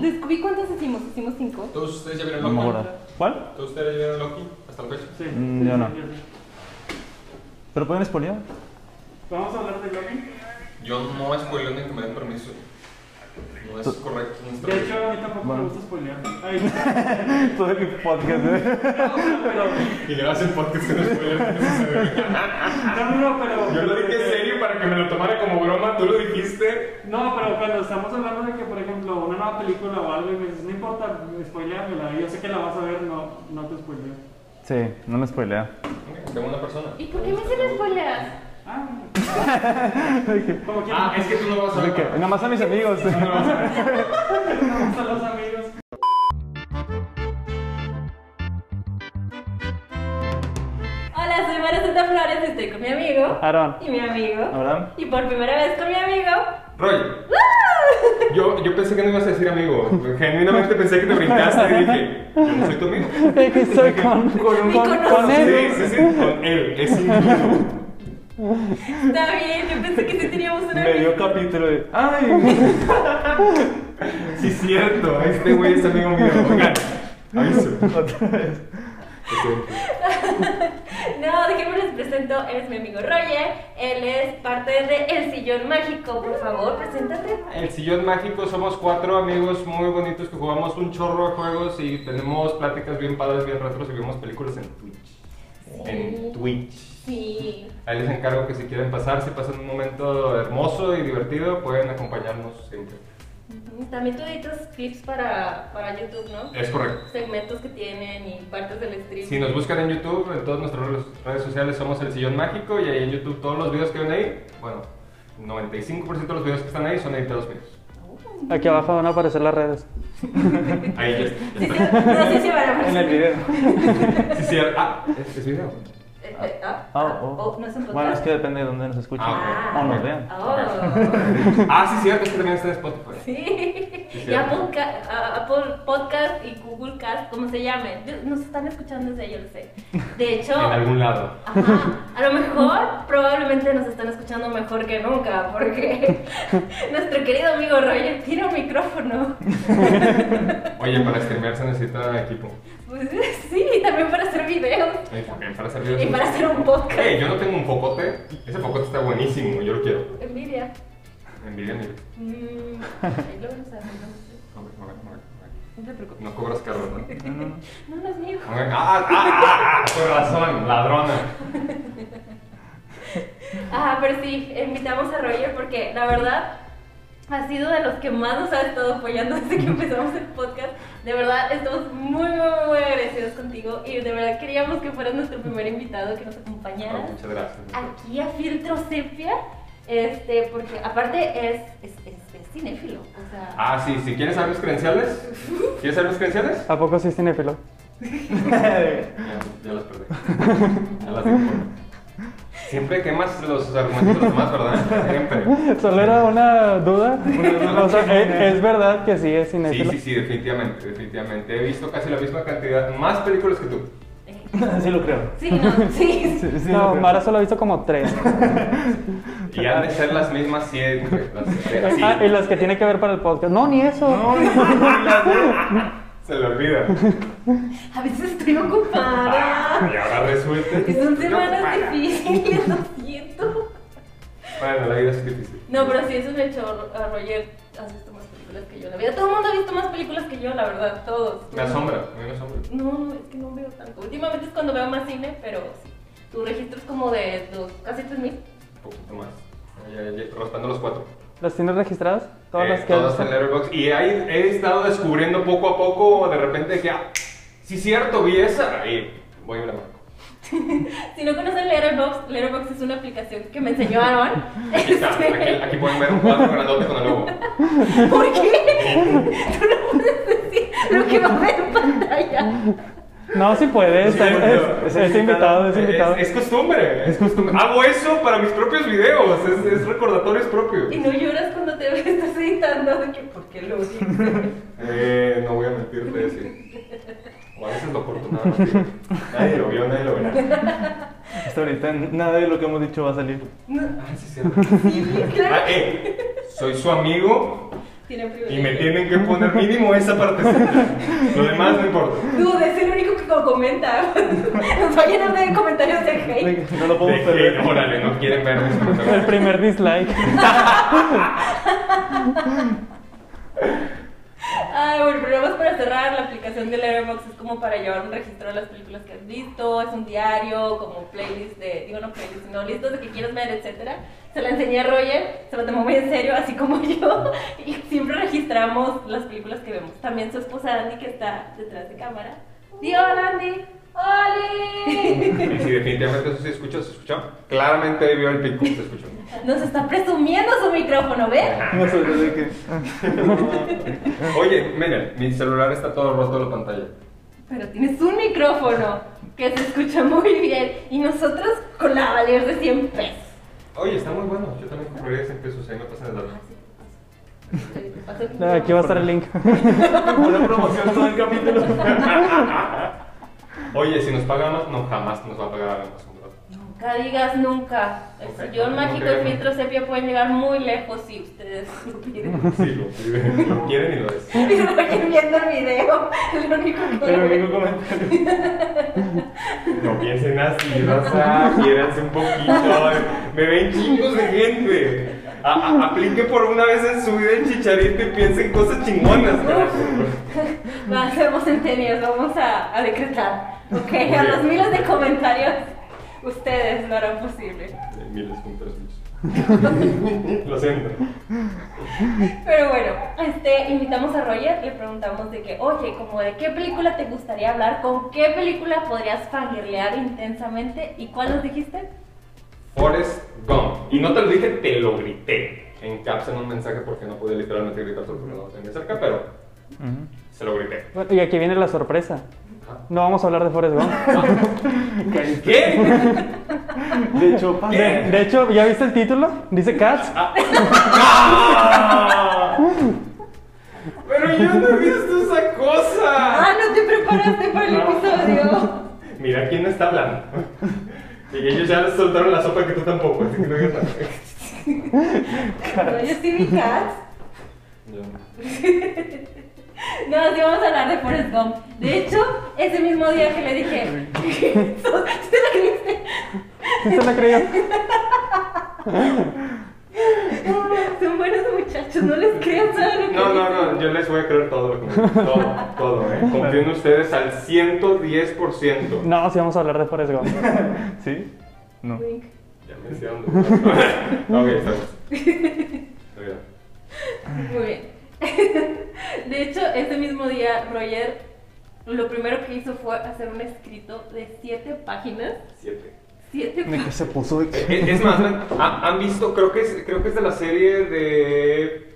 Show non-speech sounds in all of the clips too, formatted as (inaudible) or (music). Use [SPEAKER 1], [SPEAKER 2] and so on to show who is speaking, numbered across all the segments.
[SPEAKER 1] Descubrí cuántas hicimos, hicimos cinco.
[SPEAKER 2] Todos ustedes ya
[SPEAKER 3] No
[SPEAKER 2] vieron
[SPEAKER 3] me
[SPEAKER 2] Loki.
[SPEAKER 3] acuerdo. ¿Cuál?
[SPEAKER 2] Todos ustedes ya vieron Loki hasta la fecha.
[SPEAKER 4] Sí.
[SPEAKER 3] Mm, yo no. ¿Pero pueden spoilear?
[SPEAKER 4] Vamos a hablar de Loki.
[SPEAKER 2] Yo no spoileo ni que me den permiso. No es
[SPEAKER 3] Tú-
[SPEAKER 2] correcto. no es
[SPEAKER 4] De hecho,
[SPEAKER 2] correcto.
[SPEAKER 4] a mí tampoco
[SPEAKER 3] Bueno.
[SPEAKER 4] me gusta spoilear. Ay,
[SPEAKER 3] (laughs)
[SPEAKER 4] (laughs)
[SPEAKER 3] Todo mi podcast, ¿eh?
[SPEAKER 4] pero.
[SPEAKER 2] Y gracias porque se nos
[SPEAKER 4] No, no, no, pero.
[SPEAKER 2] Yo lo dije en serio para que me lo tomara como broma, tú lo dijiste.
[SPEAKER 4] No, pero cuando estamos hablando de que, por ejemplo, una nueva película o algo, y me dices, no importa, spoileamela. Yo sé que la vas a ver, no, no te spoileo.
[SPEAKER 3] Sí, no me spoilea.
[SPEAKER 2] Tengo una persona.
[SPEAKER 1] ¿Y por qué me hicieron spoileas?
[SPEAKER 2] (laughs)
[SPEAKER 4] Ah, como quieras.
[SPEAKER 2] Ah, es que tú no vas a
[SPEAKER 3] Así que,
[SPEAKER 2] ver.
[SPEAKER 3] nada más a mis amigos.
[SPEAKER 2] Ah.
[SPEAKER 4] Vamos a los amigos.
[SPEAKER 1] Hola, soy María Santa Flores y estoy con mi amigo.
[SPEAKER 3] Aaron,
[SPEAKER 1] Y mi amigo.
[SPEAKER 3] Abraham.
[SPEAKER 1] Y por primera vez con mi amigo.
[SPEAKER 2] Roy. Yo, yo pensé que no ibas a decir amigo. Genuinamente pensé que te brincaste y dije, yo no soy tu amigo.
[SPEAKER 3] (laughs) que soy con, con,
[SPEAKER 1] con- con
[SPEAKER 2] Sí, sí, sí, con él. Es incluso.
[SPEAKER 1] Está bien, yo pensé que sí teníamos una
[SPEAKER 3] Me dio capítulo de. ¡Ay!
[SPEAKER 2] Sí, cierto. Este güey es amigo mío. Oigan, aviso.
[SPEAKER 3] Otra vez.
[SPEAKER 1] No, déjenme les presento, él es mi amigo Roger, él es parte de El Sillón Mágico, por favor, preséntate.
[SPEAKER 2] El sillón mágico somos cuatro amigos muy bonitos que jugamos un chorro de juegos y tenemos pláticas bien padres, bien retros y vemos películas en Twitch. En Twitch.
[SPEAKER 1] Sí,
[SPEAKER 2] Ahí les encargo que si quieren pasar, si pasan un momento hermoso y divertido, pueden acompañarnos siempre.
[SPEAKER 1] Ujú, también tú editas clips para, para YouTube, ¿no?
[SPEAKER 2] Es correcto.
[SPEAKER 1] Segmentos que tienen y partes del stream.
[SPEAKER 2] Si nos buscan en YouTube, en todas nuestras redes- redes sociales somos El Sillón Mágico y ahí en YouTube todos los videos que ven ahí, bueno, 95% de los videos que están ahí son editados míos.
[SPEAKER 3] Aquí abajo van a aparecer las redes.
[SPEAKER 2] Ahí ya está.
[SPEAKER 1] Sí, sí, no sé si van a
[SPEAKER 3] En el video.
[SPEAKER 2] Sí, sí, ah, es, es video.
[SPEAKER 1] Este, ah,
[SPEAKER 3] Ah,
[SPEAKER 1] oh,
[SPEAKER 3] oh.
[SPEAKER 1] no es un podcast.
[SPEAKER 3] Bueno, es que depende de dónde nos escuchen.
[SPEAKER 2] Ah,
[SPEAKER 3] O nos vean.
[SPEAKER 1] Oh. (laughs)
[SPEAKER 2] Ah, sí, cierto, es que también está en Spotify.
[SPEAKER 1] Sí.
[SPEAKER 2] Sí,
[SPEAKER 1] Y
[SPEAKER 2] cierto.
[SPEAKER 1] Apple, Ca- a- Apple ah, Podcast y Google Cast, como se llamen. Yo- Nos están escuchando desde ahí, yo lo sé. De hecho,
[SPEAKER 2] (laughs) En algún lado.
[SPEAKER 1] ajá, a lo mejor probablemente nos están escuchando mejor que nunca, porque (laughs) nuestro querido amigo Roger tiene un micrófono.
[SPEAKER 2] Oye, para streamear se necesita equipo.
[SPEAKER 1] Pues sí, también para hacer videos
[SPEAKER 2] Ay, porque Para hacer videos.
[SPEAKER 1] y para hacer un podcast.
[SPEAKER 2] Eh, yo no tengo un focote. Ese focote está buenísimo, yo lo quiero.
[SPEAKER 1] Envidia.
[SPEAKER 2] Envidia, envidia.
[SPEAKER 1] Mm, ahí lo vamos a hacer, no sé.
[SPEAKER 2] Ok, ok, ok,
[SPEAKER 1] No te
[SPEAKER 2] ok.
[SPEAKER 1] preocupes.
[SPEAKER 2] No cobras caro, ¿no? Ok,
[SPEAKER 1] No, no es mío.
[SPEAKER 2] Ah, ah, ah, ah, con razón, ladrona.
[SPEAKER 1] Ajá, pero sí, invitamos a Roger porque la verdad ha sido de los que más nos ha estado apoyando (laughs) desde que empezamos el podcast. De verdad, estamos muy, muy, muy agradecidos contigo y de verdad queríamos que fueras nuestro primer invitado, que nos
[SPEAKER 2] Ah,
[SPEAKER 1] acompañaras
[SPEAKER 2] muchas gracias.
[SPEAKER 1] aquí a Filtro Sepia, este, porque aparte es, es, es- es cinéfilo, o sea...
[SPEAKER 2] Ah, sí, si quieres saber mis credenciales.
[SPEAKER 1] (laughs)
[SPEAKER 2] ¿Quieres saber mis credenciales?
[SPEAKER 3] ¿A poco sí es cinéfilo?
[SPEAKER 2] Ya, ya las perdí. (laughs) Ya las di por- Siempre quemas los argumentos de los demás, ¿verdad? Siempre.
[SPEAKER 3] Solo era una duda.
[SPEAKER 2] duda.
[SPEAKER 3] (laughs) O sea, eh, ¿es, es verdad que sí es
[SPEAKER 2] Sí,
[SPEAKER 3] cinéfilo?
[SPEAKER 2] sí, sí, definitivamente, definitivamente. He visto casi la misma cantidad, más películas que tú.
[SPEAKER 3] (laughs) Sí lo creo.
[SPEAKER 1] eh, Sí, no, sí.
[SPEAKER 3] no, Mara solo ha visto como (laughs) tres.
[SPEAKER 2] Y han de ser las mismas 100. güey, Las, sí.
[SPEAKER 3] Ah, y las que tiene que ver para el podcast. No, ni eso.
[SPEAKER 2] (laughs) Se le olvida.
[SPEAKER 1] A veces estoy ocupada.
[SPEAKER 2] Y ahora resulta.
[SPEAKER 1] Y
[SPEAKER 2] que
[SPEAKER 1] son
[SPEAKER 2] no
[SPEAKER 1] semanas
[SPEAKER 2] para.
[SPEAKER 1] difíciles, lo siento.
[SPEAKER 2] Bueno, la vida es difícil.
[SPEAKER 1] No, pero sí, eso es un hecho. Ro- a Roger has visto más películas que yo. La vida. Todo el mundo ha visto más películas que yo, la verdad. Todos.
[SPEAKER 2] Me asombra, a mí me asombra.
[SPEAKER 1] No, es que no veo tanto. Últimamente es cuando veo más cine, pero sí. Tu registro es como de dos, casi 3000.
[SPEAKER 2] Un poquito más. Ya, ya, ya, raspando los cuatro.
[SPEAKER 3] ¿Las tienes registradas? Todas
[SPEAKER 2] Eh,
[SPEAKER 3] las que has
[SPEAKER 2] todas en
[SPEAKER 3] visto.
[SPEAKER 2] Letterboxd. Y ahí he estado descubriendo poco a poco, de repente, que, ah, sí, cierto, vi esa. Y voy a la marco.
[SPEAKER 1] Si no conocen Letterboxd, Letterboxd es una aplicación que me enseñó
[SPEAKER 2] (laughs)
[SPEAKER 1] Este, Aaron.
[SPEAKER 2] Aquí
[SPEAKER 1] (laughs)
[SPEAKER 2] está, aquí, aquí pueden ver un cuadro grandote con el logo.
[SPEAKER 1] ¿Por qué? (laughs) Tú no puedes decir lo que va a ver en pantalla.
[SPEAKER 3] No, sí puedes.
[SPEAKER 2] Sí,
[SPEAKER 3] es,
[SPEAKER 2] bueno,
[SPEAKER 3] es- es invitado, es invitado.
[SPEAKER 2] Es, es costumbre, es costumbre. Hago eso para mis propios videos, es, es recordatorios propios.
[SPEAKER 1] Y no lloras cuando te ves, estás editando. De que, ¿Por qué lo dices?
[SPEAKER 2] Eh, no voy a mentirte, sí. O a veces lo corto nada más. digo, Nadie lo vio, nadie lo verá.
[SPEAKER 3] Hasta ahorita nada de lo que hemos dicho va a salir.
[SPEAKER 1] No, (laughs)
[SPEAKER 2] Ah, sí, es cierto.
[SPEAKER 1] sí, claro.
[SPEAKER 2] Ah, eh, soy su amigo,
[SPEAKER 1] Tienen
[SPEAKER 2] Y me
[SPEAKER 1] privilegio.
[SPEAKER 2] tienen que poner mínimo esa partecita. Lo demás no importa.
[SPEAKER 1] Dude, es el único que lo comenta. (laughs) Nos va a llenar de comentarios de hate.
[SPEAKER 3] No lo podemos
[SPEAKER 2] De
[SPEAKER 3] perder. (laughs)
[SPEAKER 2] que, órale, no quieren ver mis
[SPEAKER 5] El
[SPEAKER 2] comentarios.
[SPEAKER 5] primer dislike.
[SPEAKER 1] Ay, bueno, pero nada más para cerrar, la aplicación de Letterboxd es como para llevar un registro de las películas que has visto, es un diario, como playlist de, digo no playlist, sino listas de que quieres ver, etcétera. Se la enseñé a Roger, se lo tomó muy en serio, así como (laughs) yo, y siempre registramos las películas que vemos. También su esposa Andy, que está detrás de cámara. Di hola, Andy. ¡Oli!
[SPEAKER 2] (laughs) Y si definitivamente eso se escuchó, se escuchó. Claramente vio el pico, se escuchó.
[SPEAKER 1] Nos está presumiendo su micrófono, ¿ves?
[SPEAKER 3] No sé de qué.
[SPEAKER 2] Oye, miren, mi celular está todo roto la pantalla.
[SPEAKER 1] Pero tienes un micrófono que se escucha muy bien y nosotros con la valer de 100 pesos.
[SPEAKER 2] Oye, está muy bueno. Yo también compraría 100 pesos, ahí me pasan el dato. Ah,
[SPEAKER 5] No, aquí va a estar el link.
[SPEAKER 4] Una promoción todo el capítulo.
[SPEAKER 2] Oye, si nos paga Amazon, no, jamás nos va a pagar Amazon, ¿verdad?
[SPEAKER 1] Nunca digas nunca. El
[SPEAKER 2] Ok,
[SPEAKER 1] sillón
[SPEAKER 2] no
[SPEAKER 1] mágico
[SPEAKER 2] creo.
[SPEAKER 1] y filtro sepia pueden llegar muy lejos si ustedes (laughs) lo
[SPEAKER 5] (laughs)
[SPEAKER 1] piden.
[SPEAKER 2] Sí, lo piden. Lo quieren y lo es.
[SPEAKER 1] Y Roger viendo el video, (laughs) el único que
[SPEAKER 4] Pero ningún comentario.
[SPEAKER 2] No piensen así, raza. Quiéranse un poquito. Me ven chingos de gente. A- a- apliquen por una vez en su vida el chicharito y piensen cosas chingonas, carajo.
[SPEAKER 1] Va, hacemos centenias, vamos a, a decretar. Ok, a
[SPEAKER 2] Ok.
[SPEAKER 1] los miles de comentarios, ustedes lo harán posible.
[SPEAKER 2] Eh, Miles puntos muchos. Lo siento.
[SPEAKER 1] Pero bueno, este, invitamos a Roger, le preguntamos de que, oye, como de qué película te gustaría hablar, con qué película podrías fangirlear intensamente y cuál nos dijiste.
[SPEAKER 2] Forrest Gump. Y no te lo dije, te lo grité. En caps en un mensaje porque no pude literalmente gritar solo porque no lo tenía cerca, pero se lo grité.
[SPEAKER 5] Bueno, y aquí viene la sorpresa. No vamos a hablar de Forrest Gump.
[SPEAKER 2] ¿Qué?
[SPEAKER 3] De hecho, pasa.
[SPEAKER 5] De, de hecho, ¿ya viste el título? Dice Cats.
[SPEAKER 3] Ah.
[SPEAKER 2] Pero yo no he visto esa cosa.
[SPEAKER 1] Ah, no te preparaste
[SPEAKER 2] (laughs)
[SPEAKER 1] para el episodio.
[SPEAKER 2] Mira quién está hablando. Y ellos ya les soltaron la sopa que tú tampoco, así que no digas nada.
[SPEAKER 1] No, yo sí vi Cats. No, sí vamos a hablar de Forrest Gump. De hecho, ese mismo día que le dije, (laughs) ¿te la creíste?
[SPEAKER 5] ¿Sí se la creyó?
[SPEAKER 1] Son buenos muchachos, no les crean nada lo que
[SPEAKER 2] No, no,
[SPEAKER 1] dicen.
[SPEAKER 2] no, yo les voy a creer todo lo que me Todo, todo, ¿eh? Confío en ustedes al 110%.
[SPEAKER 5] No, sí vamos a hablar de Forrest Gump.
[SPEAKER 3] ¿Sí? No.
[SPEAKER 1] Wink.
[SPEAKER 2] Ya me hicieron dudar. (laughs) ok, estamos. (laughs)
[SPEAKER 1] Muy bien. (laughs) De hecho, ese mismo día, Roger lo primero que hizo fue hacer un escrito de siete páginas.
[SPEAKER 2] Siete.
[SPEAKER 1] Siete
[SPEAKER 3] ¿De qué
[SPEAKER 1] páginas.
[SPEAKER 3] se puso? de qué?
[SPEAKER 2] Eh, Es más, ¿han, ha- han visto? Creo que, es, creo que es de la serie de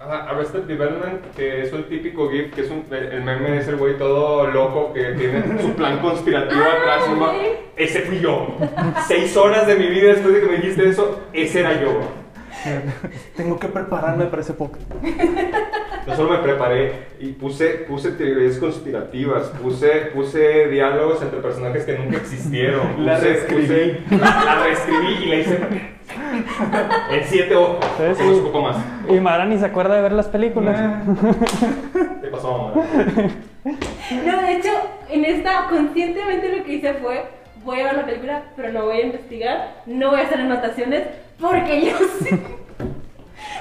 [SPEAKER 2] ah, Arrested Development, que es el típico GIF, que es un, el, el meme es el güey todo loco que tiene su plan conspirativo
[SPEAKER 1] Ah,
[SPEAKER 2] atrás. y va,
[SPEAKER 1] sí.
[SPEAKER 2] Ese fui yo. Seis horas de mi vida después de que me dijiste eso, ese era yo.
[SPEAKER 3] Tengo que prepararme para ese podcast.
[SPEAKER 2] No solo me preparé y puse, puse teorías conspirativas, puse, puse diálogos entre personajes que nunca existieron.
[SPEAKER 3] La
[SPEAKER 2] puse-
[SPEAKER 3] reescribí.
[SPEAKER 2] puse- la, la reescribí y la hice en siete ojos.
[SPEAKER 5] Sí,
[SPEAKER 2] Se nos
[SPEAKER 5] sí.
[SPEAKER 2] ocupó más.
[SPEAKER 5] Y Mara ni se acuerda de ver las películas.
[SPEAKER 2] ¿Qué pasó,
[SPEAKER 1] No, de hecho, en esta, conscientemente lo que hice fue: voy a ver la película, pero no voy a investigar, no voy a hacer anotaciones, porque yo (laughs) sé.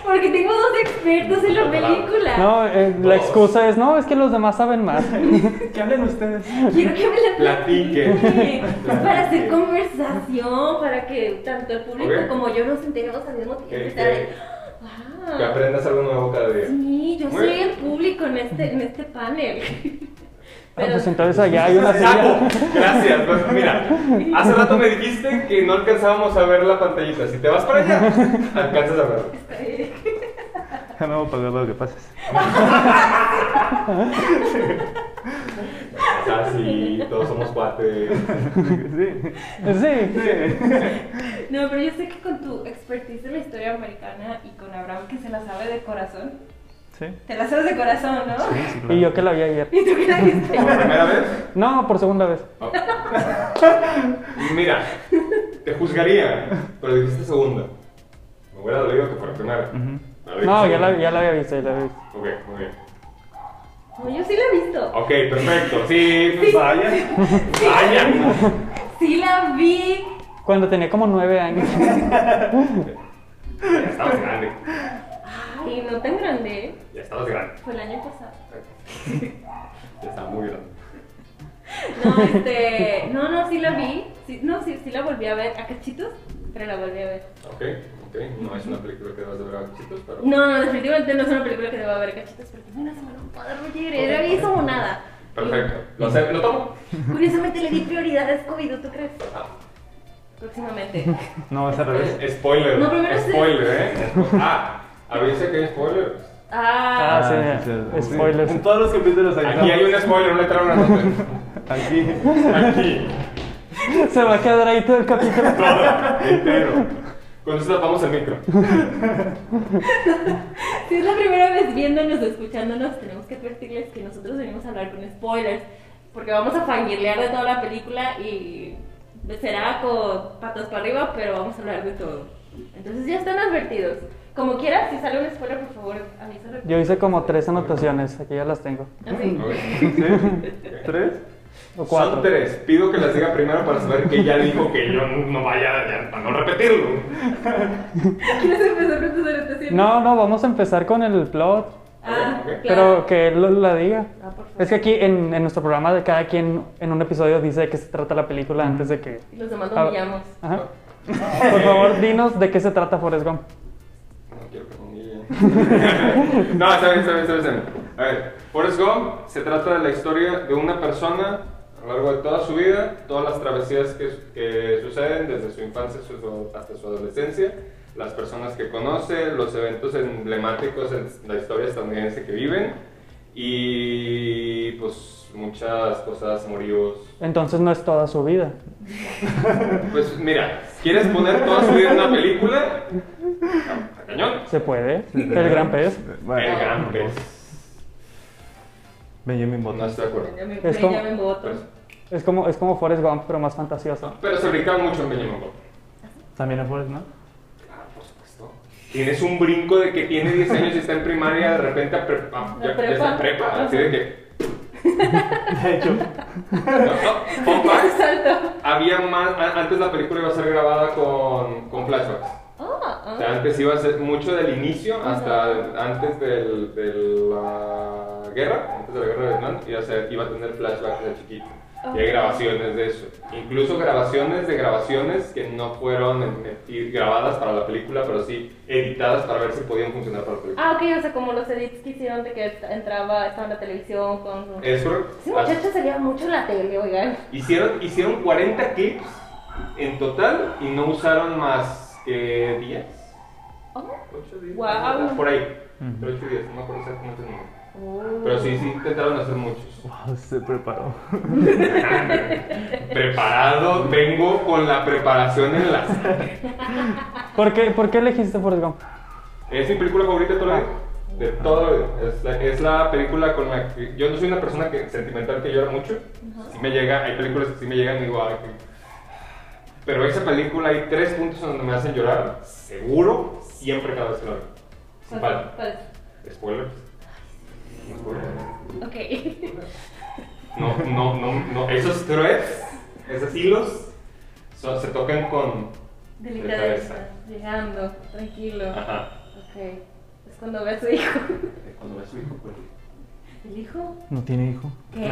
[SPEAKER 1] Porque tengo dos expertos en la película.
[SPEAKER 5] No, eh, la
[SPEAKER 2] Dos.
[SPEAKER 5] excusa es, no, es que los demás saben
[SPEAKER 2] (laughs)
[SPEAKER 5] más.
[SPEAKER 3] Que hablen ustedes.
[SPEAKER 1] Quiero que me la
[SPEAKER 2] Platiquen.
[SPEAKER 1] platiquen. Para hacer
[SPEAKER 2] Platiquen.
[SPEAKER 1] conversación, para que tanto el público
[SPEAKER 2] Ok.
[SPEAKER 1] como yo nos enteremos al mismo tiempo.
[SPEAKER 2] Ok,
[SPEAKER 1] y sea de,
[SPEAKER 2] ok.
[SPEAKER 1] "Ah,
[SPEAKER 2] Que aprendas algo nuevo cada día.
[SPEAKER 1] Sí, yo
[SPEAKER 2] Muy
[SPEAKER 1] soy
[SPEAKER 2] bien.
[SPEAKER 1] el público en este, en este panel.
[SPEAKER 5] Ah,
[SPEAKER 1] Pero
[SPEAKER 5] pues entonces allá hay una
[SPEAKER 2] ¡Sapo!
[SPEAKER 5] silla.
[SPEAKER 2] Gracias. pues, mira, hace rato me dijiste que no alcanzábamos a ver la pantallita. Si te vas para allá, alcanzas a ver.
[SPEAKER 1] está bien.
[SPEAKER 3] Ya me voy a pagar lo que pases.
[SPEAKER 2] O sea, sí, todos somos cuates.
[SPEAKER 3] Sí.
[SPEAKER 5] Sí.
[SPEAKER 1] No, pero yo sé que con tu expertise en la historia americana y con Abraham que se la sabe de corazón,
[SPEAKER 3] Sí.
[SPEAKER 1] te la sabes de corazón, ¿no?
[SPEAKER 3] sí, claro.
[SPEAKER 5] Y yo que la vi ayer.
[SPEAKER 1] (laughs) ¿Y tú qué la
[SPEAKER 2] (laughs)
[SPEAKER 1] viste?
[SPEAKER 2] ¿Por primera vez?
[SPEAKER 5] No, por segunda vez.
[SPEAKER 2] No. Oh. (laughs) Mira, te juzgaría, pero dijiste segunda. Me hubiera dolido que fuera primera.
[SPEAKER 3] Ujú.
[SPEAKER 2] Ah,
[SPEAKER 5] No, ya la, ya la había visto, ya la había visto.
[SPEAKER 2] Ok, muy bien.
[SPEAKER 1] No, yo sí la he visto.
[SPEAKER 2] Ok, perfecto. Sí, pues
[SPEAKER 1] Sí.
[SPEAKER 2] vaya. Vaya.
[SPEAKER 1] Sí la vi.
[SPEAKER 5] Cuando tenía como nueve años. (laughs)
[SPEAKER 2] Ya estabas grande.
[SPEAKER 1] Ay, no tan grande. ¿eh?
[SPEAKER 2] Ya estabas grande.
[SPEAKER 1] Fue el año pasado.
[SPEAKER 2] Ya estaba muy grande.
[SPEAKER 1] No, este. No, no, sí la vi. Sí, no, sí, sí la volví a ver. A cachitos, pero la volví a ver.
[SPEAKER 2] Ok, ok. No es una película que debas de ver a chicos, pero.
[SPEAKER 1] No, no, definitivamente no es una película que deba ver a cachitos porque fue una semana ocupada, Roger. Era eso o nada.
[SPEAKER 2] Perfecto. Lo, sé, lo tomo.
[SPEAKER 1] Y, curiosamente le di prioridad a Scooby-Doo, ¿tú crees?
[SPEAKER 2] Ah,
[SPEAKER 1] Próximamente.
[SPEAKER 3] No, es al revés.
[SPEAKER 2] spoiler.
[SPEAKER 1] No, primero sí.
[SPEAKER 2] spoiler, ¿eh? Ah, avisa que hay spoilers.
[SPEAKER 1] Ah,
[SPEAKER 5] Ah, sí, spoilers.
[SPEAKER 3] En todos los capítulos hay
[SPEAKER 2] Aquí hay un spoiler, una letra, una nota.
[SPEAKER 3] Aquí.
[SPEAKER 2] Aquí,
[SPEAKER 5] Se va a quedar ahí todo el capítulo.
[SPEAKER 2] todo, entero. Con eso tapamos el micro.
[SPEAKER 1] Si es la primera vez viéndonos o escuchándonos, tenemos que advertirles que nosotros venimos a hablar con spoilers, porque vamos a fangirlear de toda la película y será con patas para arriba, pero vamos a hablar de todo. Entonces ya están advertidos. Como quieras, si sale un spoiler, por favor, avísalo. Ah,
[SPEAKER 5] Yo hice como tres anotaciones, aquí ya las tengo.
[SPEAKER 1] Así.
[SPEAKER 2] Ok.
[SPEAKER 3] ¿Tres?
[SPEAKER 5] O cuatro.
[SPEAKER 2] Son tres. Pido que las diga primero para saber que ya dijo que yo no vaya ya, para no repetirlo.
[SPEAKER 1] (laughs) ¿Quieres empezar con tus anotaciones?
[SPEAKER 5] No, no, vamos a empezar con el plot.
[SPEAKER 1] Ah,
[SPEAKER 2] Ok, ok.
[SPEAKER 1] claro.
[SPEAKER 5] Pero que él lo- la diga.
[SPEAKER 1] Ah, por favor.
[SPEAKER 5] Es que aquí en, en nuestro programa de cada quien en un episodio dice de qué se trata la película antes de que...
[SPEAKER 1] Y Los demás
[SPEAKER 5] Ah.
[SPEAKER 1] lo humillamos.
[SPEAKER 5] Ajá.
[SPEAKER 2] Ah.
[SPEAKER 5] Por favor, dinos de qué se trata Forrest Gump.
[SPEAKER 2] No quiero que me humillen. (laughs) No, está bien, está bien, está bien, está bien. A ver, Forrest Gump se trata de la historia de una persona a lo largo de toda su vida, todas las travesías que, que suceden desde su infancia su- su- hasta su adolescencia, las personas que conoce, los eventos emblemáticos en la historia estadounidense que viven y pues muchas cosas, moríos.
[SPEAKER 5] Entonces no es toda su vida.
[SPEAKER 2] Pues mira, ¿quieres poner toda su vida en una película? Está Cañón.
[SPEAKER 5] Se puede. El gran pez.
[SPEAKER 2] El gran pez.
[SPEAKER 3] Benjamin
[SPEAKER 2] No
[SPEAKER 3] Button.
[SPEAKER 2] estoy de acuerdo.
[SPEAKER 1] Ya me,
[SPEAKER 5] Es como-
[SPEAKER 1] ya me voto.
[SPEAKER 2] Pero-
[SPEAKER 5] Es como, es como Forrest Gump, pero más fantasioso.
[SPEAKER 2] Pero se brinca mucho en Benjamin Button.
[SPEAKER 3] También es Forrest, ¿no?
[SPEAKER 2] Claro, por supuesto. Tienes un brinco de que tiene 10 años y está en primaria, de repente a pre- ah,
[SPEAKER 1] La
[SPEAKER 2] ya, ya está
[SPEAKER 1] prepa.
[SPEAKER 2] en prepa, así de que.
[SPEAKER 3] (laughs) De hecho.
[SPEAKER 2] No, no, fun
[SPEAKER 1] (laughs)
[SPEAKER 2] fact,
[SPEAKER 1] Salto.
[SPEAKER 2] había más, a- antes la película iba a ser grabada con, con flashbacks.
[SPEAKER 1] Ah, ah.
[SPEAKER 2] O sea, antes iba a ser mucho del inicio hasta antes del- de la guerra, antes de la guerra de Vietnam, iba a, ser- iba a tener flashbacks de chiquito. Y hay grabaciones de eso. Incluso grabaciones de grabaciones que no fueron en- en- grabadas para la película, pero sí editadas para ver si podían funcionar para la película.
[SPEAKER 1] Ah, ok, o sea, como los edits que hicieron de que entraba, estaba en la televisión con...
[SPEAKER 2] Eso
[SPEAKER 1] Ese
[SPEAKER 2] las-
[SPEAKER 1] muchacho salía mucho en la tele, oigan.
[SPEAKER 2] hicieron, hicieron 40 clips en total y no usaron más que 10.
[SPEAKER 1] Oh,
[SPEAKER 2] 8 días. Ah,
[SPEAKER 1] Guau.
[SPEAKER 2] Por ahí. 8 días, no me acuerdo exactamente el número.
[SPEAKER 1] oh.
[SPEAKER 2] Pero sí, sí intentaron hacer muchos.
[SPEAKER 3] Wow, oh, se preparó.
[SPEAKER 2] Preparado, vengo con la preparación en la sangre.
[SPEAKER 5] ¿Por qué, ¿Por qué elegiste Forrest Gump?
[SPEAKER 2] Es mi película favorita de toda la vida. De toda la vida. Es la, es la película con la que. Yo no soy una persona que, sentimental que llora mucho. Sí me llega, hay películas que sí me llegan y digo, "Ay, qué-". Pero esa película hay tres puntos en donde me hacen llorar, seguro, siempre cada vez que la veo. Sin
[SPEAKER 1] ¿Cuál-
[SPEAKER 2] falta.
[SPEAKER 1] cuál
[SPEAKER 2] Spoilers. No, spoilers.
[SPEAKER 1] es? Ok. (laughs)
[SPEAKER 2] No, no, no, no. Esos threads, esos hilos, son- se tocan con.
[SPEAKER 1] Delicadeza. Llegando, tranquilo.
[SPEAKER 2] Ajá.
[SPEAKER 1] Ok. Es cuando ve a su hijo. (laughs)
[SPEAKER 2] Cuando ve a su hijo, pues.
[SPEAKER 1] ¿El hijo?
[SPEAKER 3] ¿No tiene hijo?
[SPEAKER 1] ¿Qué?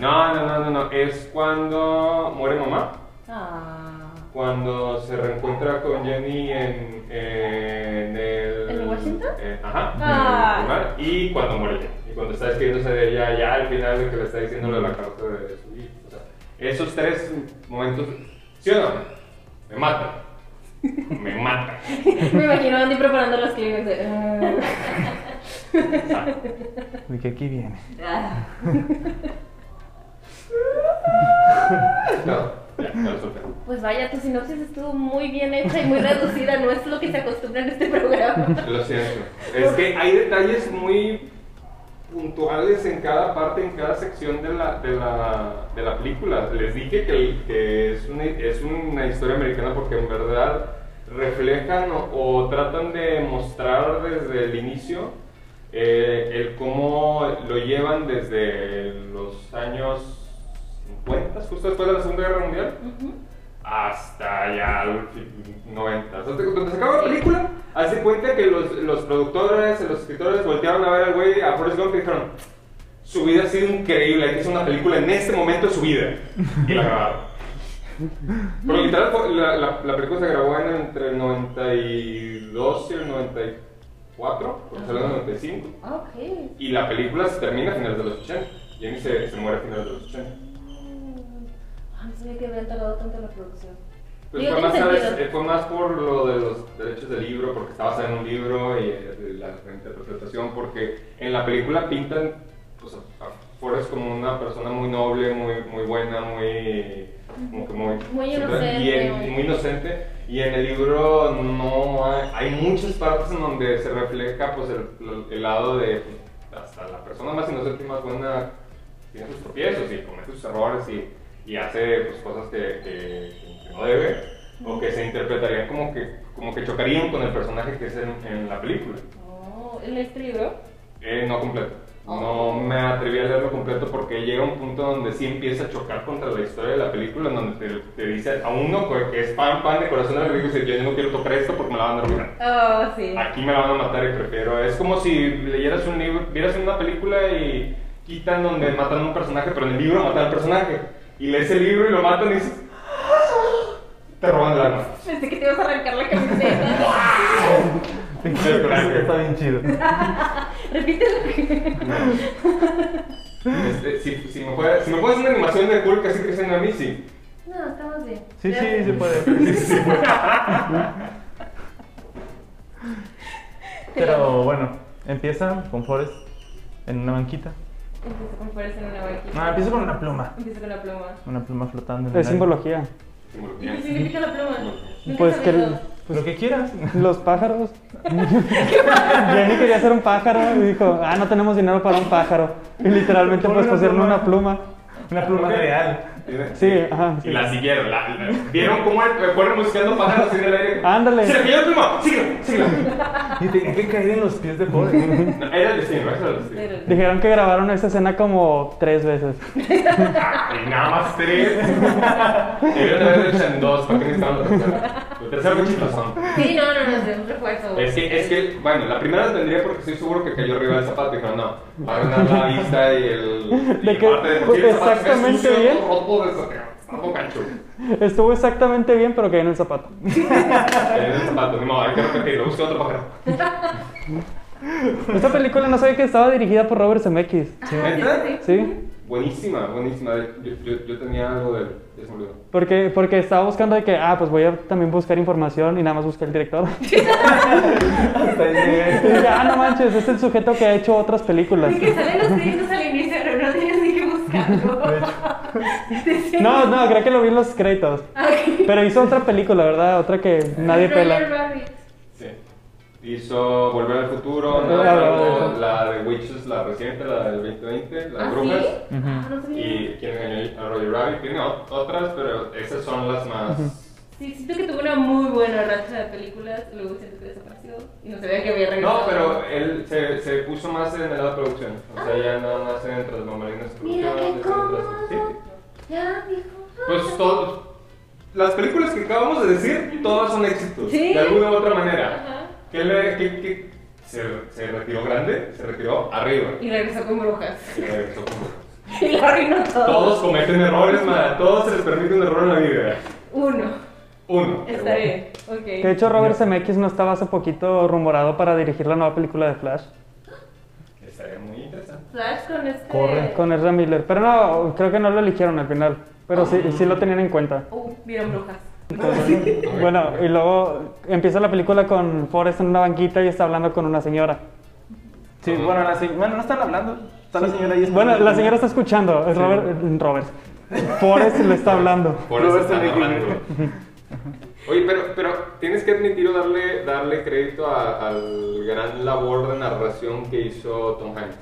[SPEAKER 2] No, no, no, no, no. Es cuando muere mamá.
[SPEAKER 1] Ah.
[SPEAKER 2] Cuando se reencuentra con Jenny en, en el.
[SPEAKER 1] ¿En Washington?
[SPEAKER 2] eh, ajá. en el
[SPEAKER 1] Ah.
[SPEAKER 2] lugar, y cuando muere Jenny. Y cuando está despidiéndose de ella, ya al final de que le está diciendo lo de la causa de su hijo. O sea, esos tres momentos. ¿Sí o no? Me matan. Me matan.
[SPEAKER 1] Me imagino a Andy preparando los clips de... ah.
[SPEAKER 3] De que aquí (laughs) viene.
[SPEAKER 1] Ah.
[SPEAKER 2] No, ya, ya lo solté.
[SPEAKER 1] Pues vaya, tu sinopsis estuvo muy bien hecha y muy reducida. No es lo que se acostumbra en este programa.
[SPEAKER 2] Lo siento. Es que hay detalles muy puntuales en cada parte, en cada sección de la, de la, de la película. Les dije que, que es, una, es una historia americana porque en verdad reflejan o, o tratan de mostrar desde el inicio eh, el cómo lo llevan desde los años 50, justo después de la Segunda Guerra Mundial,
[SPEAKER 1] Ujú.
[SPEAKER 2] hasta ya los 90. O sea, cuando se acaba la película, hace cuenta que los, los productores, los escritores voltearon a ver al güey, a Forrest Gump y dijeron, su vida ha sido increíble, hay que hacer una película en este momento de su vida. Y la grabaron. Pero literal, fue- la, la, la película se grabó en entre el 92 y el 94, porque salió en el 95.
[SPEAKER 1] Ah, Ok.
[SPEAKER 2] Y la película se termina a finales de los 80. Jamie se, se muere a finales de los 80.
[SPEAKER 1] Ah, no sabía que habían tardado tanto en la producción.
[SPEAKER 2] Pues
[SPEAKER 1] Digo,
[SPEAKER 2] fue, más,
[SPEAKER 1] tiene
[SPEAKER 2] ¿sabes?
[SPEAKER 1] sentido.
[SPEAKER 2] Eh, fue más por lo de los derechos del libro, porque estaba basada en un libro y eh, de la reinterpretación, porque en la película pintan pues, a a Forrest como una persona muy noble, muy, muy buena, muy. como que muy.
[SPEAKER 1] Muy
[SPEAKER 2] siempre- Y
[SPEAKER 1] inocente,
[SPEAKER 2] en-
[SPEAKER 1] muy-
[SPEAKER 2] muy inocente. Y en el libro no hay, hay muchas partes en donde se refleja pues, el, el lado de pues, hasta la persona más inocente y más buena tiene sus tropiezos y comete sus errores y, y hace pues, cosas que, que- que no debe o que se interpretarían como que, como que chocarían con el personaje que es en, en la película.
[SPEAKER 1] Oh, ¿el este libro?
[SPEAKER 2] Eh, no completo. No me atreví a leerlo completo porque llega un punto donde sí empieza a chocar contra la historia de la película, en donde te, te dice a uno que- que es fan, fan de corazón de la película y dice, yo no quiero tocar esto porque me la van a arruinar.
[SPEAKER 1] Oh, sí.
[SPEAKER 2] Aquí me la van a matar y prefiero. Es como si leyeras un libro, vieras una película y quitan donde matan a un personaje, pero en el libro matan al personaje. Y lees el libro y lo matan y dices. "Ah". Te roban la alma.
[SPEAKER 1] Pensé que te ibas a arrancar la
[SPEAKER 3] (laughs)
[SPEAKER 1] camiseta.
[SPEAKER 3] Está bien chido.
[SPEAKER 1] Repítelo.
[SPEAKER 2] Este, si, si me puedes si me puedes hacer una animación de Hulk así creciendo a mí, sí.
[SPEAKER 1] No, estamos bien.
[SPEAKER 3] Sí,
[SPEAKER 1] Ya.
[SPEAKER 3] sí, se puede. (laughs) Pero bueno, empieza con Forrest en una banquita.
[SPEAKER 1] Empiezo con fuerza en una banquita.
[SPEAKER 3] No, empieza con una pluma.
[SPEAKER 1] Empiezo con la pluma.
[SPEAKER 3] Una pluma flotando. En
[SPEAKER 5] Es
[SPEAKER 3] el aire.
[SPEAKER 5] simbología.
[SPEAKER 1] ¿Y
[SPEAKER 2] Simbología.
[SPEAKER 1] qué significa la pluma? Nunca
[SPEAKER 5] Pues que
[SPEAKER 1] sabía.
[SPEAKER 3] Lo que quieras. (laughs)
[SPEAKER 5] los pájaros. (laughs) Jenny quería hacer un pájaro y dijo, ah, no tenemos dinero para un pájaro. Y literalmente
[SPEAKER 3] Ponle
[SPEAKER 5] pues
[SPEAKER 3] una
[SPEAKER 5] pusieron
[SPEAKER 3] pluma.
[SPEAKER 5] una pluma.
[SPEAKER 3] Una pluma
[SPEAKER 2] Ok.
[SPEAKER 3] real.
[SPEAKER 5] Sí, ajá, sí.
[SPEAKER 2] Y la siguieron. la- la- ¿Vieron cómo el fueron buscando pájaros en el aire?
[SPEAKER 5] Ándale.
[SPEAKER 2] ¡Se le cayó el pluma! ¡Síguela! ¡Síguela!
[SPEAKER 3] Y tenía que caer en los pies de Forrest.
[SPEAKER 5] (laughs)
[SPEAKER 2] No, Era el destino, era el destino.
[SPEAKER 1] Pero-
[SPEAKER 5] Dijeron que grabaron esta escena como tres veces.
[SPEAKER 2] Y nada más tres. Debieron haberlo hecho en dos, ¿para qué necesitaban la tercera? La tercera fue chiflazón.
[SPEAKER 1] Sí, no, no, no, es un refuerzo.
[SPEAKER 2] Es que, es que, bueno, la primera la tendría porque estoy seguro que cayó arriba del zapato y dijeron, no, va a ganar la vista y el...
[SPEAKER 5] De
[SPEAKER 2] y
[SPEAKER 5] que-
[SPEAKER 2] aparte
[SPEAKER 5] pues,
[SPEAKER 2] el zapato está
[SPEAKER 5] exactamente
[SPEAKER 2] sucio,
[SPEAKER 5] bien.
[SPEAKER 2] roto, desatado, algo cancho.
[SPEAKER 5] Estuvo exactamente bien, pero cayó en el zapato.
[SPEAKER 2] Cayó en el zapato, ni modo, hay que repetirlo, busca otro pájaro.
[SPEAKER 5] Esta película no sabía que estaba dirigida por Robert Zemeckis.
[SPEAKER 2] ¿Neta?
[SPEAKER 5] ¿Sí?
[SPEAKER 2] Buenísima, buenísima. Yo, yo, yo tenía algo de... ya se me olvidó.
[SPEAKER 5] Porque, porque estaba buscando de que, ah, pues voy a también buscar información y nada más busqué el director. (laughs)
[SPEAKER 3] Hasta ahí
[SPEAKER 5] Y
[SPEAKER 3] llegué.
[SPEAKER 5] dije, ah, no manches, es el sujeto que ha hecho otras películas.
[SPEAKER 1] Es que salen los créditos al inicio, pero no tienes ni que buscarlo. (laughs) Decía-
[SPEAKER 5] No, no, creo que lo vi en los créditos.
[SPEAKER 1] Ok.
[SPEAKER 5] Pero hizo otra película, ¿verdad? Otra que nadie
[SPEAKER 1] Roger
[SPEAKER 5] pela.
[SPEAKER 1] Rabbit.
[SPEAKER 2] Sí. Hizo Volver al Futuro,
[SPEAKER 5] Volver
[SPEAKER 2] ¿no?
[SPEAKER 5] al
[SPEAKER 2] Luego
[SPEAKER 5] Futuro.
[SPEAKER 2] la de Witches, la reciente, la del 2020, la de
[SPEAKER 1] ¿Ah,
[SPEAKER 2] Brujas.
[SPEAKER 1] sí? Ah, no sabía.
[SPEAKER 2] Y quien engañó a Roger Rabbit. Tiene ot- otras, pero esas son las más.
[SPEAKER 1] Sí, siento que tuvo una muy buena racha de películas, luego siento que desapareció y no sabía que había regresado.
[SPEAKER 2] No, pero él se, se puso más en el lado de producción. O sea, ya nada más en las mamarinas
[SPEAKER 1] Mira qué cómodo.
[SPEAKER 2] Sí.
[SPEAKER 1] Ya, dijo.
[SPEAKER 2] Pues todo. Las películas que acabamos de decir, todas son éxitos.
[SPEAKER 1] Sí.
[SPEAKER 2] De alguna u otra manera.
[SPEAKER 1] Ajá.
[SPEAKER 2] ¿Qué le, qué- qué- se, se retiró grande, se retiró arriba.
[SPEAKER 1] Y regresó con brujas. (laughs)
[SPEAKER 2] Y regresó como-
[SPEAKER 1] Y la arruinó todo.
[SPEAKER 2] Todos cometen errores, ma. Todos se les permite un error en la vida.
[SPEAKER 1] Uno.
[SPEAKER 2] Uno.
[SPEAKER 1] Está bien, ok.
[SPEAKER 5] Que de hecho Robert Zemeckis no estaba hace poquito rumorado para dirigir la nueva película de Flash
[SPEAKER 2] Estaría muy interesante.
[SPEAKER 1] Flash con este.
[SPEAKER 3] Corre,
[SPEAKER 5] con Ezra Miller. Pero no, creo que no lo eligieron al final. Pero sí, sí lo tenían en cuenta.
[SPEAKER 1] Uh, vieron brujas.
[SPEAKER 5] Bueno, y luego empieza la película con Forrest en una banquita y está hablando con una señora.
[SPEAKER 3] Sí, bueno, la se- bueno, no están hablando. Está la señora ahí.
[SPEAKER 5] Bueno, la señora está escuchando. Es Robert. eh, Robert. Forrest le está hablando.
[SPEAKER 2] Por eso están hablando. Oye, pero, pero tienes que admitir o darle, darle crédito a- al gran labor de narración que hizo Tom Hanks.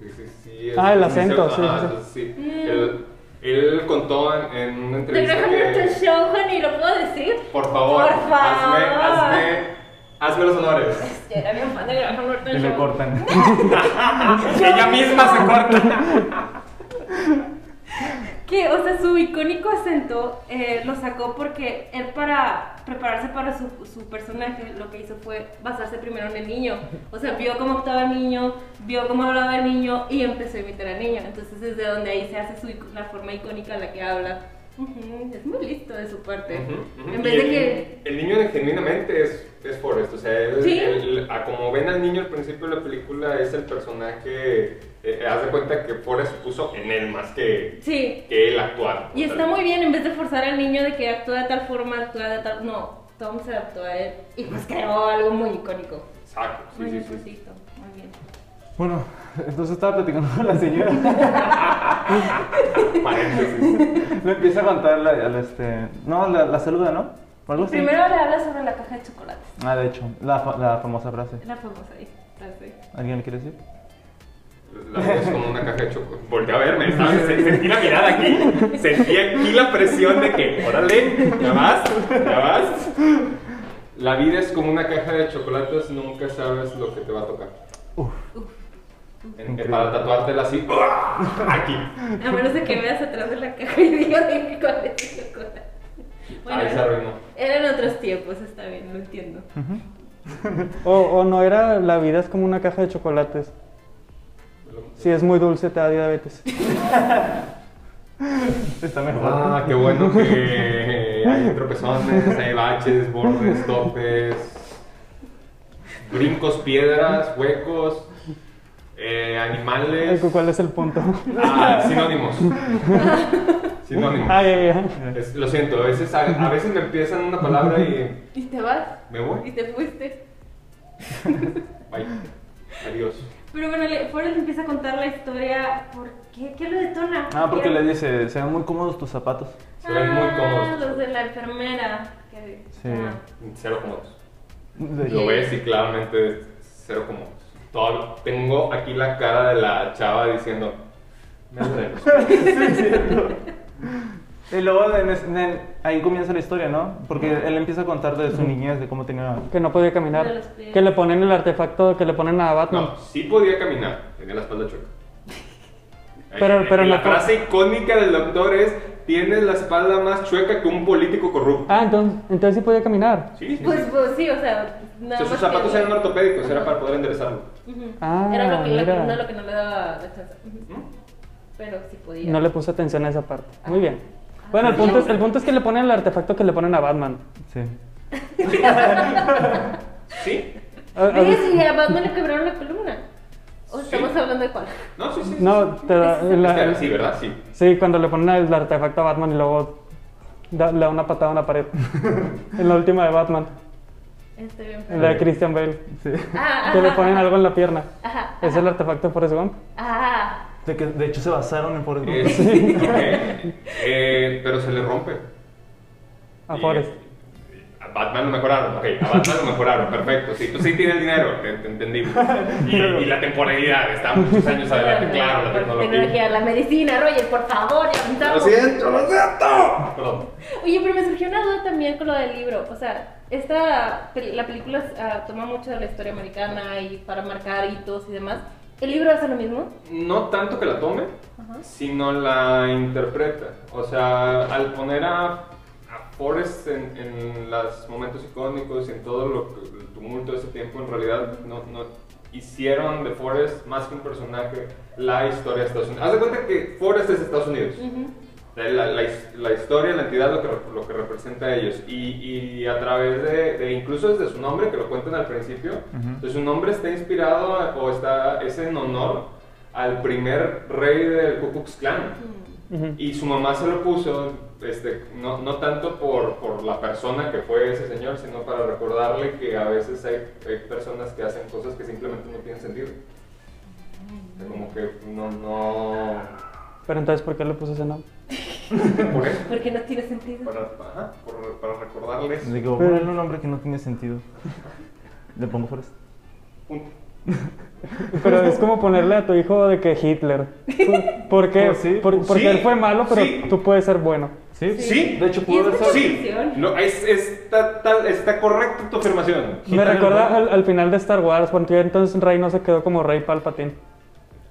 [SPEAKER 2] Sí, sí, sí, es-
[SPEAKER 5] Ah, el
[SPEAKER 2] sí,
[SPEAKER 5] acento,
[SPEAKER 2] se-
[SPEAKER 5] sí,
[SPEAKER 2] ajá,
[SPEAKER 5] sí.
[SPEAKER 2] entonces sí.
[SPEAKER 1] Mm.
[SPEAKER 2] El- Él contó en, en una
[SPEAKER 1] Te
[SPEAKER 2] entrevista
[SPEAKER 1] dejan mucho
[SPEAKER 2] que,
[SPEAKER 1] este show, honey, ¿lo puedo decir?
[SPEAKER 2] por favor,
[SPEAKER 1] Por favor.
[SPEAKER 2] hazme, hazme, hazme los honores.
[SPEAKER 1] Yo era bien fan de Graham Norton
[SPEAKER 3] Y le (laughs)
[SPEAKER 1] Show.
[SPEAKER 3] cortan.
[SPEAKER 2] Ella misma se corta.
[SPEAKER 1] Que, o sea, su icónico acento eh, lo sacó porque él para prepararse para su, su personaje lo que hizo fue basarse primero en el niño. O sea, vio cómo actuaba el niño, vio cómo hablaba el niño y empezó a imitar al niño. Entonces desde donde ahí se hace su, ic- la forma icónica en la que habla. Ujú, es muy listo de su parte.
[SPEAKER 2] Ujú, ujú.
[SPEAKER 1] En
[SPEAKER 2] Y
[SPEAKER 1] vez de
[SPEAKER 2] el,
[SPEAKER 1] que...
[SPEAKER 2] el niño genuinamente es, es Forrest, o sea, él-
[SPEAKER 1] Sí.
[SPEAKER 2] él- a como ven al niño al principio de la película es el personaje, eh, haz de cuenta que Forrest se puso en él más que,
[SPEAKER 1] Sí.
[SPEAKER 2] que él actuar.
[SPEAKER 1] Y está muy bien en vez de forzar al niño de que actúa de tal forma, actúa de tal... No, Tom se adaptó a él y pues creó algo muy icónico.
[SPEAKER 2] Exacto, sí,
[SPEAKER 1] muy
[SPEAKER 2] sí,
[SPEAKER 1] bien,
[SPEAKER 2] sí.
[SPEAKER 1] pues, listo, muy bien.
[SPEAKER 5] Bueno, entonces estaba platicando con la (laughs) señora.
[SPEAKER 2] Paréntesis.
[SPEAKER 5] Me empieza a contar la, al, este. No, la, la saluda, ¿no? ¿O algo así?
[SPEAKER 1] Primero le habla sobre la caja de chocolates.
[SPEAKER 5] Ah, de hecho, la, fa- la famosa frase.
[SPEAKER 1] La famosa ahí, frase.
[SPEAKER 5] ¿Alguien le quiere decir?
[SPEAKER 2] La voz como una caja de chocolate. Volté a verme, ¿sabes? Se- Sentí la mirada aquí. Sentí aquí la presión de que, órale, ya vas, ya vas. La vida es como una caja de chocolates, nunca sabes lo que te va a tocar.
[SPEAKER 5] Uf.
[SPEAKER 2] En-
[SPEAKER 5] Increíble.
[SPEAKER 2] para tatuártela así, aquí.
[SPEAKER 1] A menos de que veas atrás de la caja y digas de cuál es el chocolate.
[SPEAKER 2] Ahí se arruinó.
[SPEAKER 1] eran otros tiempos, está bien, lo
[SPEAKER 5] (laughs)
[SPEAKER 1] entiendo.
[SPEAKER 5] O, o no era, la vida es como una caja de chocolates. Si es muy dulce, te da diabetes. Está
[SPEAKER 2] Ah, qué bueno (laughs) que hay tropezones, hay baches, bordes, topes, brincos, piedras, huecos, eh, animales.
[SPEAKER 5] ¿Cuál es el punto?
[SPEAKER 2] Ah, sinónimos. Sinónimos.
[SPEAKER 5] Ay, ay, ay.
[SPEAKER 2] Es- lo siento, a veces, a, a veces me empiezan una palabra y
[SPEAKER 1] Y te vas,
[SPEAKER 2] me
[SPEAKER 1] y
[SPEAKER 2] voy.
[SPEAKER 1] te fuiste.
[SPEAKER 2] Bye. Adiós.
[SPEAKER 1] Pero bueno, le, Forrest le empieza a contar la historia. ¿Por qué? ¿Qué lo detona?
[SPEAKER 5] Ah, porque
[SPEAKER 1] ¿Qué?
[SPEAKER 5] le dice, se ven muy cómodos tus zapatos.
[SPEAKER 2] Se ven muy
[SPEAKER 1] Ah,
[SPEAKER 2] cómodos.
[SPEAKER 1] los de la enfermera. que-
[SPEAKER 5] Sí.
[SPEAKER 1] ah.
[SPEAKER 2] Cero cómodos.
[SPEAKER 5] De
[SPEAKER 2] Lo ves y claramente es cero cómodos. Todo- tengo aquí la cara de la chava diciendo. Me duele los pies".
[SPEAKER 3] Y luego en es- en- ahí comienza la historia, ¿no? Porque él empieza a contar de su niñez, de cómo tenía...
[SPEAKER 5] Que no
[SPEAKER 1] De
[SPEAKER 5] podía
[SPEAKER 1] los
[SPEAKER 5] caminar.
[SPEAKER 1] pies.
[SPEAKER 5] Que le ponen el artefacto que le ponen a Batman.
[SPEAKER 2] No, sí podía caminar, tenía la espalda chueca.
[SPEAKER 5] Pero-
[SPEAKER 2] Eh,
[SPEAKER 5] (laughs) pero
[SPEAKER 2] la
[SPEAKER 5] no-
[SPEAKER 2] frase icónica del doctor es: Tienes la espalda más chueca que un político corrupto.
[SPEAKER 5] Ah, entonces, entonces sí podía caminar.
[SPEAKER 2] Sí, sí, sí.
[SPEAKER 1] Pues, pues sí, o sea,
[SPEAKER 2] O
[SPEAKER 1] nada
[SPEAKER 2] sea,
[SPEAKER 1] más
[SPEAKER 2] sus zapatos
[SPEAKER 1] que-
[SPEAKER 2] eran ortopédicos, era para poder enderezarlo.
[SPEAKER 1] Ujú.
[SPEAKER 5] Ah,
[SPEAKER 1] Era lo que, lo que-
[SPEAKER 5] mira.
[SPEAKER 1] no, lo que no le daba la chance. Ujú.
[SPEAKER 2] ¿no?
[SPEAKER 1] Pero sí podía.
[SPEAKER 5] No le puse atención a esa parte. Muy bien. Bueno, el punto, es, el punto es que le ponen el artefacto que le ponen a Batman.
[SPEAKER 3] Sí.
[SPEAKER 2] ¿Sí?
[SPEAKER 5] Ah, ah,
[SPEAKER 1] ¿Ves? Y a Batman le quebraron la columna. ¿O
[SPEAKER 2] Sí.
[SPEAKER 1] estamos hablando de cuál?
[SPEAKER 2] No, sí, sí. sí,
[SPEAKER 5] No,
[SPEAKER 2] sí. (laughs)
[SPEAKER 5] te da- la-
[SPEAKER 2] Este, sí, ¿verdad? Sí.
[SPEAKER 5] sí, cuando le ponen el artefacto a Batman y luego da- le da una patada a una pared. en la última de Batman,
[SPEAKER 1] Estoy bien.
[SPEAKER 5] en la de Christian Bale.
[SPEAKER 1] Ah,
[SPEAKER 5] Que le
[SPEAKER 1] ajá,
[SPEAKER 5] ponen algo en la pierna.
[SPEAKER 1] Ajá.
[SPEAKER 5] Es el artefacto de Forrest Gump.
[SPEAKER 1] Ah,
[SPEAKER 3] De, que, de hecho se basaron en Forrest
[SPEAKER 2] Eh,
[SPEAKER 3] Gump.
[SPEAKER 5] (laughs)
[SPEAKER 2] ok. Eh, pero se le rompe.
[SPEAKER 5] A
[SPEAKER 2] Y- eh,
[SPEAKER 5] Forrest.
[SPEAKER 2] A Batman lo mejoraron, ok, a Batman lo mejoraron, perfecto. Sí, tú sí tienes el dinero, te, te
[SPEAKER 5] (laughs)
[SPEAKER 2] entendimos. Y, y la temporalidad, está muchos años adelante, claro, la tecnología.
[SPEAKER 1] la medicina, Roger, por favor, ya
[SPEAKER 2] ¡Lo
[SPEAKER 1] avanzamos.
[SPEAKER 2] siento, lo siento! Perdón.
[SPEAKER 1] Oye, pero me surgió una duda también con lo del libro. O sea, esta, pel- la película ah, toma mucho de la historia americana y para marcar hitos y demás. ¿El libro hace lo mismo?
[SPEAKER 2] No tanto que la tome, sino la interpreta. O sea, al poner a, a Forrest en, en los momentos icónicos y en todo lo que- el tumulto de ese tiempo, en realidad no, no hicieron de Forrest más que un personaje la historia de Estados Unidos. Haz de cuenta que Forrest es Estados Unidos.
[SPEAKER 1] Ujú.
[SPEAKER 2] La, la- la his- la historia, la entidad, lo que, rep- lo que representa a ellos. Y, y a través de, de- incluso desde su nombre, que lo cuentan al principio, entonces su nombre está inspirado a- o está, es en honor al primer rey del Ku Klux Klan.
[SPEAKER 5] Ujú.
[SPEAKER 2] Y su mamá se lo puso, este, no, no tanto por, por la persona que fue ese señor, sino para recordarle que a veces hay, hay personas que hacen cosas que simplemente no tienen sentido. O sea, Como que no, no... (laughs)
[SPEAKER 5] Pero entonces, ¿por qué le puse ese nombre?
[SPEAKER 2] Por eso.
[SPEAKER 1] Porque no tiene sentido.
[SPEAKER 2] Para, ajá, por- para recordarles.
[SPEAKER 3] Le digo, ponerle un nombre que no tiene sentido. Le pongo Forrest.
[SPEAKER 2] Punto.
[SPEAKER 5] Pero es como ponerle a tu hijo de que Hitler. ¿Por qué?
[SPEAKER 3] Pues sí.
[SPEAKER 5] Por- porque
[SPEAKER 2] Sí.
[SPEAKER 5] él fue malo, pero
[SPEAKER 2] Sí.
[SPEAKER 5] tú puedes ser bueno.
[SPEAKER 3] Sí,
[SPEAKER 2] Sí.
[SPEAKER 3] De hecho,
[SPEAKER 1] Y
[SPEAKER 3] pudo
[SPEAKER 1] es
[SPEAKER 3] haber
[SPEAKER 1] mucha
[SPEAKER 3] salido.
[SPEAKER 2] Sí,
[SPEAKER 1] ficción.
[SPEAKER 2] no, es, está, tal- está correcta tu afirmación.
[SPEAKER 5] Me recuerda al, al final de Star Wars, cuando ya entonces Rey no se quedó como Rey Palpatine.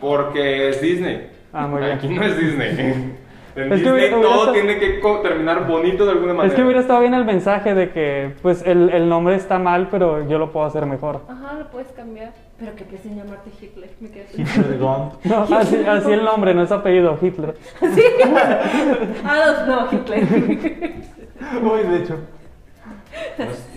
[SPEAKER 2] Porque es Disney.
[SPEAKER 5] Ah, muy bien.
[SPEAKER 2] Aquí no es
[SPEAKER 5] (laughs)
[SPEAKER 2] Disney. En
[SPEAKER 5] Es que
[SPEAKER 2] Disney
[SPEAKER 5] hubiera- hubiera
[SPEAKER 2] todo
[SPEAKER 5] estado-
[SPEAKER 2] tiene que co- terminar bonito de alguna manera.
[SPEAKER 5] Es que hubiera estado bien el mensaje de que, pues, el, el nombre está mal, pero yo lo puedo hacer mejor. (laughs)
[SPEAKER 1] Ajá, lo puedes cambiar. Pero qué presión llamarte Hitler. Me quedé
[SPEAKER 2] (laughs)
[SPEAKER 3] Hitler Gone.
[SPEAKER 5] No, así, así el nombre, no es apellido, Hitler.
[SPEAKER 1] Sí. (laughs) Adolf, no, Hitler.
[SPEAKER 3] (laughs) Uy, de hecho.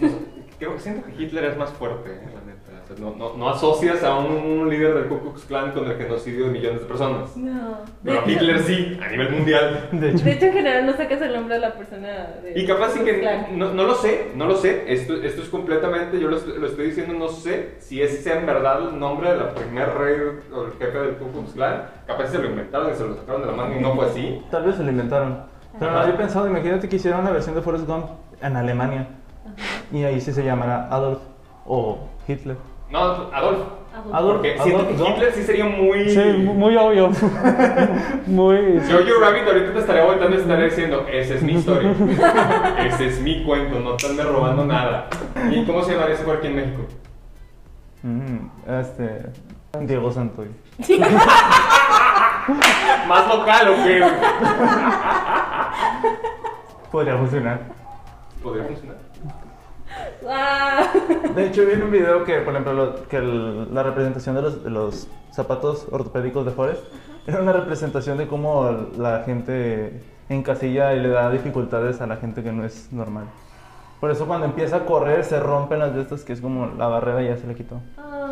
[SPEAKER 2] No- no- creo que siento que Hitler es más fuerte, eh, la neta. O sea, no, no- no asocias a un líder del Ku Klux Klan con el genocidio de millones de personas.
[SPEAKER 1] No. De,
[SPEAKER 2] Pero a
[SPEAKER 1] hecho-
[SPEAKER 2] Hitler sí, a nivel mundial.
[SPEAKER 3] De hecho.
[SPEAKER 1] de hecho, en general no sacas el nombre de la persona. De,
[SPEAKER 2] Y capaz sí
[SPEAKER 1] del
[SPEAKER 2] que,
[SPEAKER 1] clan.
[SPEAKER 2] no, no lo sé, no lo sé, esto, esto es completamente, yo lo, est- lo estoy diciendo, no sé si es sea en verdad el nombre de la primer rey o el jefe del Ku Klux Klan, capaz se lo inventaron y se lo sacaron de la manga y no fue así.
[SPEAKER 3] Tal vez se lo inventaron. Pero no había pensado, imagínate que hicieran una versión de Forrest Gump en Alemania. Y ahí sí se llamará Adolf o Hitler.
[SPEAKER 2] No, Adolf.
[SPEAKER 1] Adolf.
[SPEAKER 3] Adolf.
[SPEAKER 2] Porque siento que
[SPEAKER 3] Adolf, ¿no?
[SPEAKER 2] Hitler sí sería muy...
[SPEAKER 5] Sí, mu- muy obvio. Muy.
[SPEAKER 2] Jojo Rabbit ahorita te estaría voltando y te estaría diciendo, esa es mi historia, ese es mi cuento, no te andes robando nada. ¿Y cómo se llamaría ese por aquí en México?
[SPEAKER 3] Mm, este. Diego Santoy.
[SPEAKER 2] ¿Más local o qué?
[SPEAKER 3] Podría funcionar.
[SPEAKER 2] Podría funcionar.
[SPEAKER 1] Ah.
[SPEAKER 3] De hecho, vi en un video que, por ejemplo, lo- que el- la representación de los, de los zapatos ortopédicos de Forrest era una representación de cómo la gente encasilla y le da dificultades a la gente que no es normal. Por eso cuando empieza a correr se rompen las de estas que es como la barrera ya se le quitó.
[SPEAKER 1] Ah.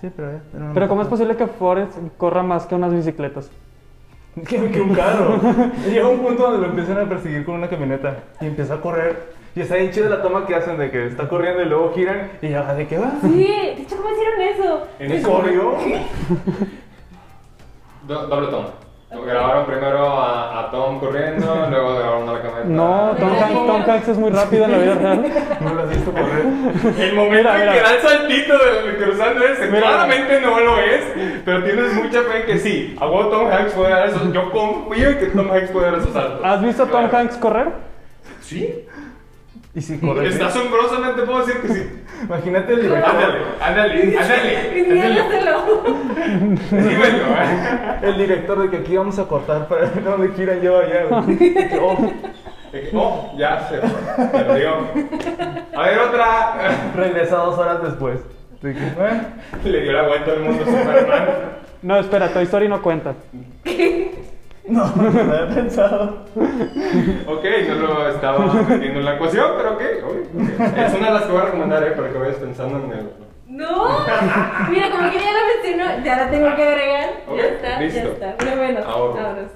[SPEAKER 3] Sí, pero ya. era una
[SPEAKER 5] Pero, ¿cómo es
[SPEAKER 3] metáfora.
[SPEAKER 5] posible que Forrest corra más que unas bicicletas?
[SPEAKER 3] (laughs) Que, que un carro. Llega un punto donde lo empiezan a perseguir con una camioneta y empieza a correr. Y está bien chida la toma que hacen de que está corriendo y luego giran y ya, ¿de "Ah, qué va?
[SPEAKER 1] Sí, de hecho, ¿cómo hicieron eso?
[SPEAKER 2] ¿En corrió? Do- doble toma. Grabaron primero a, a Tom corriendo, luego grabaron a la cámara.
[SPEAKER 5] No, Tom,
[SPEAKER 1] Tom
[SPEAKER 5] Hanks- Tom Hanks es muy rápido en la
[SPEAKER 2] (laughs)
[SPEAKER 5] vida real.
[SPEAKER 3] No lo has visto correr.
[SPEAKER 2] El momento
[SPEAKER 5] Mira,
[SPEAKER 2] en
[SPEAKER 5] mira.
[SPEAKER 2] que da el saltito del cruzando ese,
[SPEAKER 5] Mira.
[SPEAKER 2] claramente no lo es, pero tienes mucha fe en que sí. A huevo Tom Hanks puede dar esos. Yo confío en que Tom Hanks puede dar esos saltos.
[SPEAKER 5] ¿Has visto a Tom
[SPEAKER 2] Claro.
[SPEAKER 5] Hanks correr?
[SPEAKER 2] Sí.
[SPEAKER 3] Y si corre.
[SPEAKER 2] Está asombrosamente puedo decir que sí.
[SPEAKER 3] Imagínate el
[SPEAKER 2] Ándale,
[SPEAKER 3] director.
[SPEAKER 1] (laughs)
[SPEAKER 2] ándale, ándale. ándale.
[SPEAKER 1] Iniciándoselo.
[SPEAKER 2] Dímelo, eh.
[SPEAKER 3] El director de que aquí vamos a cortar para ver dónde giran yo allá. güey. Oh,
[SPEAKER 2] De que, Oh, ya se perdió. A ver, otra. (laughs)
[SPEAKER 3] regresa dos horas después. De que, eh,
[SPEAKER 2] Le dio la vuelta al mundo a Superman.
[SPEAKER 5] No, espera, Toy Story no cuenta.
[SPEAKER 3] no, no lo había pensado.
[SPEAKER 2] Ok, no lo estaba metiendo en la ecuación, pero ok, ok, ok. Es una de las que voy a recomendar, eh, para que vayas pensando en el.
[SPEAKER 1] No. Mira, como que ya la mencionó, ya la tengo que agregar.
[SPEAKER 2] Ok,
[SPEAKER 1] ya está,
[SPEAKER 2] listo.
[SPEAKER 1] ya está. Una menos.
[SPEAKER 2] Ahorro.
[SPEAKER 1] Ahorros.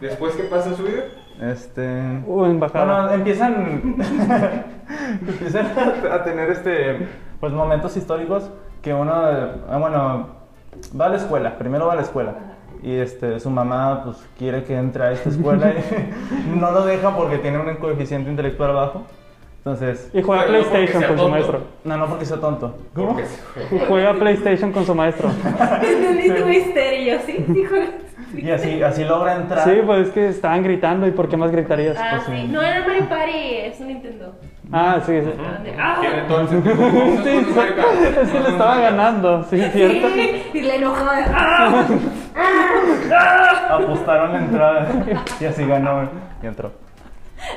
[SPEAKER 2] Después que pasa su vida,
[SPEAKER 3] Este.
[SPEAKER 5] Uh, embajada.
[SPEAKER 3] Bueno, empiezan, (laughs) empiezan a, a tener este, pues momentos históricos que uno, ah, bueno, va a la escuela, primero va a la escuela y este, su mamá pues quiere que entre a esta escuela y (laughs) no lo deja porque tiene un coeficiente intelectual bajo, entonces,
[SPEAKER 5] Y juega
[SPEAKER 2] Bueno, no, porque
[SPEAKER 5] PlayStation
[SPEAKER 2] sea
[SPEAKER 5] con su
[SPEAKER 2] tonto.
[SPEAKER 5] maestro.
[SPEAKER 3] no, no porque sea tonto.
[SPEAKER 2] porque se-
[SPEAKER 5] Y juega PlayStation con su maestro.
[SPEAKER 3] (laughs)
[SPEAKER 1] Entendiste misterio, y yo, sí, sí, juegas.
[SPEAKER 3] Y así, así logra entrar.
[SPEAKER 5] Sí, pues es que estaban gritando y ¿por qué más gritarías?
[SPEAKER 1] Ah,
[SPEAKER 3] pues,
[SPEAKER 1] sí.
[SPEAKER 3] sí.
[SPEAKER 1] No era Mario Party, es un Nintendo.
[SPEAKER 5] Ah, sí, sí.
[SPEAKER 1] Ah.
[SPEAKER 2] tiene todo el sentido.
[SPEAKER 5] Sí, es que le estaba ganando, sí, es cierto.
[SPEAKER 1] Sí, y la enojada. ¡Ah!
[SPEAKER 3] Apostaron la entrada y así ganó y entró.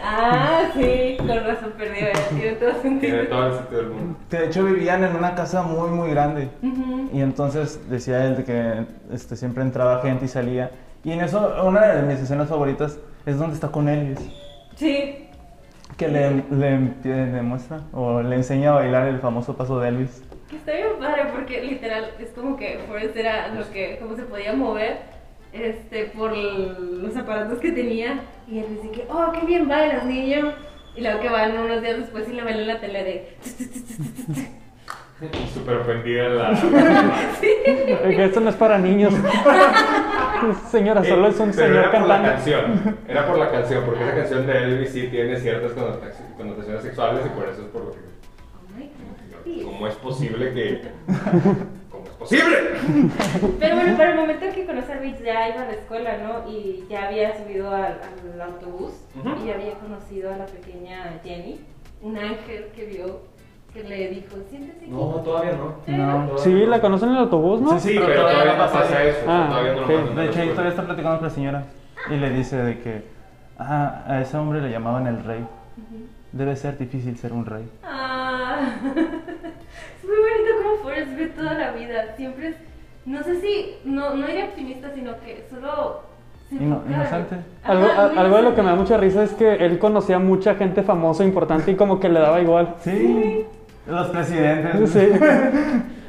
[SPEAKER 1] ah, sí, con razón perdió, eh, tiene todo
[SPEAKER 2] Tiene
[SPEAKER 1] sentido.
[SPEAKER 2] todo el sentido del mundo.
[SPEAKER 3] Que de hecho vivían en una casa muy, muy grande.
[SPEAKER 1] Ujú.
[SPEAKER 3] Y entonces decía él de que este, siempre entraba gente y salía. Y en eso, una de mis escenas favoritas es donde está con Elvis.
[SPEAKER 1] Sí.
[SPEAKER 3] Que le, le, empie- le muestra o le enseña a bailar el famoso paso de Elvis.
[SPEAKER 1] Que está bien padre porque literal es como que Forrest era lo que, como se podía mover este, por el- los aparatos que tenía. Y él dice que, oh, qué bien bailas, niño. Y luego que van unos días después y le ven en la tele de.
[SPEAKER 2] Súper ofendida la.
[SPEAKER 5] Eh, que Esto no es para niños. Señora, solo es un
[SPEAKER 2] Eh, Pero
[SPEAKER 5] señor
[SPEAKER 2] era por la
[SPEAKER 5] cantando. (laughs)
[SPEAKER 2] canción. Era por la canción, porque esa canción de Elvis sí tiene ciertas connotaci- connotaciones sexuales y por eso es por lo que.
[SPEAKER 1] Oh my God. Sí.
[SPEAKER 2] ¿Cómo es posible que.? ¿Cómo es posible?
[SPEAKER 1] Pero bueno, para el momento en que conocí a Luis ya iba a la escuela, ¿no? Y ya había subido al, al autobús
[SPEAKER 2] Ujú.
[SPEAKER 1] y ya había conocido a la pequeña Jenny, un ángel que vio, que le dijo, siéntese aquí. ¿eh?"
[SPEAKER 2] No, todavía no.
[SPEAKER 1] No.
[SPEAKER 5] Sí, la conocen en el autobús, ¿no?
[SPEAKER 3] Sí, sí,
[SPEAKER 2] Sí, pero todavía no pasa eso.
[SPEAKER 5] Ah,
[SPEAKER 2] todavía no lo
[SPEAKER 5] ok.
[SPEAKER 2] mandan a
[SPEAKER 3] De
[SPEAKER 2] la
[SPEAKER 3] hecho, ahí
[SPEAKER 2] escuela.
[SPEAKER 3] todavía está platicando con la señora y le dice de que ah, a ese hombre le llamaban el rey. Debe ser difícil ser un rey.
[SPEAKER 1] Ah, (laughs) es muy bonito como Forrest ve toda la vida. Siempre es, no sé si, no, no era optimista, sino que solo... se
[SPEAKER 3] Ino-
[SPEAKER 1] enfoca-
[SPEAKER 3] inocente.
[SPEAKER 1] Ajá,
[SPEAKER 5] Algo, a-
[SPEAKER 1] muy
[SPEAKER 5] algo de lo que me da
[SPEAKER 1] inocente.
[SPEAKER 5] mucha risa es que él conocía a mucha gente famosa, importante y como que le daba igual.
[SPEAKER 3] Sí. Los presidentes.
[SPEAKER 5] Sí.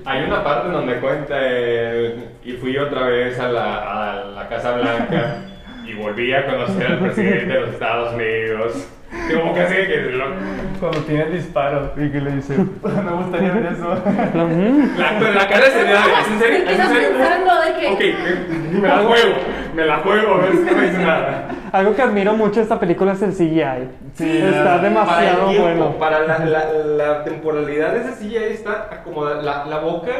[SPEAKER 2] Hay una parte en donde cuenta el- y fui otra vez a la, a la Casa Blanca y volví a conocer al presidente de los Estados Unidos. Como que así que lo-
[SPEAKER 3] Cuando tiene el disparo y que le dice, me gustaría ver eso.
[SPEAKER 5] Lo- mm.
[SPEAKER 2] la, pero la cara de serio, ¿es en serio?
[SPEAKER 1] Te
[SPEAKER 2] ¿Es en
[SPEAKER 1] quedas
[SPEAKER 2] serio?
[SPEAKER 1] pensando de que-
[SPEAKER 2] Ok, me, me la juego, me la juego, a ver si no me dice nada.
[SPEAKER 5] Algo que admiro mucho de esta película es el CGI.
[SPEAKER 3] Sí,
[SPEAKER 5] está
[SPEAKER 3] para
[SPEAKER 5] demasiado
[SPEAKER 2] para el tiempo,
[SPEAKER 5] bueno.
[SPEAKER 2] Para la, la, la temporalidad de esa silla ahí está acomodada. La, la boca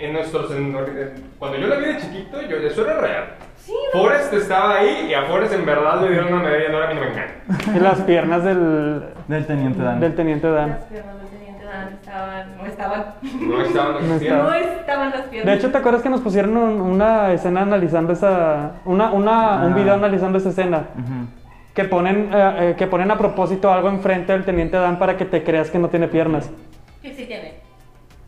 [SPEAKER 2] en nuestros. en- en- cuando yo la vi de chiquito, yo, eso era real.
[SPEAKER 1] Sí, no,
[SPEAKER 2] Forrest estaba ahí y a Forrest en verdad le dieron una medalla de oro a mí no me encanta.
[SPEAKER 5] Y las piernas del,
[SPEAKER 3] Del teniente Dan.
[SPEAKER 5] del teniente Dan.
[SPEAKER 1] las piernas del teniente Dan estaban, no estaban,
[SPEAKER 2] No estaban existiendo.
[SPEAKER 1] (laughs) no estaban las piernas.
[SPEAKER 5] De hecho, ¿te acuerdas que nos pusieron un- una escena analizando esa. Una, una, Un
[SPEAKER 3] Ah.
[SPEAKER 5] video analizando esa escena.
[SPEAKER 3] Ujú.
[SPEAKER 5] Que ponen, eh, eh, que ponen a propósito algo enfrente del teniente Dan para que te creas que no tiene piernas.
[SPEAKER 1] Sí, sí tiene.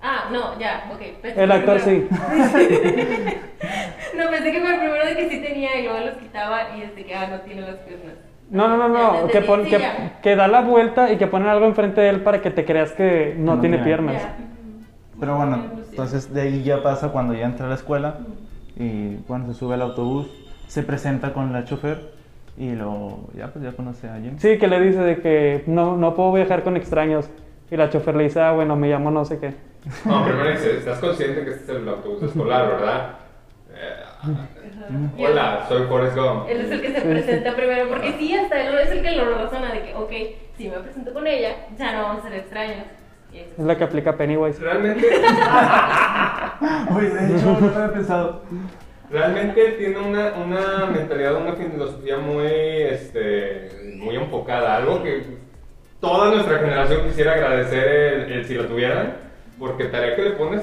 [SPEAKER 1] Ah, no, ya, ok. pensé
[SPEAKER 5] El
[SPEAKER 1] que
[SPEAKER 5] actor sí.
[SPEAKER 1] primero- (laughs) No, pensé que fue el primero de que sí tenía y luego los quitaba y desde que, ah, no tiene las piernas.
[SPEAKER 5] No, no,
[SPEAKER 1] Ya,
[SPEAKER 5] no, no.
[SPEAKER 1] ya
[SPEAKER 5] Que,
[SPEAKER 1] entendí,
[SPEAKER 5] pon-
[SPEAKER 1] sí,
[SPEAKER 5] que,
[SPEAKER 1] ya.
[SPEAKER 5] que da la vuelta y que ponen algo enfrente de él para que te creas que no,
[SPEAKER 3] No
[SPEAKER 5] tiene
[SPEAKER 3] tiene.
[SPEAKER 5] piernas.
[SPEAKER 1] Ya.
[SPEAKER 3] Pero bueno, entonces de ahí ya pasa cuando ya entra a la escuela y cuando se sube al autobús, se presenta con la chofer y lo, ya pues ya conoce a (laughs) Jim.
[SPEAKER 5] Sí, que le dice de que no, no puedo viajar con extraños. Y la chofer le dice, ah, bueno, me llamo no sé qué.
[SPEAKER 2] No, primero dice, estás consciente que este es el autobús escolar, ¿verdad? Eh,
[SPEAKER 1] Ajá. Y
[SPEAKER 2] hola, soy Forrest Gump.
[SPEAKER 1] Él es el que se presenta primero, porque sí, hasta él es el que lo razona de que, ok, si me presento con ella, ya no vamos a ser extraños. Y eso.
[SPEAKER 2] Mm.
[SPEAKER 5] Es la que aplica Pennywise.
[SPEAKER 2] Realmente,
[SPEAKER 3] Oye, Pues, de hecho, no lo había pensado.
[SPEAKER 2] realmente él tiene una, una mentalidad, una filosofía muy, este, muy enfocada, algo que toda nuestra generación quisiera agradecer el, el si lo tuvieran, porque tarea que le pones,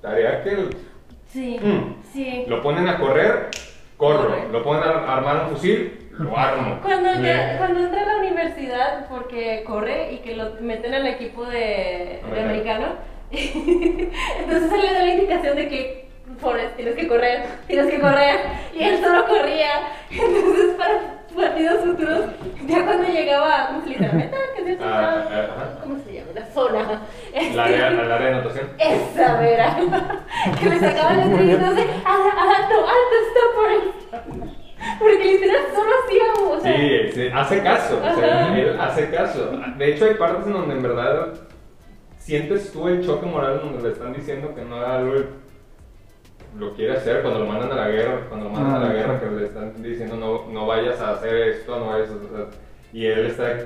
[SPEAKER 2] tarea que
[SPEAKER 1] Sí,
[SPEAKER 2] Mm.
[SPEAKER 1] sí.
[SPEAKER 2] lo ponen a correr, corro,
[SPEAKER 1] Corre.
[SPEAKER 2] lo ponen a armar un fusil, lo armo.
[SPEAKER 1] (laughs) Cuando,
[SPEAKER 2] Le-
[SPEAKER 1] ya- cuando entra a la universidad, porque corre y que lo meten al equipo de, de
[SPEAKER 2] Americano.
[SPEAKER 1] americano, (laughs) entonces él le da la indicación de que Forrest, tienes que correr, tienes que correr, y él solo corría. (laughs) Entonces, para partidos futuros, ya cuando llegaba a cumplir la meta, que se
[SPEAKER 2] Ah,
[SPEAKER 1] llama-
[SPEAKER 2] ah, ajá.
[SPEAKER 1] ¿cómo se llama? La zona. Este,
[SPEAKER 2] La área, la área
[SPEAKER 1] (laughs)
[SPEAKER 2] de anotación.
[SPEAKER 1] Esa vera. que le sacaban las trillitas de "Ala, alto, alto, stop por Porque literal solo hacíamos. O
[SPEAKER 2] Sí,
[SPEAKER 1] sea,
[SPEAKER 2] sí, hace caso, o sea,
[SPEAKER 1] Ajá.
[SPEAKER 2] él hace caso. De hecho, hay partes en donde en verdad sientes tú el choque moral en donde le están diciendo que no haga algo y lo quiere hacer cuando lo mandan a la guerra, cuando lo mandan a la
[SPEAKER 3] Ah,
[SPEAKER 2] guerra, que
[SPEAKER 3] claro.
[SPEAKER 2] le están diciendo no, no vayas a hacer esto, no vayas a hacer Y él está,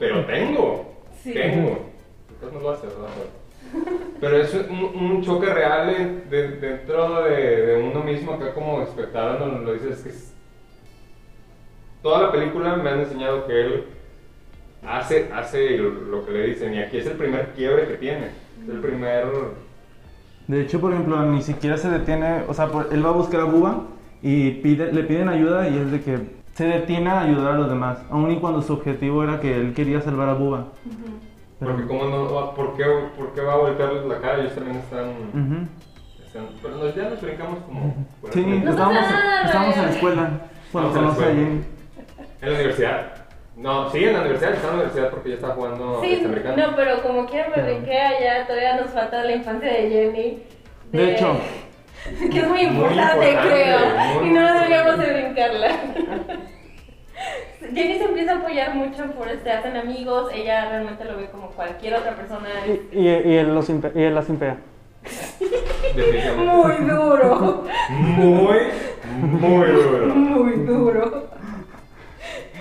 [SPEAKER 2] pero tengo,
[SPEAKER 1] Sí.
[SPEAKER 2] tengo. Entonces no lo hace, ¿verdad? Pero es un, un choque real en- de- dentro de, de uno mismo, acá como espectador, donde lo dices que es- toda la película me han enseñado que él hace, hace lo que le dicen y aquí es el primer quiebre que tiene, es el primer...
[SPEAKER 3] De hecho, por ejemplo, ni siquiera se detiene, o sea, por- él va a buscar a Bubba y pide, le piden ayuda y es de que se detiene a ayudar a los demás, aun y cuando su objetivo era que él quería salvar a Bubba. Pero-
[SPEAKER 2] Porque como no, va- ¿por qué, por qué va a voltearles la cara? Ellos también están...
[SPEAKER 3] Ujú.
[SPEAKER 2] están- pero nos, ya nos brincamos como... por
[SPEAKER 3] Sí,
[SPEAKER 2] ejemplo,
[SPEAKER 1] pasa
[SPEAKER 3] estábamos,
[SPEAKER 1] nada,
[SPEAKER 3] estábamos en la
[SPEAKER 1] güey.
[SPEAKER 3] escuela cuando
[SPEAKER 2] Estábamos
[SPEAKER 3] conoce
[SPEAKER 2] en la escuela.
[SPEAKER 3] a Jim.
[SPEAKER 2] En la universidad. No, sí, en la universidad, está en la universidad porque ya está jugando este
[SPEAKER 1] Sí,
[SPEAKER 2] americano.
[SPEAKER 1] no, pero como quiera me brinquea ya, todavía nos falta la infancia de Jenny.
[SPEAKER 3] De hecho.
[SPEAKER 1] (laughs) Que es muy importante,
[SPEAKER 2] importante,
[SPEAKER 1] creo.
[SPEAKER 2] muy
[SPEAKER 1] y no deberíamos
[SPEAKER 2] importante.
[SPEAKER 1] de brincarla. (laughs) Jenny se empieza a apoyar mucho por este, hacen amigos, ella realmente lo ve como cualquier otra persona. es
[SPEAKER 5] Y, y, y él, los impea- y él las impea.
[SPEAKER 2] (laughs) Definitivamente.
[SPEAKER 1] Muy
[SPEAKER 2] (laughs)
[SPEAKER 1] duro.
[SPEAKER 2] Muy, muy duro.
[SPEAKER 1] Muy duro.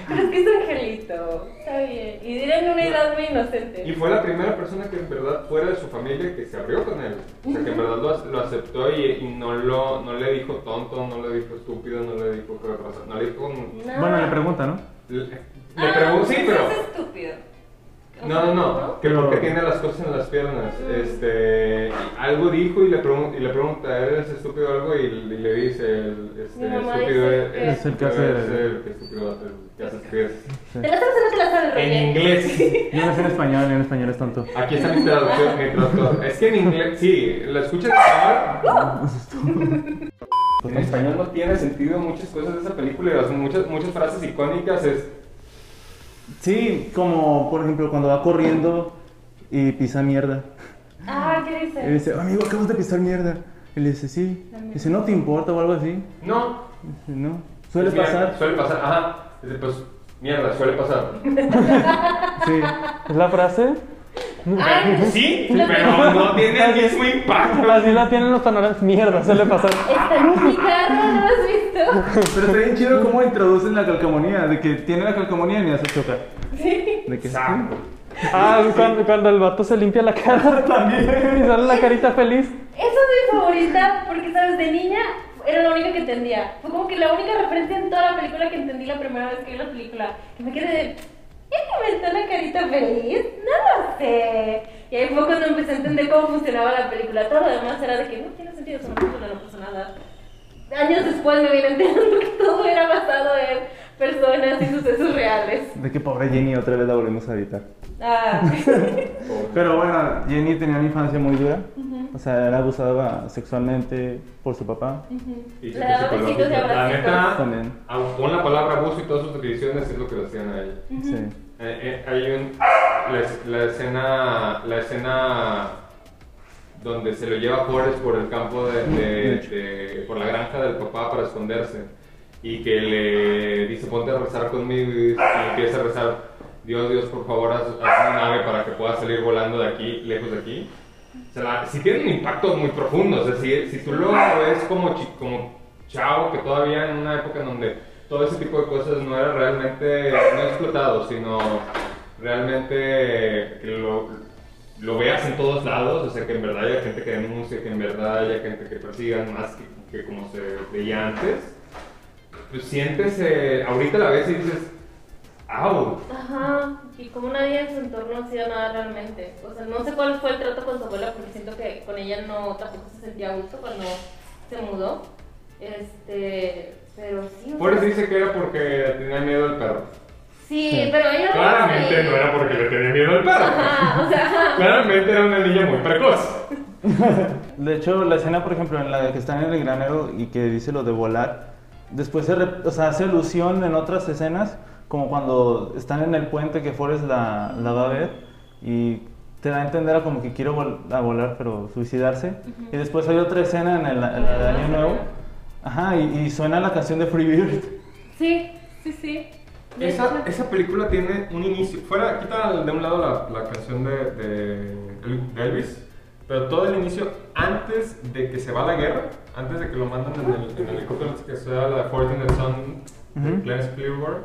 [SPEAKER 1] Pero es que es angelito. Está bien. Y dirán una edad muy inocente.
[SPEAKER 2] Y fue la primera persona que en verdad fuera de su familia que se abrió con él. O sea, que en verdad lo, ac- lo aceptó y, y no, lo, no le dijo tonto, no le dijo estúpido, no le dijo retrasado, no le dijo... un-
[SPEAKER 1] No.
[SPEAKER 3] Bueno, le pregunta, ¿no?
[SPEAKER 2] Le, le
[SPEAKER 1] Ah,
[SPEAKER 2] pregun- sí,
[SPEAKER 1] eso
[SPEAKER 2] pero...
[SPEAKER 1] Es estúpido.
[SPEAKER 2] No, no, no, que porque tiene las cosas en las piernas.
[SPEAKER 1] Mm.
[SPEAKER 2] Este, y algo dijo y le, pregun- y le pregunta, ¿eres estúpido o algo? Y, le- y le dice, el, este,
[SPEAKER 1] Mi mamá
[SPEAKER 2] estúpido
[SPEAKER 1] dice
[SPEAKER 2] es,
[SPEAKER 1] que- Pues,
[SPEAKER 3] Es el que hace-
[SPEAKER 2] es el que estúpido hace, que hace estupidez.
[SPEAKER 1] (laughs) Te la sabes o no te la sabes,
[SPEAKER 2] En
[SPEAKER 1] Roger? (laughs)
[SPEAKER 2] inglés.
[SPEAKER 3] Yo no sé en español, en español es tonto.
[SPEAKER 2] Aquí está mi traductor, mi traductor. Es que en inglés, sí, la escuchas hablar. Pues En español no tiene sentido muchas cosas de esa película y las muchas, muchas frases icónicas es...
[SPEAKER 3] Sí, como por ejemplo cuando va corriendo y pisa mierda.
[SPEAKER 1] Ah, ¿qué dice?
[SPEAKER 3] Y le dice, amigo, acabas de pisar mierda. Y le dice, sí. Y dice, no te importa o algo así.
[SPEAKER 2] No, Pues
[SPEAKER 3] Y dice, no. Suele
[SPEAKER 2] Mira,
[SPEAKER 3] pasar.
[SPEAKER 2] Suele pasar, ajá. Dice, pues, mierda, suele pasar.
[SPEAKER 3] Sí.
[SPEAKER 5] ¿Es la frase?
[SPEAKER 1] Ay,
[SPEAKER 2] (laughs) Sí, pero no tiene el mismo impacto.
[SPEAKER 5] Así la tienen los panoramas. Mierda, suele pasar.
[SPEAKER 1] Está complicado, ¿no lo has (laughs) visto?
[SPEAKER 3] (laughs) Pero está bien chido cómo introducen la calcomanía. De que tiene la calcomanía y ni hace chocar.
[SPEAKER 1] Sí.
[SPEAKER 3] De que
[SPEAKER 2] Exacto.
[SPEAKER 5] Ah, cuando, cuando el vato se limpia la cara también. Y sale la carita feliz.
[SPEAKER 1] Esa es mi favorita porque, ¿sabes? De niña era la única que entendía. Fue como que la única referencia en toda la película que entendí la primera vez que vi la película. Que me quedé de... ¿Ya que me está la carita feliz? No lo sé. Y ahí fue cuando empecé a entender cómo funcionaba la película. Todo lo demás era de que no tiene sentido, es una película, no pasa nada. Años después me vine enterando que todo era basado en personas y sucesos reales.
[SPEAKER 3] De que pobre Jenny otra vez la volvemos a evitar.
[SPEAKER 1] Ah.
[SPEAKER 3] Pero bueno, Jenny tenía una infancia muy dura. O sea, era abusada sexualmente por su papá.
[SPEAKER 2] (laughs) Y
[SPEAKER 1] Le daba
[SPEAKER 2] psicológico.
[SPEAKER 1] besitos y
[SPEAKER 2] La neta,
[SPEAKER 1] abracitos.
[SPEAKER 3] También.
[SPEAKER 2] aun con la palabra abuso y todas sus definiciones es lo que le hacían a ella.
[SPEAKER 3] Sí.
[SPEAKER 2] Eh, eh, hay un, la, es- la escena, la escena donde se lo lleva Forrest por el campo de, de- de- por la granja del papá para esconderse y que le dice ponte a rezar conmigo y, y empieza a rezar Dios Dios por favor haz, haz una nave para que pueda salir volando de aquí lejos de aquí o sea, la- sí tiene un impacto muy profundo. O sea, si, si tú lo ves como, chi- como chavo, que todavía en una época en donde todo ese tipo de cosas no era realmente, no explotado, sino realmente que lo, lo veas en todos lados. O sea, que en verdad haya gente que denuncie, que en verdad haya gente que persigan más que, que como se veía antes. Pues sientes, eh, ahorita la ves y dices, ¡au!
[SPEAKER 1] Ajá, y como nadie en su entorno hacía nada realmente. O sea, no sé cuál fue el trato con su abuela, porque siento que con ella no tampoco se sentía a gusto cuando se mudó. Este, pero sí. o
[SPEAKER 2] Forrest
[SPEAKER 1] sea,
[SPEAKER 2] dice que era porque tenía miedo al perro.
[SPEAKER 1] sí, pero ella.
[SPEAKER 2] Claramente
[SPEAKER 1] sí.
[SPEAKER 2] no era porque le tenía miedo al perro.
[SPEAKER 1] Ajá, o sea, ajá.
[SPEAKER 2] Claramente era una niña muy precoz.
[SPEAKER 3] De hecho, la escena, por ejemplo, en la que están en el granero y que dice lo de volar, después se re- o sea, hace alusión en otras escenas, como cuando están en el puente que Forrest la, la va a ver y te da a entender a como que quiero vol- a volar, pero suicidarse. Y después hay otra escena en el, en la de Año Nuevo, ajá, y, y suena la canción de Free Bird. (laughs)
[SPEAKER 1] sí, sí, sí. De
[SPEAKER 2] Esa,
[SPEAKER 1] hecho,
[SPEAKER 2] esa película tiene un inicio. Fuera, quita de un lado la, la canción de, de El- de Elvis, pero todo el inicio antes de que se va a la guerra, antes de que lo mandan en el, en el helicóptero, que sea la de Fortune in the Sun de
[SPEAKER 3] Ujú.
[SPEAKER 2] Clarence Clearwater,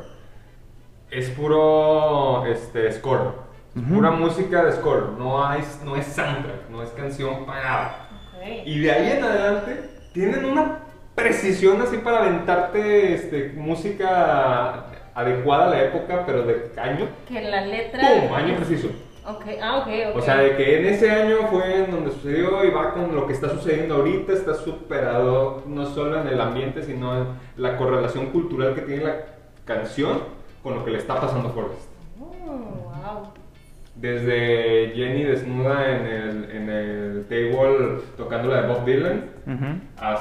[SPEAKER 2] es puro este, score. Es Pura música de score. No, hay, no es soundtrack, no es canción pagada.
[SPEAKER 1] ok.
[SPEAKER 2] Y de ahí en adelante tienen una precisión así para aventarte este, música adecuada a la época, pero de año.
[SPEAKER 1] Que la letra.
[SPEAKER 2] ¡Pum! Año preciso.
[SPEAKER 1] Ok, ah, ok, ok.
[SPEAKER 2] Oh, O sea, de que en ese año fue en donde sucedió y va con lo que está sucediendo ahorita, está superado no solo en el ambiente, sino en la correlación cultural que tiene la canción con lo que le está pasando a Forrest.
[SPEAKER 1] Oh, wow.
[SPEAKER 2] Desde Jenny desnuda en el, en el table tocando la de Bob Dylan,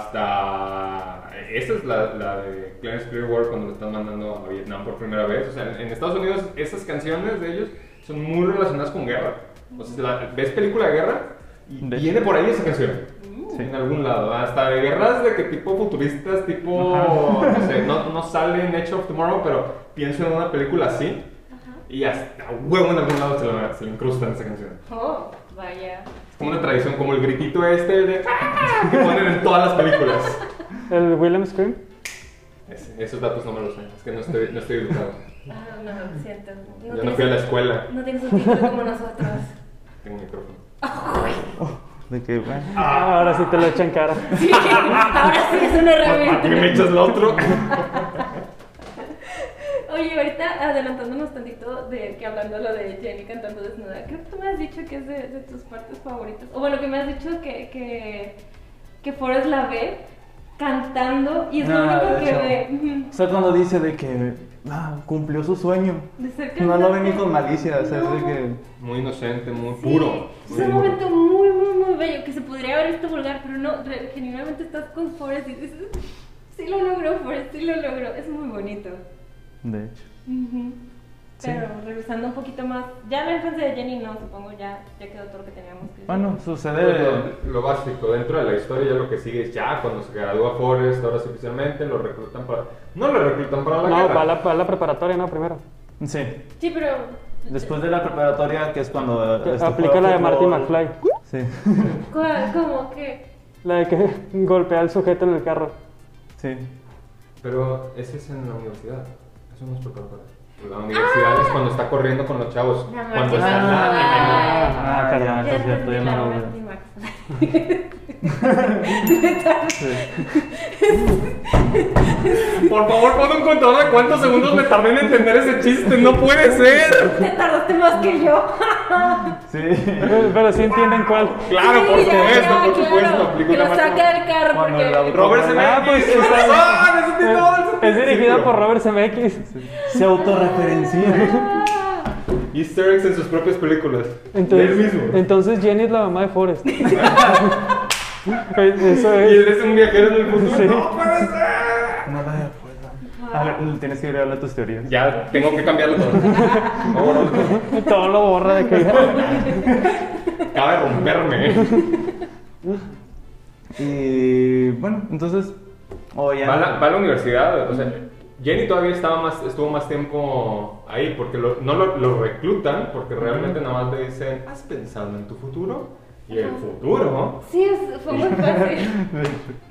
[SPEAKER 2] hasta. Esa es la, la de Clarence Clearwater cuando lo están mandando a Vietnam por primera vez. O sea, en, en Estados Unidos esas canciones de ellos son muy relacionadas con guerra. O sea, la- ves película de guerra y
[SPEAKER 3] De
[SPEAKER 2] viene por ahí esa canción.
[SPEAKER 3] Sí.
[SPEAKER 2] En algún lado, hasta de guerras de que tipo futuristas, tipo, no sé, no, no sale en Edge of Tomorrow, pero pienso en una película así y hasta huevo en algún lado se la, se le incrustan esa canción.
[SPEAKER 1] Oh, vaya.
[SPEAKER 2] Es como una tradición, como el gritito este de que ponen en todas las películas.
[SPEAKER 5] El William Scream.
[SPEAKER 2] Es- esos datos no me los sé, es que no estoy, no estoy educado.
[SPEAKER 1] Ah, no, siento.
[SPEAKER 2] Yo no fui a la escuela.
[SPEAKER 1] No tienes un título como nosotros. (laughs)
[SPEAKER 2] Tengo micrófono.
[SPEAKER 3] De que, bueno.
[SPEAKER 5] Ah, ahora sí te lo echan cara.
[SPEAKER 1] Sí, ahora sí es una
[SPEAKER 2] ¿Para qué
[SPEAKER 1] herramienta.
[SPEAKER 2] me echas lo otro?
[SPEAKER 1] Oye, ahorita adelantándonos tantito de que hablando lo de Jenny cantando desnuda, creo que tú me has dicho que es de, de tus partes favoritas. O bueno, que me has dicho que, que, que Forrest la ve cantando y es lo
[SPEAKER 3] No,
[SPEAKER 1] único
[SPEAKER 3] Ah, de
[SPEAKER 1] que
[SPEAKER 3] hecho.
[SPEAKER 1] ve. ujú,
[SPEAKER 3] O sea, cuando dice de que ah, cumplió su sueño.
[SPEAKER 1] De ser
[SPEAKER 3] No lo
[SPEAKER 1] cantante.
[SPEAKER 3] ven ni con malicia, o sea, es de
[SPEAKER 1] No.
[SPEAKER 3] que.
[SPEAKER 2] Muy inocente, muy
[SPEAKER 1] Sí,
[SPEAKER 2] puro.
[SPEAKER 1] Es
[SPEAKER 2] muy
[SPEAKER 1] un
[SPEAKER 2] puro.
[SPEAKER 1] momento muy, muy, muy bello que se podría haber visto vulgar, pero no, re- genuinamente estás con Forrest y dices, sí lo logró, Forrest, sí lo logró. Es muy bonito.
[SPEAKER 3] De hecho.
[SPEAKER 1] Ujú.
[SPEAKER 3] Sí.
[SPEAKER 1] Pero regresando un poquito más, ya la infancia de Jenny no, supongo, ya, ya quedó todo lo que teníamos que decir.
[SPEAKER 2] Ah,
[SPEAKER 3] Bueno, sucede.
[SPEAKER 2] Pues Lo, lo básico dentro de la historia, ya lo que sigue es ya cuando se gradúa Forrest, ahora sí oficialmente lo reclutan para. No lo reclutan para la
[SPEAKER 5] No,
[SPEAKER 2] guerra.
[SPEAKER 5] va a la, va a la preparatoria, no, primero.
[SPEAKER 3] Sí.
[SPEAKER 1] Sí, pero
[SPEAKER 3] Después de la preparatoria, que es cuando.
[SPEAKER 5] Que
[SPEAKER 3] este,
[SPEAKER 5] Aplica
[SPEAKER 3] juega
[SPEAKER 5] la de Marty
[SPEAKER 3] fútbol.
[SPEAKER 5] McFly.
[SPEAKER 3] Sí.
[SPEAKER 1] ¿cuál- ¿cómo que?
[SPEAKER 5] La de que (laughs) golpea al sujeto en el carro.
[SPEAKER 3] Sí.
[SPEAKER 2] Pero ese es en la universidad. Eso no es preparatoria. La universidad es cuando está corriendo con los chavos.
[SPEAKER 1] Ah. No, no,
[SPEAKER 2] cuando
[SPEAKER 1] sí,
[SPEAKER 2] está en
[SPEAKER 1] no,
[SPEAKER 2] la.
[SPEAKER 1] no,
[SPEAKER 3] Ah,
[SPEAKER 5] perdón.
[SPEAKER 3] perdón,
[SPEAKER 1] Ya
[SPEAKER 3] es cierto,
[SPEAKER 1] entendí
[SPEAKER 3] ya
[SPEAKER 1] la
[SPEAKER 3] no lo
[SPEAKER 1] obra de
[SPEAKER 3] veo.
[SPEAKER 1] Max.
[SPEAKER 2] Por favor, pon un contador de cuántos segundos me tardé en entender ese chiste. No puede ser.
[SPEAKER 1] (laughs) Te tardaste más que yo.
[SPEAKER 3] Sí.
[SPEAKER 5] Pero, pero sí entienden cuál.
[SPEAKER 2] Claro,
[SPEAKER 1] (laughs) Sí,
[SPEAKER 2] por
[SPEAKER 1] ya,
[SPEAKER 2] supuesto,
[SPEAKER 1] ya,
[SPEAKER 2] por
[SPEAKER 1] claro.
[SPEAKER 2] supuesto. Aplico
[SPEAKER 1] Que
[SPEAKER 2] la
[SPEAKER 1] lo saca del carro
[SPEAKER 3] Cuando el
[SPEAKER 1] porque...
[SPEAKER 3] auto-
[SPEAKER 2] Robert se
[SPEAKER 5] Ah, pues, está- Es, es dirigida por Robert Zemeckis.
[SPEAKER 3] Se autorreferencia.
[SPEAKER 1] (laughs) Ah.
[SPEAKER 2] Easter eggs en sus propias películas. Del
[SPEAKER 5] Entonces,
[SPEAKER 2] mismo.
[SPEAKER 5] entonces Jenny es la mamá de Forrest. Pues, Eso
[SPEAKER 2] Y él
[SPEAKER 5] es.
[SPEAKER 2] es un viajero en el futuro.
[SPEAKER 5] Sí.
[SPEAKER 2] ¡No puede ser!
[SPEAKER 3] No la acuerdo. A ver, tienes que agregarle tus teorías.
[SPEAKER 2] Ya, tengo que cambiarlo
[SPEAKER 5] (laughs)
[SPEAKER 2] todo. Ahora,
[SPEAKER 5] Todo lo borra de que.
[SPEAKER 2] acaba de romperme.
[SPEAKER 3] Y bueno, entonces. O ya.
[SPEAKER 2] Va a la, va a la universidad, o sea, Jenny todavía estaba más, estuvo más tiempo ahí, porque lo- no lo, lo reclutan, porque realmente nada más le dicen, ¿has pensado en tu futuro? Y el
[SPEAKER 1] Ajá.
[SPEAKER 2] futuro.
[SPEAKER 1] Sí, es- fue muy fácil.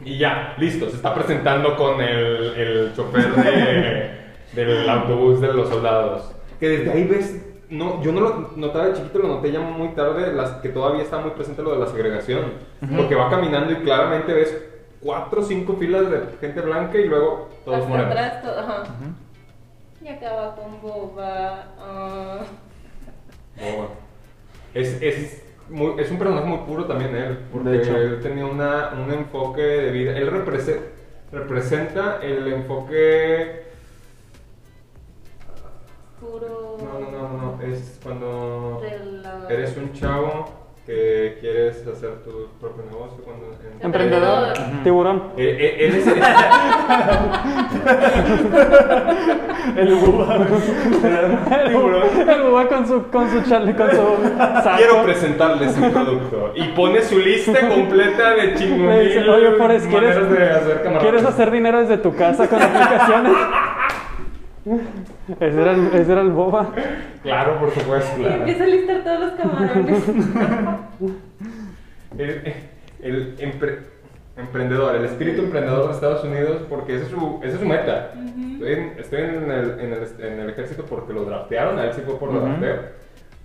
[SPEAKER 2] Y ya, listo, se está presentando con el, el chofer de- del autobús de los soldados. Que desde ahí ves, no, yo no lo notaba de chiquito, lo noté ya muy tarde, las, que todavía está muy presente lo de la segregación. Porque va caminando y claramente ves cuatro o cinco filas de gente blanca y luego (laughs) todos
[SPEAKER 1] Hasta
[SPEAKER 2] morenos.
[SPEAKER 1] atrás, todo, ajá. Y acaba con Boba. ah.
[SPEAKER 2] Boba. Oh, Es, es, muy- es un personaje muy puro también él, porque
[SPEAKER 3] De hecho.
[SPEAKER 2] él tenía una, un enfoque de vida. Él represe- representa el enfoque...
[SPEAKER 1] puro
[SPEAKER 2] No, no, no, no, es cuando
[SPEAKER 1] de la-
[SPEAKER 2] eres un chavo que quieres hacer tu propio negocio. Cuando en-
[SPEAKER 5] Emprendedor.
[SPEAKER 1] Ujú.
[SPEAKER 5] Tiburón.
[SPEAKER 2] Eh, eh, él
[SPEAKER 5] (laughs)
[SPEAKER 2] es-
[SPEAKER 3] El buba. El tiburón.
[SPEAKER 5] El bubá con su, con su chale, con su saco.
[SPEAKER 2] Quiero presentarles mi producto. Y pone su lista completa de
[SPEAKER 5] Le
[SPEAKER 2] chingones.
[SPEAKER 5] dice, oye, Forrest, ¿quieres,
[SPEAKER 2] maneras de hacer camarones".
[SPEAKER 5] ¿quieres hacer dinero desde tu casa
[SPEAKER 2] (laughs)
[SPEAKER 5] con aplicaciones? ese, era el, ese era el boba.
[SPEAKER 2] Claro, por supuesto.
[SPEAKER 1] Y (laughs) empieza a listar todos los
[SPEAKER 2] (laughs)
[SPEAKER 1] camarones.
[SPEAKER 2] el, el empre- emprendedor, el espíritu emprendedor de Estados Unidos, porque esa es su, esa es su meta. Estoy, en, estoy en el, en el- en el ejército porque lo draftearon, a él sí fue por
[SPEAKER 3] Ujú.
[SPEAKER 2] drafteo.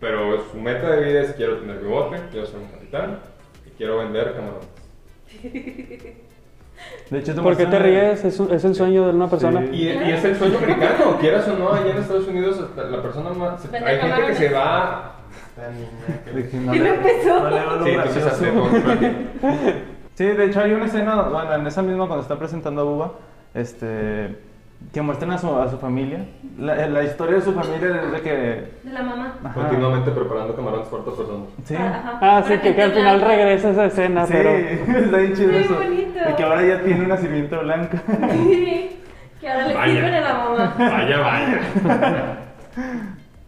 [SPEAKER 2] Pero su meta de vida es quiero tener mi bote, quiero ser un capitán y quiero vender camarones.
[SPEAKER 3] De hecho,
[SPEAKER 5] ¿Por qué te
[SPEAKER 3] muestran-
[SPEAKER 5] ríes? Es, un- es el sueño de una persona.
[SPEAKER 3] Sí.
[SPEAKER 2] Y, y es el sueño americano, quieras o no, allá en Estados Unidos hasta la persona más...
[SPEAKER 1] Vende
[SPEAKER 2] hay gente que
[SPEAKER 1] camarones.
[SPEAKER 2] se va... Esta niña que-
[SPEAKER 3] De que no
[SPEAKER 1] Y no
[SPEAKER 3] le-
[SPEAKER 1] empezó.
[SPEAKER 3] no le veo lo
[SPEAKER 2] Sí, tú
[SPEAKER 3] gracioso.
[SPEAKER 2] empezaste con-
[SPEAKER 3] Sí, de hecho hay una escena, bueno, en esa misma cuando está presentando a Buba, este, que muestran a su, a su familia. La, la historia de su familia es de que...
[SPEAKER 1] De la mamá.
[SPEAKER 3] Ajá.
[SPEAKER 2] Continuamente preparando camarones para otras personas.
[SPEAKER 3] Sí.
[SPEAKER 1] Ajá.
[SPEAKER 5] Ah, sí,
[SPEAKER 1] Para
[SPEAKER 5] que, que al
[SPEAKER 1] gente
[SPEAKER 5] final
[SPEAKER 1] blanca.
[SPEAKER 5] regresa esa escena,
[SPEAKER 3] Sí,
[SPEAKER 5] pero...
[SPEAKER 3] (laughs) está bien chido
[SPEAKER 1] Muy
[SPEAKER 3] eso.
[SPEAKER 1] bonito.
[SPEAKER 3] De que ahora ya tiene una sirvienta blanca.
[SPEAKER 1] (laughs) Sí, que ahora le
[SPEAKER 2] Vaya.
[SPEAKER 1] sirven a la
[SPEAKER 2] (laughs)
[SPEAKER 1] mamá.
[SPEAKER 2] Vaya, vaya.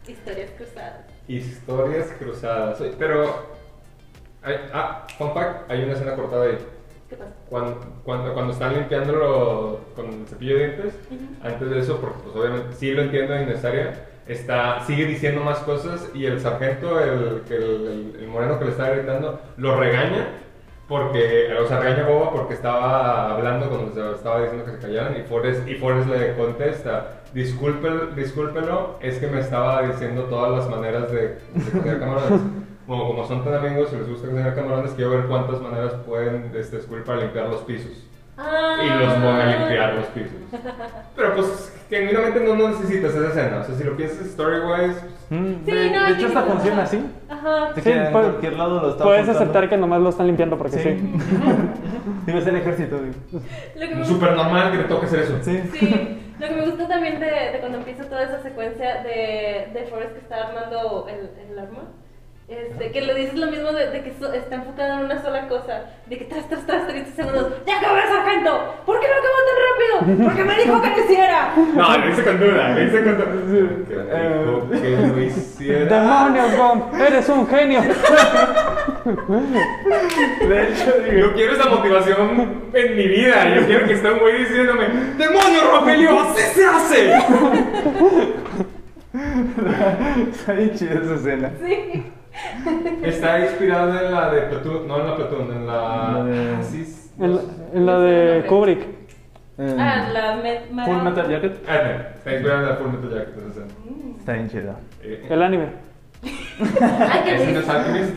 [SPEAKER 1] Historias cruzadas.
[SPEAKER 2] Historias cruzadas. Oye, Pero. hay- ah, fun fact, hay una escena cortada ahí.
[SPEAKER 1] ¿Qué pasa?
[SPEAKER 2] Cuando, cuando, cuando están limpiándolo con el cepillo de dientes, antes de eso, porque pues obviamente sí lo entiendo, es innecesaria, está, sigue diciendo más cosas y el sargento, el, que el, el- el moreno que le está gritando, lo regaña. porque, eh, o sea, regaña a Boba porque estaba hablando cuando se- estaba diciendo que se callaran y Forrest, y Forrest le contesta, "Disculpe- discúlpelo, es que me estaba diciendo todas las maneras de, de cocinar camarones. Bueno, como son tan amigos y les gusta cocinar camarones, quiero ver cuántas maneras pueden este, descubrir para limpiar los pisos. Y
[SPEAKER 1] Ah.
[SPEAKER 2] los pone a limpiar los pisos. Pero pues, genuinamente no necesitas esa escena. O sea, si lo piensas story-wise,
[SPEAKER 3] Mm,
[SPEAKER 1] Sí,
[SPEAKER 3] de,
[SPEAKER 1] no,
[SPEAKER 3] de
[SPEAKER 1] sí,
[SPEAKER 3] hecho, esta
[SPEAKER 1] sí,
[SPEAKER 3] funciona
[SPEAKER 1] ajá.
[SPEAKER 3] así.
[SPEAKER 1] Ajá.
[SPEAKER 3] De
[SPEAKER 5] Sí,
[SPEAKER 3] (laughs) que en
[SPEAKER 5] puede-
[SPEAKER 3] cualquier lado lo está
[SPEAKER 5] Puedes
[SPEAKER 3] apuntando.
[SPEAKER 5] aceptar que nomás lo están limpiando porque sí.
[SPEAKER 3] (laughs) Digo, es el ejército, digo.
[SPEAKER 1] Lo que me
[SPEAKER 2] súper normal pues, que te toque hacer eso.
[SPEAKER 3] Sí.
[SPEAKER 1] Sí, lo que me gusta también de, de cuando empieza toda esa secuencia de, de Forrest que está armando el, el arma, este, que le dices lo mismo de, de que so- está enfocada en una sola cosa, de que tras, tras, tras, 30 segundos, ¡ya acabé, sargento! ¿Por qué no acabó tan rápido? ¡Porque me dijo que lo hiciera!
[SPEAKER 2] No, lo hice con duda, lo hice con duda. Que dijo
[SPEAKER 3] Eh.
[SPEAKER 2] que lo hiciera.
[SPEAKER 5] ¡Demonios, Bomb! ¡Eres un
[SPEAKER 3] (laughs)
[SPEAKER 5] genio!
[SPEAKER 2] De hecho, digo, yo quiero esa motivación en mi vida. Yo quiero que esté un güey diciéndome: ¡Demonio, Rogelio! ¡Así se
[SPEAKER 3] (laughs)
[SPEAKER 2] hace!
[SPEAKER 3] (laughs) Está bien chida esa escena.
[SPEAKER 1] (laughs) Sí.
[SPEAKER 2] Está inspirado en la de Platoon, no en la Platoon, en
[SPEAKER 3] La de-
[SPEAKER 2] la. Ah, sí, sí.
[SPEAKER 5] En, en la de Kubrick.
[SPEAKER 3] Eh,
[SPEAKER 1] Ah, la met, ma-
[SPEAKER 3] Full Metal Jacket.
[SPEAKER 2] Ah, no, está inspirado en la Full Metal Jacket. esa escena.
[SPEAKER 3] Está bien chida.
[SPEAKER 2] Eh,
[SPEAKER 5] El anime.
[SPEAKER 1] Ay, qué
[SPEAKER 2] ¿Ese no
[SPEAKER 1] triste.
[SPEAKER 2] es Alchemist?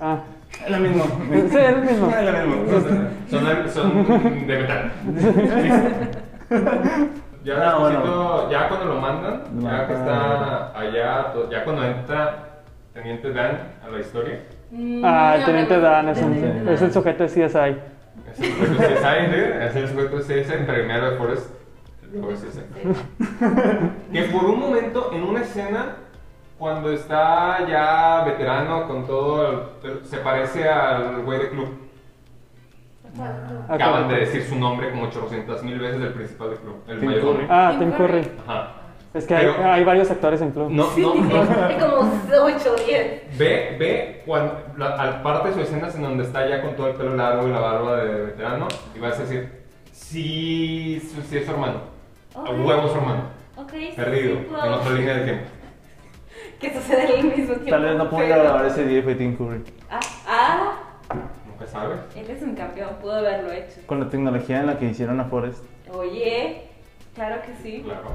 [SPEAKER 5] Ah.
[SPEAKER 3] Es lo mismo.
[SPEAKER 5] Sí, es el mismo.
[SPEAKER 2] Ah, la misma. Son, son de metal. Ya,
[SPEAKER 3] Ah, bueno.
[SPEAKER 2] despuesito, ya cuando lo mandan,
[SPEAKER 3] Lo
[SPEAKER 2] ya que
[SPEAKER 3] mandan.
[SPEAKER 2] está allá, to- ya cuando entra Teniente Dan a la historia,
[SPEAKER 1] Mm,
[SPEAKER 5] Ah, el
[SPEAKER 1] no,
[SPEAKER 5] teniente
[SPEAKER 1] no,
[SPEAKER 5] Dan es,
[SPEAKER 1] Teniente
[SPEAKER 5] un,
[SPEAKER 1] Dan.
[SPEAKER 5] es el sujeto de CSI.
[SPEAKER 2] es el sujeto de CSI, ¿eh? es el sujeto de CSI, primero de Forrest, luego de CSI. Que por un momento, en una escena, cuando está ya veterano con todo, el- se parece al güey de club.
[SPEAKER 5] Ah,
[SPEAKER 2] Acaban
[SPEAKER 5] claro.
[SPEAKER 2] de decir su nombre como 800 mil veces del principal del club, el
[SPEAKER 3] Tim
[SPEAKER 2] mayor.
[SPEAKER 3] Curry.
[SPEAKER 5] Ah, Tim Curry.
[SPEAKER 2] Ajá.
[SPEAKER 5] Es que hay,
[SPEAKER 2] Pero-
[SPEAKER 5] hay varios actores en club.
[SPEAKER 2] No,
[SPEAKER 1] Sí,
[SPEAKER 2] no, no.
[SPEAKER 1] hay como 8 o 10.
[SPEAKER 2] Ve, ve, cuando, la, al parte de sus escenas en donde está ya con todo el pelo largo y la barba de veterano, y vas a decir, sí, sí, sí es su hermano. A
[SPEAKER 1] Ok.
[SPEAKER 2] huevo es su hermano.
[SPEAKER 1] Ok, sí,
[SPEAKER 2] Perdido,
[SPEAKER 1] sí,
[SPEAKER 2] en
[SPEAKER 1] puedo-
[SPEAKER 2] otra línea de tiempo.
[SPEAKER 1] Que sucede al mismo tiempo.
[SPEAKER 3] Tal vez no pude
[SPEAKER 1] pero-
[SPEAKER 3] grabar ese día fue Tim Curry.
[SPEAKER 1] Ah, ah.
[SPEAKER 2] Nunca sabes.
[SPEAKER 1] Él es un campeón, pudo haberlo hecho.
[SPEAKER 3] Con la tecnología en la que hicieron a Forrest.
[SPEAKER 1] Oye, claro que sí.
[SPEAKER 2] Claro.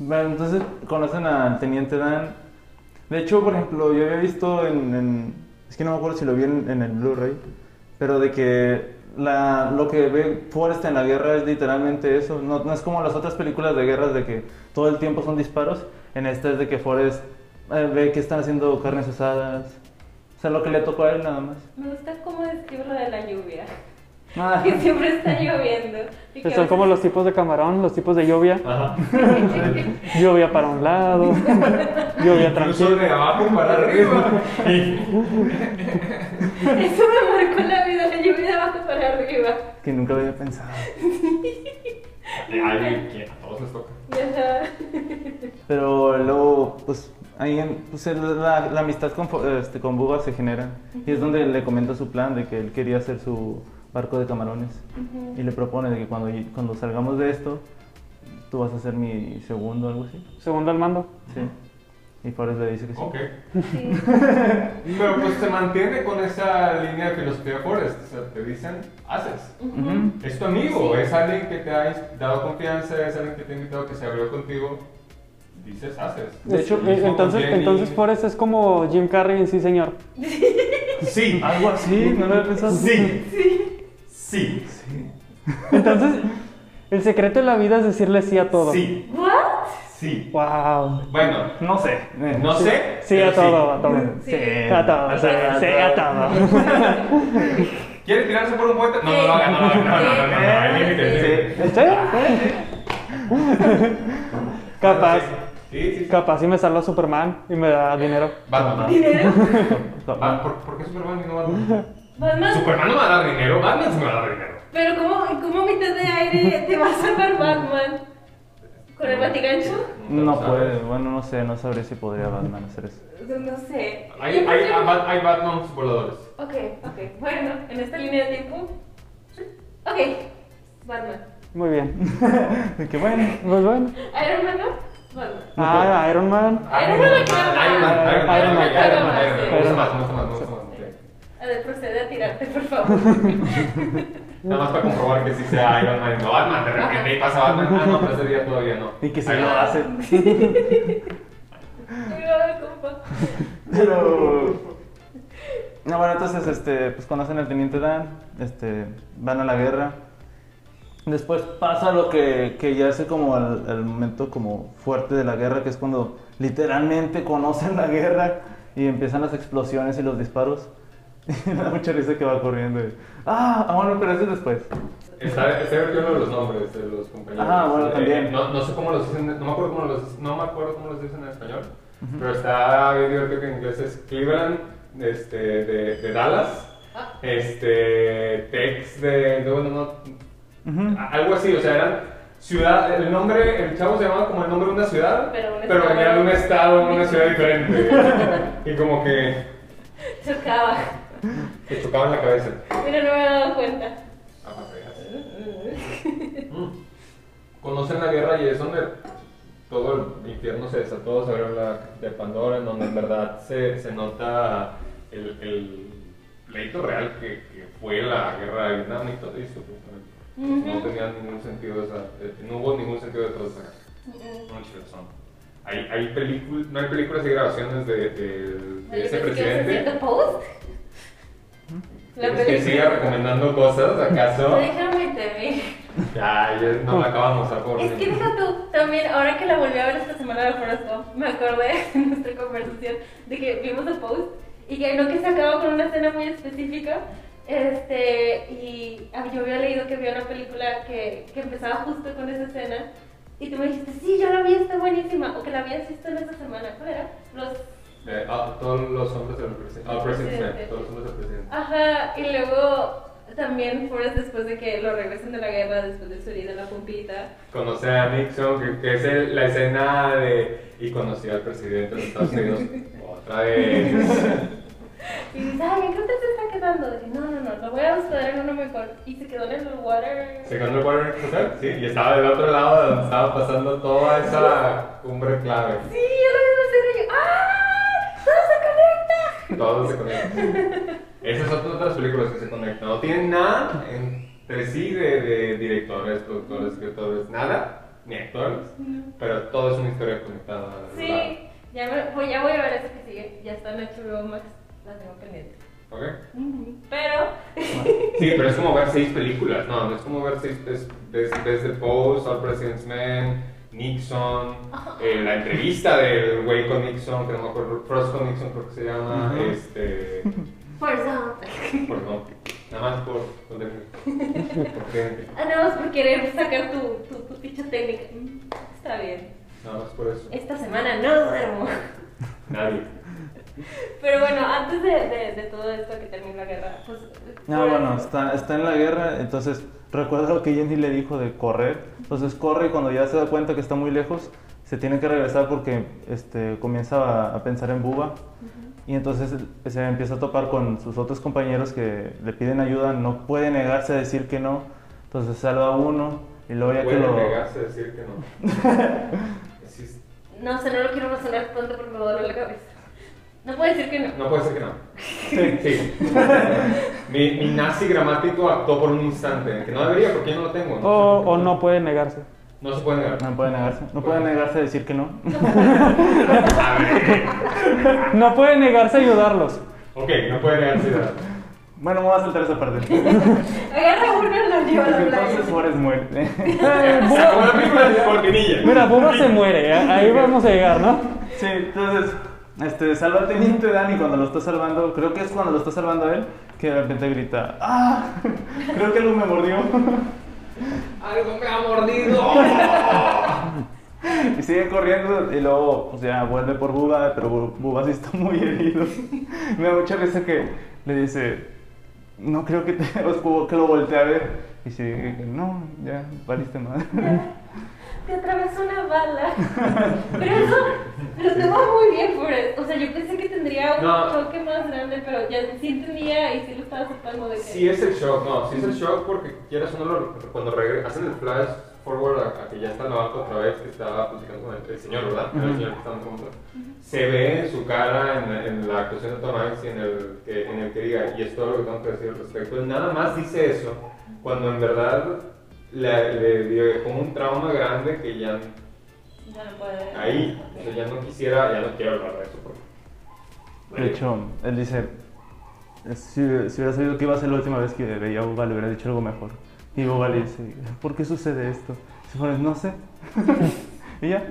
[SPEAKER 3] Bueno, entonces conocen al teniente Dan. De hecho, por ejemplo, yo había visto en. en- es que no me acuerdo si lo vi en, en el Blu-ray. Pero de que la, lo que ve Forrest en la guerra es literalmente eso. No, no es como las otras películas de guerras de que todo el tiempo son disparos. En esta es de que Forrest eh, ve que están haciendo carnes asadas. O sea, lo que le tocó a él nada más.
[SPEAKER 1] Me gusta cómo describe lo de la
[SPEAKER 5] (laughs)
[SPEAKER 1] lluvia.
[SPEAKER 3] Ah,
[SPEAKER 1] Que siempre está lloviendo. y que
[SPEAKER 5] Que son como los tipos de camarón, los tipos de lluvia.
[SPEAKER 2] Ajá.
[SPEAKER 5] Lluvia para un lado, lluvia
[SPEAKER 2] Incluso
[SPEAKER 5] tranquila.
[SPEAKER 2] de abajo para
[SPEAKER 5] (laughs)
[SPEAKER 2] arriba. Y-
[SPEAKER 1] (laughs) Eso me marcó la vida, la lluvia de abajo para arriba.
[SPEAKER 3] que nunca lo había pensado.
[SPEAKER 2] Ay, que a todos les toca.
[SPEAKER 1] Ajá.
[SPEAKER 3] Pero luego, pues, ahí en- pues, el- la, la amistad con, Fo- este, con Bubba se genera. Y es donde le comenta su plan de que él quería hacer su barco de camarones. Y le propone de que cuando, y- cuando salgamos de esto, tú vas a ser mi segundo o algo así.
[SPEAKER 5] Segundo al mando.
[SPEAKER 3] Sí. Y Forrest le dice que sí.
[SPEAKER 2] Ok.
[SPEAKER 1] Sí.
[SPEAKER 2] Pero pues se mantiene con esa línea de filosofía de Forrest. O sea, te dicen, haces.
[SPEAKER 1] Ujú.
[SPEAKER 3] Ujú.
[SPEAKER 2] Es tu amigo,
[SPEAKER 1] Sí.
[SPEAKER 2] es alguien que te ha ins- dado confianza, es alguien que te ha invitado, que se abrió contigo. Dices, haces.
[SPEAKER 5] De hecho,
[SPEAKER 2] Lo
[SPEAKER 5] eh,
[SPEAKER 2] mismo con
[SPEAKER 5] entonces,
[SPEAKER 2] Jenny.
[SPEAKER 5] entonces Forrest es como Jim Carrey en Sí Señor.
[SPEAKER 2] Sí,
[SPEAKER 3] Algo así, no lo había pensado.
[SPEAKER 2] sí, sí, sí,
[SPEAKER 5] Entonces, el secreto de la vida es decirle sí a todo.
[SPEAKER 2] sí,
[SPEAKER 1] ¿What?
[SPEAKER 2] sí.
[SPEAKER 5] Wow.
[SPEAKER 2] Bueno,
[SPEAKER 3] No sé. eh,
[SPEAKER 2] no sé.
[SPEAKER 5] Sí
[SPEAKER 2] pero
[SPEAKER 5] a todo, a todo.
[SPEAKER 1] Sí.
[SPEAKER 5] A todo, sí, sí, a todo.
[SPEAKER 2] ¿Quieres tirarse por un puente? No, no lo hagas, no lo hagas, no, no, no, no, no, hay límites.
[SPEAKER 5] ¿Sí? Capaz,
[SPEAKER 2] Sí, sí, sí.
[SPEAKER 5] capaz y me salva Superman y me da dinero.
[SPEAKER 2] Batman.
[SPEAKER 1] ¿Dinero?
[SPEAKER 2] Batman. ¿Por, por qué Superman y no Batman?
[SPEAKER 1] Batman.
[SPEAKER 2] Superman no me va a dar dinero, Batman sí me va a dar dinero.
[SPEAKER 1] Pero ¿cómo, cómo mitad de aire te va a salvar Batman? ¿Con el batigancho?
[SPEAKER 3] No puede, bueno, no sé, no sabré si podría Batman hacer eso.
[SPEAKER 1] No sé.
[SPEAKER 2] Hay,
[SPEAKER 1] Yo
[SPEAKER 2] hay,
[SPEAKER 3] ah,
[SPEAKER 1] prefiero-
[SPEAKER 2] hay Bat- hay Batman voladores.
[SPEAKER 1] Ok, ok. Bueno, en esta línea de tiempo. sí. Ok. Batman.
[SPEAKER 5] Muy bien.
[SPEAKER 3] De que bueno.
[SPEAKER 5] Pues bueno.
[SPEAKER 1] Iron Man, ¿no? Batman.
[SPEAKER 5] Ah, Iron Man.
[SPEAKER 1] Iron Man,
[SPEAKER 2] Iron Man, Iron Man, Iron Man, Iron Man, Iron Man,
[SPEAKER 1] Iron Man,
[SPEAKER 2] Iron Man,
[SPEAKER 1] Iron Man.
[SPEAKER 2] Iron Man, Iron Man, Iron Man, Iron Man.
[SPEAKER 1] A ver, procede a tirarte, por favor.
[SPEAKER 3] (laughs)
[SPEAKER 2] Nada más para comprobar que sí sea Iron Man. No, Batman, de repente ahí pasa Batman. Ah, no, pero ese día todavía no.
[SPEAKER 3] Y que sí
[SPEAKER 2] Ahí
[SPEAKER 3] lo
[SPEAKER 1] (laughs)
[SPEAKER 2] va.
[SPEAKER 3] hace.
[SPEAKER 1] Ay, compa.
[SPEAKER 3] Pero. No, bueno, entonces, este, pues conocen al teniente Dan, este, van a la guerra. Después pasa lo que, que ya es como el, el momento como fuerte de la guerra, que es cuando literalmente conocen la guerra y empiezan las explosiones y los disparos. (laughs) Y me da mucha risa que va corriendo. y, ah, ah, bueno, pero eso es después.
[SPEAKER 2] Está, está divertido lo de los nombres de los compañeros.
[SPEAKER 3] Ah, bueno,
[SPEAKER 2] Eh,
[SPEAKER 3] también.
[SPEAKER 2] No, no sé cómo los dicen, no me acuerdo cómo los, no me acuerdo cómo los dicen en español, pero está bien divertido que en inglés es Cleveland, este, de, de Dallas,
[SPEAKER 1] Ah.
[SPEAKER 2] este, Tex de, no, no, no,
[SPEAKER 3] Ujú.
[SPEAKER 2] a- algo así, o sea, eran ciudad, el nombre, el chavo se llamaba como el nombre de una ciudad,
[SPEAKER 1] Pero un
[SPEAKER 2] pero
[SPEAKER 1] estado.
[SPEAKER 2] venía de un estado, una
[SPEAKER 1] (laughs)
[SPEAKER 2] ciudad diferente, y como que
[SPEAKER 1] Chocaba.
[SPEAKER 2] te chocaban la cabeza.
[SPEAKER 1] Mira, no me había dado cuenta.
[SPEAKER 2] Ah, veas. (laughs) Mm. Conocen la guerra y es donde todo el infierno se desató sobre la de Pandora, en donde en verdad se, se nota el, el pleito real que, que fue la guerra de Vietnam y todo eso. pues,
[SPEAKER 1] Ujú.
[SPEAKER 2] No tenía ningún sentido esa, eh, no hubo ningún sentido de todo esa guerra.
[SPEAKER 1] Mm.
[SPEAKER 2] No, chido, son. Hay, hay pelicul- no hay películas y grabaciones de, de- de
[SPEAKER 1] Oye,
[SPEAKER 2] ese
[SPEAKER 1] ¿crees que vas a hacer
[SPEAKER 2] presidente.
[SPEAKER 1] The Post? La
[SPEAKER 2] ¿Quieres que siga recomendando cosas, acaso?
[SPEAKER 1] Déjame te vi.
[SPEAKER 2] Ya, ya no me acaban de usar por
[SPEAKER 1] Es que deja tú, también ahora que la volví a ver esta semana de Forrest Gump, me acordé (laughs) de nuestra conversación de que vimos The Post y que no que se acaba con una escena muy específica. Este, y ah, yo había leído que había una película que, que empezaba justo con esa escena y tú me dijiste, sí, yo la vi, está buenísima, o que la habías visto en esta semana, ¿cuál era? Los
[SPEAKER 2] Eh, ah, todos los hombres del presidente. Ah, presidente,
[SPEAKER 1] Presidente.
[SPEAKER 2] Todos los hombres del presidente.
[SPEAKER 1] Ajá, y luego también Forrest después de que lo regresan de la guerra, después de su herida en la puntita.
[SPEAKER 2] Conoce a Nixon, que, que es el- la escena de. Y conocí al presidente de los
[SPEAKER 1] (laughs)
[SPEAKER 2] Estados Unidos. Otra vez.
[SPEAKER 1] Y dices, ay, ¿en qué hotel se está quedando? Dije, no, no, no, lo voy a hospedar en uno mejor. Y se quedó en el water.
[SPEAKER 2] ¿Se ganó el Warner Hotel? Sí, y estaba del otro lado de donde estaba pasando toda esa cumbre clave.
[SPEAKER 1] Sí, yo lo vi hacer y yo, ¡ah! ¡Todo se conecta!
[SPEAKER 2] Todo se conecta. Esas son todas las películas que se conectan. No tienen nada entre sí de, de directores, productores, escritores, nada, ni actores. Pero todo es una historia conectada. ¿verdad?
[SPEAKER 1] Sí, ya, me, pues ya voy a ver esa que sigue. Ya está en HBO Max, la tengo pendiente.
[SPEAKER 2] ¿Ok?
[SPEAKER 1] Ujú, Pero,
[SPEAKER 2] Sí, pero es como ver seis películas. No, no es como ver seis. Es, ves, ves The Post, All President's Men, Nixon, eh, la entrevista del güey con Nixon, que no me acuerdo, Frost con Nixon, creo que se llama.
[SPEAKER 3] Ujú.
[SPEAKER 2] Este.
[SPEAKER 1] Forrest Gump.
[SPEAKER 2] Por no. Nada más por. por porque-
[SPEAKER 1] Ah, nada más por querer sacar tu, tu, tu ficha técnica. Mm, Está bien.
[SPEAKER 2] Nada más por eso.
[SPEAKER 1] Esta semana no duermo.
[SPEAKER 2] Nadie.
[SPEAKER 1] Pero bueno, antes de, de, de todo esto que termine la guerra, pues.
[SPEAKER 3] No,
[SPEAKER 1] por-
[SPEAKER 3] Ah, bueno, está, está en la guerra, entonces recuerda lo que Jenny le dijo de correr. Entonces corre y cuando ya se da cuenta que está muy lejos, se tiene que regresar porque este, comienza a, a pensar en Buba. Y entonces se empieza a topar con sus otros compañeros que le piden ayuda, no puede negarse a decir que no. Entonces salva a uno y luego ya que
[SPEAKER 2] Puede
[SPEAKER 3] lo...
[SPEAKER 2] negarse a decir que no. Existe.
[SPEAKER 1] No sé, no lo quiero razonar tanto porque me duele la cabeza. No puedo decir que no.
[SPEAKER 2] No puede ser que no. Sí. mi, mi nazi gramático actuó por un instante, que no debería porque yo no lo tengo.
[SPEAKER 5] O,
[SPEAKER 2] sé.
[SPEAKER 5] o no puede negarse.
[SPEAKER 2] No se puede negar.
[SPEAKER 3] No puede negarse, no puede negarse a decir que no. (laughs)
[SPEAKER 2] A ver.
[SPEAKER 5] No puede negarse a ayudarlos.
[SPEAKER 2] Ok, no puede negarse. nada.
[SPEAKER 3] Bueno, me voy a saltar esa parte.
[SPEAKER 1] Agarra uno y lo lleva a la playa.
[SPEAKER 3] Entonces Juárez muere. (laughs)
[SPEAKER 5] Eh,
[SPEAKER 2] Se acabó la
[SPEAKER 5] Bubba-
[SPEAKER 2] película de Cortinilla.
[SPEAKER 5] mira, Bubba se muere, ¿eh? ahí vamos a llegar, ¿no?
[SPEAKER 3] Sí, entonces, este, salva al teniente Dani cuando lo está salvando, creo que es cuando lo está salvando a él, que de repente grita, ¡ah! (laughs) Creo que algo me mordió.
[SPEAKER 2] (laughs) Algo me ha mordido.
[SPEAKER 3] (laughs) Y sigue corriendo y luego, o sea, vuelve por Buba, pero Bu- Buba sí está muy herido. (laughs) Me da mucha risa que le dice, no creo que, te, (laughs) o como que lo voltee a ver. Y dice, no, ya, valiste madre.
[SPEAKER 1] Te atravesó una bala. Pero eso, pero te va muy bien por eso. O sea, yo pensé que tendría un
[SPEAKER 2] No.
[SPEAKER 1] choque más grande, pero ya sí entendía y sí lo estaba aceptando de que.
[SPEAKER 2] Sí es el shock, no, sí es el shock porque quieras o no, lo- cuando regre- hacen el flash forward a, a que ya está Navarro otra vez, que estaba platicando con el, el señor, ¿verdad? El señor que estaba preguntando. Se ve en su cara, en, la- en la actuación de Tom Hanks, y en el, que, en el que diga, y es todo lo que tengo que decir al respecto. Él nada más dice eso cuando en verdad la- le dio como un trauma grande que ya
[SPEAKER 1] Ya no puede ver.
[SPEAKER 2] ahí, o sea, ya no quisiera, ya no quiero hablar de eso. Porque,
[SPEAKER 6] De hecho, él dice, si, si hubiera sabido que iba a ser la última vez que veía a Boba, le hubiera dicho algo mejor. Y Boba le dice, ¿por qué sucede esto? Se pone, no sé. (laughs) y ya.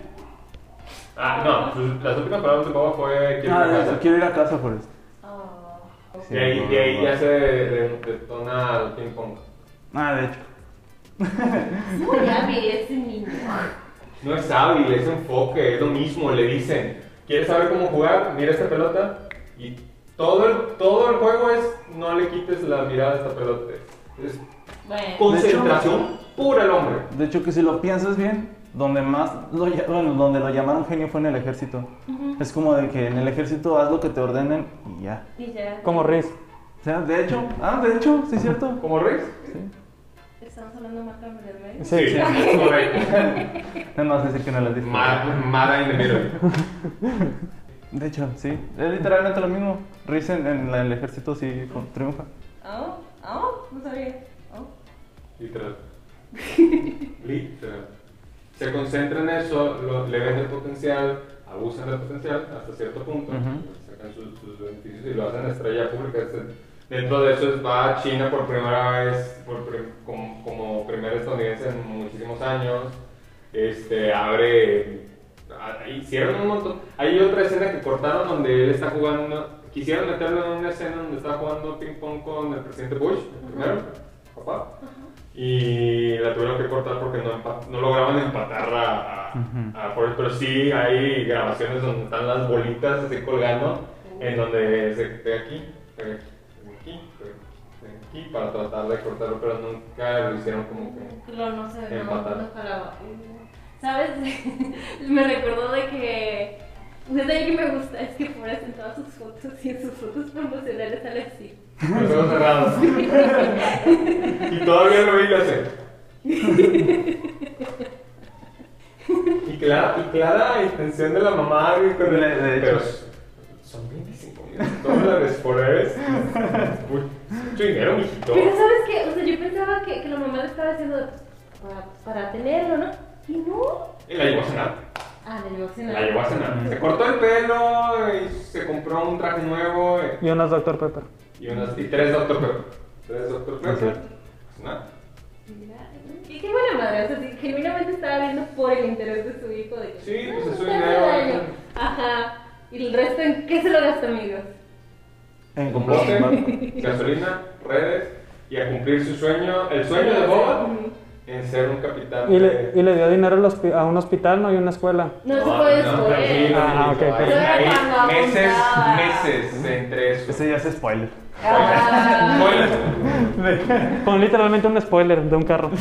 [SPEAKER 2] Ah, no, sus- las últimas palabras de Boba fue quiero
[SPEAKER 6] Ah,
[SPEAKER 2] ir a
[SPEAKER 6] eso,
[SPEAKER 2] casa.
[SPEAKER 6] quiero ir a casa por esto.
[SPEAKER 1] Oh.
[SPEAKER 6] Sí,
[SPEAKER 2] De ahí,
[SPEAKER 6] no,
[SPEAKER 2] de ahí
[SPEAKER 6] no.
[SPEAKER 2] ya se de- detona el ping pong.
[SPEAKER 6] Ah, de hecho.
[SPEAKER 1] Es muy hábil ese niño.
[SPEAKER 2] No es hábil, es enfoque, es lo mismo, le dicen, ¿quieres saber cómo jugar? Mira esta pelota y todo el, todo el juego es no le quites la mirada a esta pelota. Es
[SPEAKER 1] Bueno.
[SPEAKER 2] concentración pura el hombre.
[SPEAKER 6] De hecho, que si lo piensas bien, donde más lo, ll- bueno, donde lo llamaron genio fue en el ejército. Es como de que en el ejército haz lo que te ordenen y ya.
[SPEAKER 1] Y ya.
[SPEAKER 5] Como Riz.
[SPEAKER 6] O sea, de hecho, ah, de hecho, sí es cierto.
[SPEAKER 2] ¿Como Rex?
[SPEAKER 1] Estamos hablando más tarde del medio.
[SPEAKER 6] Sí, sí.
[SPEAKER 2] es (laughs) correcto.
[SPEAKER 6] Nada más decir que no las dice.
[SPEAKER 2] Mara, Mara en el medio.
[SPEAKER 6] De hecho, sí. Es literalmente lo mismo. Riz en, en la- el ejército sí con- triunfa.
[SPEAKER 1] Oh, oh, no sabía. Oh.
[SPEAKER 2] Literal. (laughs) Literal. Se concentra en eso, lo- le ven el potencial, abusan del potencial hasta cierto punto,
[SPEAKER 6] Ujú.
[SPEAKER 2] sacan sus, sus beneficios y lo hacen estrella pública. Este- Dentro de eso es- va a China por primera vez, por pri- como, como primer estadounidense en muchísimos años. Este, abre. a- Hicieron un montón. Hay otra escena que cortaron donde él está jugando. Quisieron meterlo en una escena donde estaba jugando ping-pong con el presidente Bush, el primero, papá y la tuvieron que cortar porque no, empa- no lograban empatar a, a, a Forrest, pero sí hay grabaciones donde están las bolitas así colgando, en donde se pega aquí, pega aquí, pega aquí, pega aquí, para tratar de cortarlo, pero nunca lo hicieron como que...
[SPEAKER 1] Lo no sé, no,
[SPEAKER 2] Empatar.
[SPEAKER 1] no jalaba. ¿Sabes? (laughs) me recordó de que. Desde ahí que me gusta es que fuera en todas sus fotos y en sus fotos promocionales sale así.
[SPEAKER 2] Con los ojos cerrados. y todavía lo vi hacer. y clara, y clara intención de la mamá, güey, con el-
[SPEAKER 6] De- de hecho.
[SPEAKER 2] pero s- son 25 mil dólares por vez. Es mucho dinero, mijito.
[SPEAKER 1] Pero ¿sabes qué? O sea, yo pensaba que, que la mamá le estaba haciendo de- para, para tenerlo, ¿no? Y no.
[SPEAKER 2] Y la llevó a cenar.
[SPEAKER 1] Ah, le llevó a cenar.
[SPEAKER 2] La llevó a cenar. Se cortó el pelo y se compró un traje nuevo eh,
[SPEAKER 5] Y unos Dr. Pepper.
[SPEAKER 2] y, unas, y tres Dr. Pepper. Tres Dr. Pepper. Cenar.
[SPEAKER 1] Mira, Y qué buena madre, o sea, sí, genuinamente estaba viendo por el interés de su hijo. De que,
[SPEAKER 2] Sí,
[SPEAKER 1] "Ah,
[SPEAKER 2] pues, es su
[SPEAKER 1] no te hace
[SPEAKER 2] dinero".
[SPEAKER 1] daño. Ajá. ¿Y el resto en qué se lo gasta, amigos?
[SPEAKER 6] En
[SPEAKER 2] Compote,
[SPEAKER 6] comprar-
[SPEAKER 2] gasolina, redes y a cumplir su sueño, el sueño de Boba
[SPEAKER 1] Ujú.
[SPEAKER 2] en ser un capitán.
[SPEAKER 5] Y le,
[SPEAKER 2] de- Ah,
[SPEAKER 5] y le dio dinero al hospi- a un hospital, ¿no? Y una escuela.
[SPEAKER 1] No, se puede
[SPEAKER 2] no,
[SPEAKER 1] escoger.
[SPEAKER 2] tranquilo,
[SPEAKER 5] Ah, ok,
[SPEAKER 2] tranquilo.
[SPEAKER 5] perfecto.
[SPEAKER 2] Ahí,
[SPEAKER 1] Yo era cuando
[SPEAKER 2] meses,
[SPEAKER 1] apuntaba.
[SPEAKER 2] meses entre eso.
[SPEAKER 6] Ese ya es spoiler.
[SPEAKER 1] Ah.
[SPEAKER 2] Bueno,
[SPEAKER 5] Con literalmente un spoiler de un carro.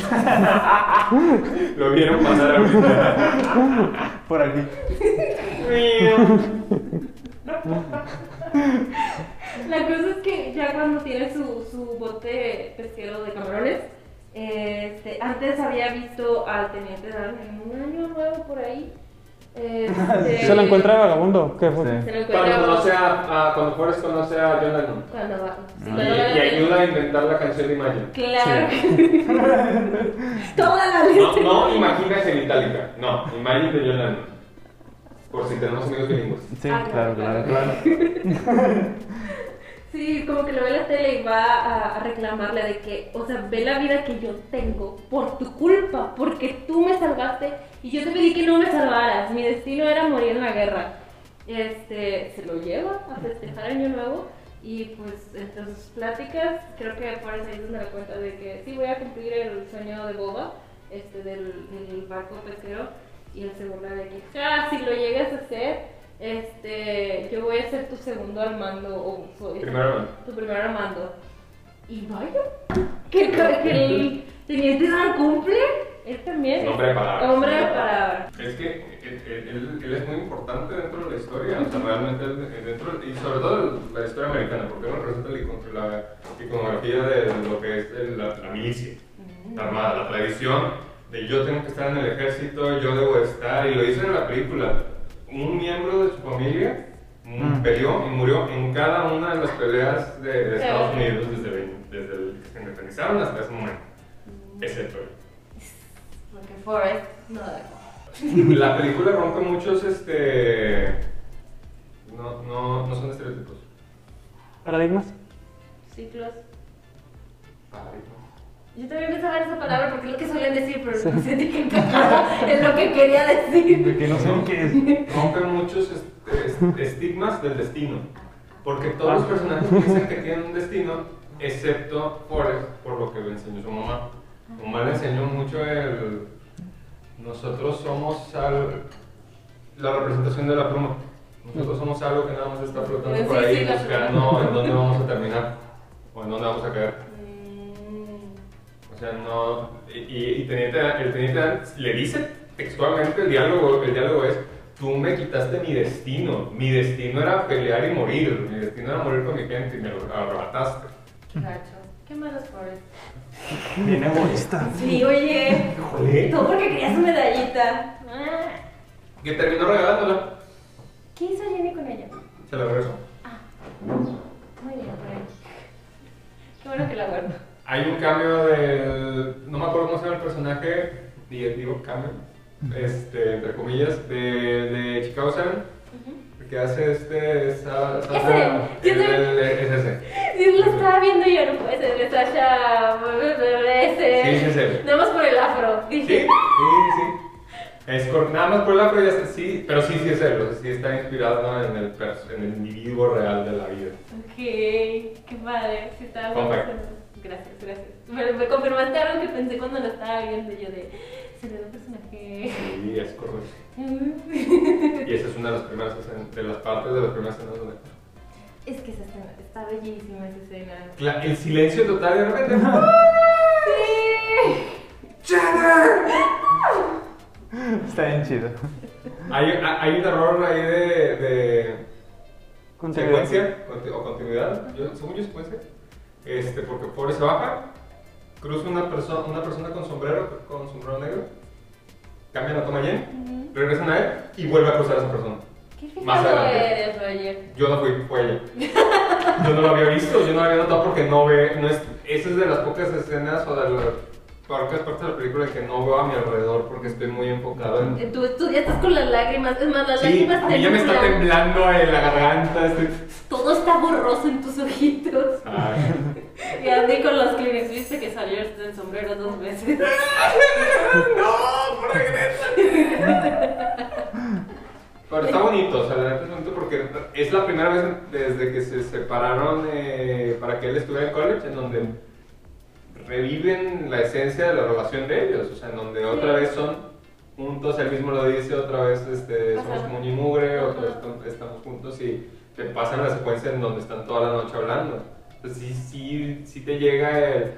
[SPEAKER 2] lo vieron
[SPEAKER 1] (laughs)
[SPEAKER 2] pasar ahorita.
[SPEAKER 6] Por aquí.
[SPEAKER 1] La cosa es que ya cuando tiene su, su bote pesquero de camarones, este, antes había visto al teniente Dan en un año nuevo por ahí.
[SPEAKER 2] (laughs)
[SPEAKER 1] este,
[SPEAKER 5] Se lo encuentra de vagabundo. ¿Qué fue?
[SPEAKER 6] Sí.
[SPEAKER 1] Se lo encuentra.
[SPEAKER 2] Cuando conoce a, a- cuando Forrest conoce a John Lennon
[SPEAKER 1] Cuando va. sí,
[SPEAKER 2] y,
[SPEAKER 1] cuando va a
[SPEAKER 2] Ah, y
[SPEAKER 1] la-
[SPEAKER 2] ayuda a inventar la canción de Imagine.
[SPEAKER 1] Claro. (laughs) Toda la
[SPEAKER 2] No,
[SPEAKER 1] lista.
[SPEAKER 2] no imaginas en itálica, no, Imagine de John Lennon. Por si tenemos amigos bilingües.
[SPEAKER 6] Sí,
[SPEAKER 1] Ah, no,
[SPEAKER 6] claro,
[SPEAKER 1] claro.
[SPEAKER 6] claro, claro.
[SPEAKER 1] Sí, como que lo ve en la tele y va a, a reclamarle de que, o sea, ve la vida que yo tengo por tu culpa, porque tú me salvaste y yo te pedí que no me salvaras. Mi destino era morir en la guerra. Este, se lo lleva a festejar Año Nuevo y pues entre sus pláticas, creo que por ahí se da cuenta de que sí voy a cumplir el sueño de Boba, este, del, del barco pesquero. Y el segundo de que, ja, si lo llegas a hacer, este, yo voy a ser tu segundo al mando o soy
[SPEAKER 2] Primero hermano.
[SPEAKER 1] tu primer al mando. Y vaya, que, que el teniente Dan cumple, él también.
[SPEAKER 2] Hombre de palabra.
[SPEAKER 1] Hombre de palabra.
[SPEAKER 2] Es que él, él- él- él es muy importante dentro de la historia, o sea, realmente él- dentro, y sobre todo la historia americana, porque él representa la icon- la iconografía de lo que es el- la, la milicia, la armada, la tradición de yo tengo que estar en el ejército, yo debo de estar, y lo dicen en la película. Un miembro de su familia mm, peleó y murió en cada una de las peleas de, de Estados
[SPEAKER 1] Pero-
[SPEAKER 2] Unidos desde, vein- desde el que se independizaron hasta ese momento, excepto él.
[SPEAKER 1] Porque Forrest no da.
[SPEAKER 2] La película rompe muchos, este... No, no, no son estereotipos.
[SPEAKER 5] ¿Paradigmas?
[SPEAKER 1] Ciclos.
[SPEAKER 2] Paradigmas.
[SPEAKER 1] Yo también pensaba en esa palabra porque es lo que solían decir, pero sentí que encajaba en lo que quería
[SPEAKER 2] (laughs)
[SPEAKER 1] decir.
[SPEAKER 3] Que no sé qué es.
[SPEAKER 2] rompe muchos est- est- este, estigmas del destino. Porque todos los personajes piensan que tienen un destino, excepto Forrest, por lo que le enseñó su mamá. Su mamá le enseñó mucho el. Nosotros somos al- la representación de la pluma. Nosotros somos algo que nada más está flotando por
[SPEAKER 1] Pues Sí,
[SPEAKER 2] ahí
[SPEAKER 1] sí, la
[SPEAKER 2] buscando en dónde vamos a terminar o en dónde vamos a caer.
[SPEAKER 1] Mm,
[SPEAKER 2] O sea, no. Y, y- y teniente Dan- el teniente Dan le dice textualmente el diálogo, el diálogo es. Tú me quitaste mi destino. Mi destino era pelear y morir. Mi destino era morir con mi gente y me lo arrebataste.
[SPEAKER 1] Gacho. Qué malos Forrest.
[SPEAKER 6] Bien egoísta.
[SPEAKER 1] Sí, oye.
[SPEAKER 2] Híjole.
[SPEAKER 1] Todo porque querías una medallita. Ah.
[SPEAKER 2] Que terminó regalándola.
[SPEAKER 1] ¿Qué hizo Jenny con ella?
[SPEAKER 2] Se la regresó.
[SPEAKER 1] Muy bien, por ahí. Qué bueno que la guardo.
[SPEAKER 2] Hay un cambio del. No me acuerdo cómo se llama el personaje. di- Digo, cambio. Este, entre comillas, de, de Chicago Seven. Que hace este. Esa, esa-
[SPEAKER 1] Ese, yo
[SPEAKER 2] el-
[SPEAKER 1] también.
[SPEAKER 2] el- es ese.
[SPEAKER 1] Sí, lo estaba viendo y yo no puede ser de Sasha. Ese.
[SPEAKER 2] Sí, sí, sí.
[SPEAKER 1] Nada más por el afro.
[SPEAKER 2] Sí, sí,
[SPEAKER 1] Dije.
[SPEAKER 2] sí. Es cor- nada más por la pero ya está- sí, pero sí, sí es él, o sea, sí está inspirado ¿no? en, el, pers- en el individuo real de la vida.
[SPEAKER 1] Ok, qué padre. Sí, estaba
[SPEAKER 2] Fun fact.
[SPEAKER 1] pensando. Gracias, gracias. Me, me confirmaste algo que pensé cuando lo estaba viendo. Yo de. ¿Será un personaje? (laughs)
[SPEAKER 2] Sí, es correcto. Y esa es una de las primeras escenas- de las partes de las primeras escenas donde.
[SPEAKER 1] es que esa escena está bellísima esa escena.
[SPEAKER 2] Cla- El silencio total de repente. ¡ah!
[SPEAKER 1] Sí.
[SPEAKER 3] Está bien chido.
[SPEAKER 2] Hay, ha- hay un error ahí de. de
[SPEAKER 5] Continuidad.
[SPEAKER 2] secuencia conti- o continuidad. Yo, según yo, secuencia. Este, porque pobre se baja, cruza una, perso- una persona con sombrero, con sombrero negro, cambia la toma a Jen, regresan a él y vuelve a cruzar a esa persona.
[SPEAKER 1] Qué
[SPEAKER 2] Más
[SPEAKER 1] fijado
[SPEAKER 2] adelante.
[SPEAKER 1] eres, Roger.
[SPEAKER 2] Yo no fui, fue ella. Yo no lo había visto, yo no lo había notado porque no ve. No es, esa es de las pocas escenas o de las pocas partes de la película que no veo a mi alrededor porque estoy muy enfocado en.
[SPEAKER 1] Eh, Tú, tú ya estás con las lágrimas. Es más, las
[SPEAKER 2] Sí,
[SPEAKER 1] lágrimas
[SPEAKER 2] a mí ya me está
[SPEAKER 1] nublan.
[SPEAKER 2] temblando en la garganta. Estoy...
[SPEAKER 1] (laughs) Todo está borroso en tus ojitos.
[SPEAKER 2] Ay.
[SPEAKER 1] Y Andy con los clinics, viste que salió este el sombrero dos veces.
[SPEAKER 2] ¡No! ¡Regresa! Pero está bonito, o sea, la neta es bonito porque es la primera vez desde que se separaron eh, para que él estuviera en college en donde reviven la esencia de la relación de ellos, o sea, en donde otra vez son juntos, él mismo lo dice, otra vez este, somos
[SPEAKER 1] Ajá.
[SPEAKER 2] como y mugre, otra vez estamos- estamos juntos y te pasan la secuencia en donde están toda la noche hablando. Entonces sí, sí, sí te llega el...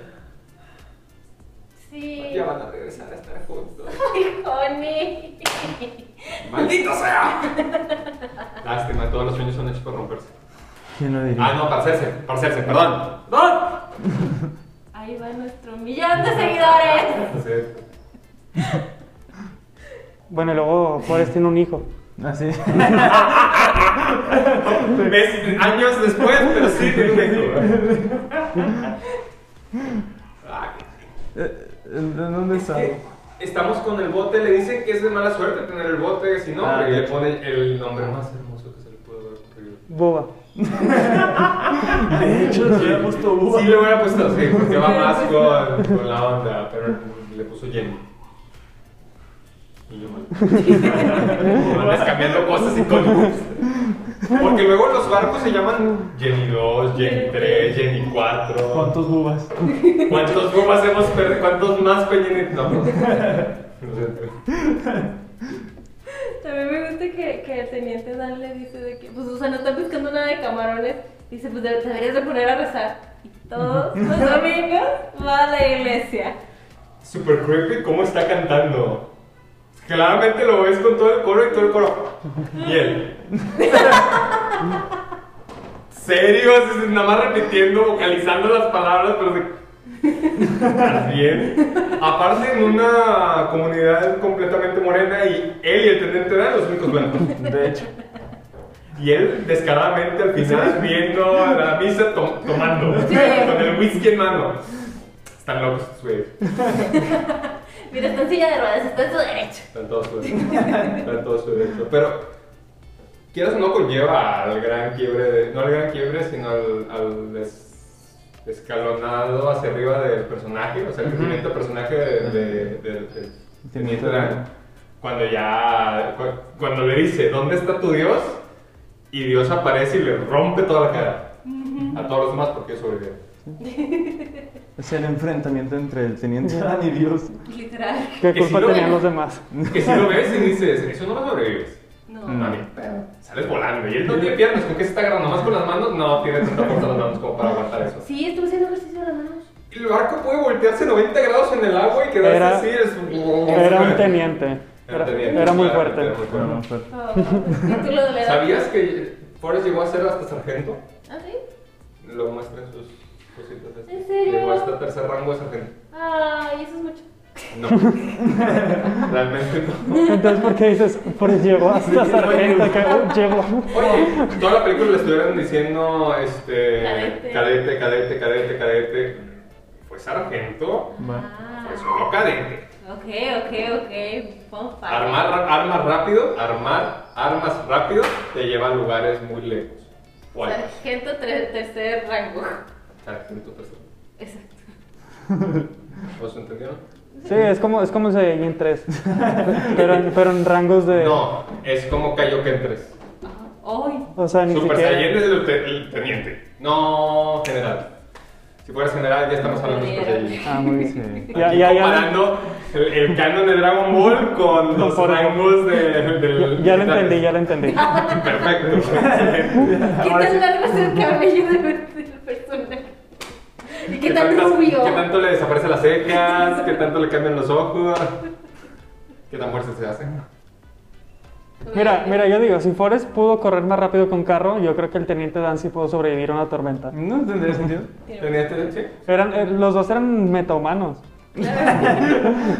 [SPEAKER 1] Sí.
[SPEAKER 2] Ya van a regresar a estar juntos.
[SPEAKER 1] Ay, Honey.
[SPEAKER 2] ¡Maldito sea! Lástima, todos los sueños son hechos por romperse.
[SPEAKER 6] ¿Quién lo diría?
[SPEAKER 2] Ah, no, parcerse, parcerse, perdón. ¡No!
[SPEAKER 1] Ahí va nuestro millón de seguidores.
[SPEAKER 2] Entonces,
[SPEAKER 5] Bueno, y luego Forrest tiene un hijo.
[SPEAKER 3] Así.
[SPEAKER 2] ves, años después, pero sí, te digo. Ah,
[SPEAKER 3] Eh, ¿En dónde
[SPEAKER 2] es que
[SPEAKER 3] (laughs) sale?
[SPEAKER 2] Estamos con el bote, le dicen que es de mala suerte tener el bote sin nombre
[SPEAKER 3] Ah,
[SPEAKER 2] y le
[SPEAKER 3] sí.
[SPEAKER 2] ponen el nombre más hermoso que se le puede haber ocurrido.
[SPEAKER 5] Boba.
[SPEAKER 6] De hecho, le había puesto uva.
[SPEAKER 2] Sí, le hubiera puesto, sí, porque va más con, con la onda, pero le puso Jenny. Y yo mal. Andas cambiando cosas y con Porque luego los barcos se llaman Jenny 2, Jenny 3, Jenny 4.
[SPEAKER 6] ¿Cuántos uvas?
[SPEAKER 2] ¿Cuántos bombas hemos perdido? ¿Cuántos más fue Jenny? No. no sé. pues.
[SPEAKER 1] También me gusta que, que el teniente Dan le dice de que, pues, o sea, no está pescando nada de camarones. Dice, pues, te deberías de poner a rezar. Y todos los domingos va a la iglesia.
[SPEAKER 2] Super creepy cómo está cantando. Claramente lo ves con todo el coro y todo el coro. Y él. (laughs) Serio, así, nada más repitiendo, vocalizando las palabras, pero de- ¿Estás bien? Aparte en una comunidad completamente morena y él y el teniente eran los únicos blancos.
[SPEAKER 3] De hecho.
[SPEAKER 2] Y él descaradamente al final viendo la misa to- tomando,
[SPEAKER 1] Sí.
[SPEAKER 2] con el whisky en mano. Están locos estos güeyes.
[SPEAKER 1] Mira, está en silla de ruedas, está en su derecho.
[SPEAKER 2] Están todos su Están todos su derecho. Pero, quieras o no, conlleva al gran quiebre, de- no al gran quiebre, sino al, al des- escalonado hacia arriba del personaje, o sea, el crecimiento del personaje de- de- del- del teniente Dan. Cuando ya, cu- cuando le dice, ¿dónde está tu Dios? Y Dios aparece y le rompe toda la cara a todos los demás porque sobrevive.
[SPEAKER 3] Es el enfrentamiento entre el teniente Dan y Dios.
[SPEAKER 1] Literal.
[SPEAKER 5] ¿Qué
[SPEAKER 2] Que si
[SPEAKER 5] culpa
[SPEAKER 2] lo-
[SPEAKER 5] tenían los demás?
[SPEAKER 2] Que si lo ves y dices, eso no lo sobrevives.
[SPEAKER 1] No.
[SPEAKER 2] No, ni pedo. Sales volando. Y él no tiene piernas. ¿Con qué se está agarrando? ¿Más con las manos? No, tiene tanta fuerza las manos como para aguantar eso.
[SPEAKER 1] Sí, estuve haciendo ejercicio de las manos.
[SPEAKER 2] El barco puede voltearse 90 grados en el agua y quedarse
[SPEAKER 5] Era-
[SPEAKER 2] así. Es...
[SPEAKER 5] Era
[SPEAKER 2] (laughs)
[SPEAKER 5] un teniente.
[SPEAKER 2] Era
[SPEAKER 5] Era,
[SPEAKER 2] un teniente,
[SPEAKER 5] era muy
[SPEAKER 2] claro,
[SPEAKER 5] fuerte.
[SPEAKER 2] era muy fuerte.
[SPEAKER 3] Bueno, fue-
[SPEAKER 1] Oh, título de la edad.
[SPEAKER 2] ¿Sabías que Forrest llegó a ser hasta sargento?
[SPEAKER 1] ¿Ah, sí?
[SPEAKER 2] Lo muestra en sus cositas. estas.
[SPEAKER 1] ¿En serio?
[SPEAKER 2] Llegó hasta tercer rango de sargento.
[SPEAKER 1] Ay, eso es mucho. (laughs)
[SPEAKER 2] No. Realmente no.
[SPEAKER 5] Entonces, ¿por qué dices? Pues llegó hasta sargento que uh, llegó.
[SPEAKER 2] Oye, toda la película le estuvieron diciendo este
[SPEAKER 1] Cadete.
[SPEAKER 2] cadete, cadete, cadete, cadete. Fue sargento,
[SPEAKER 1] Ah,
[SPEAKER 2] fue solo cadete.
[SPEAKER 1] ok, ok, ok. Fun fact.
[SPEAKER 2] Armar ra- armas rápido, armar armas rápido te lleva a lugares muy lejos. O altos.
[SPEAKER 1] Sargento tre- tercer rango.
[SPEAKER 2] Sargento tercero.
[SPEAKER 1] Exacto.
[SPEAKER 2] ¿Vos entendieron?
[SPEAKER 5] Sí, es como, es como Saiyajin 3. (laughs) Pero, en- pero en rangos de.
[SPEAKER 2] No, es como Kaioken 3.
[SPEAKER 1] Ajá. Ay,
[SPEAKER 5] O sea, ni
[SPEAKER 2] Super Saiyan
[SPEAKER 5] siquiera.
[SPEAKER 2] es el, te- el teniente. No, general. Si fueras general, ya estamos hablando de Super Saiyan.
[SPEAKER 5] Ah, muy bien.
[SPEAKER 3] Sí.
[SPEAKER 5] Ya,
[SPEAKER 2] Aquí
[SPEAKER 5] ya, ya.
[SPEAKER 2] comparando el, el canon de Dragon Ball con los
[SPEAKER 5] Por-
[SPEAKER 2] rangos de, del...
[SPEAKER 5] Ya lo entendí, ya lo entendí.
[SPEAKER 2] Perfecto.
[SPEAKER 5] (laughs)
[SPEAKER 2] Excelente.
[SPEAKER 1] ¿qué
[SPEAKER 3] Ahora sí.
[SPEAKER 1] tan largo
[SPEAKER 5] Ah,
[SPEAKER 1] es el cabello de- del personaje? ¿Y qué tan
[SPEAKER 2] tantas-
[SPEAKER 1] rubio?
[SPEAKER 2] ¿Qué tanto le desaparecen
[SPEAKER 1] (laughs)
[SPEAKER 2] las cejas? ¿Qué tanto le cambian los ojos? ¿Qué tan fuerte se hace?
[SPEAKER 5] Mira, mira, yo digo, si Forrest pudo correr más rápido que un carro, yo creo que el teniente Dan sí pudo sobrevivir a una tormenta.
[SPEAKER 3] No tendría sentido.
[SPEAKER 2] ¿Tenía este sí?
[SPEAKER 5] Eran, eh, los dos eran metahumanos.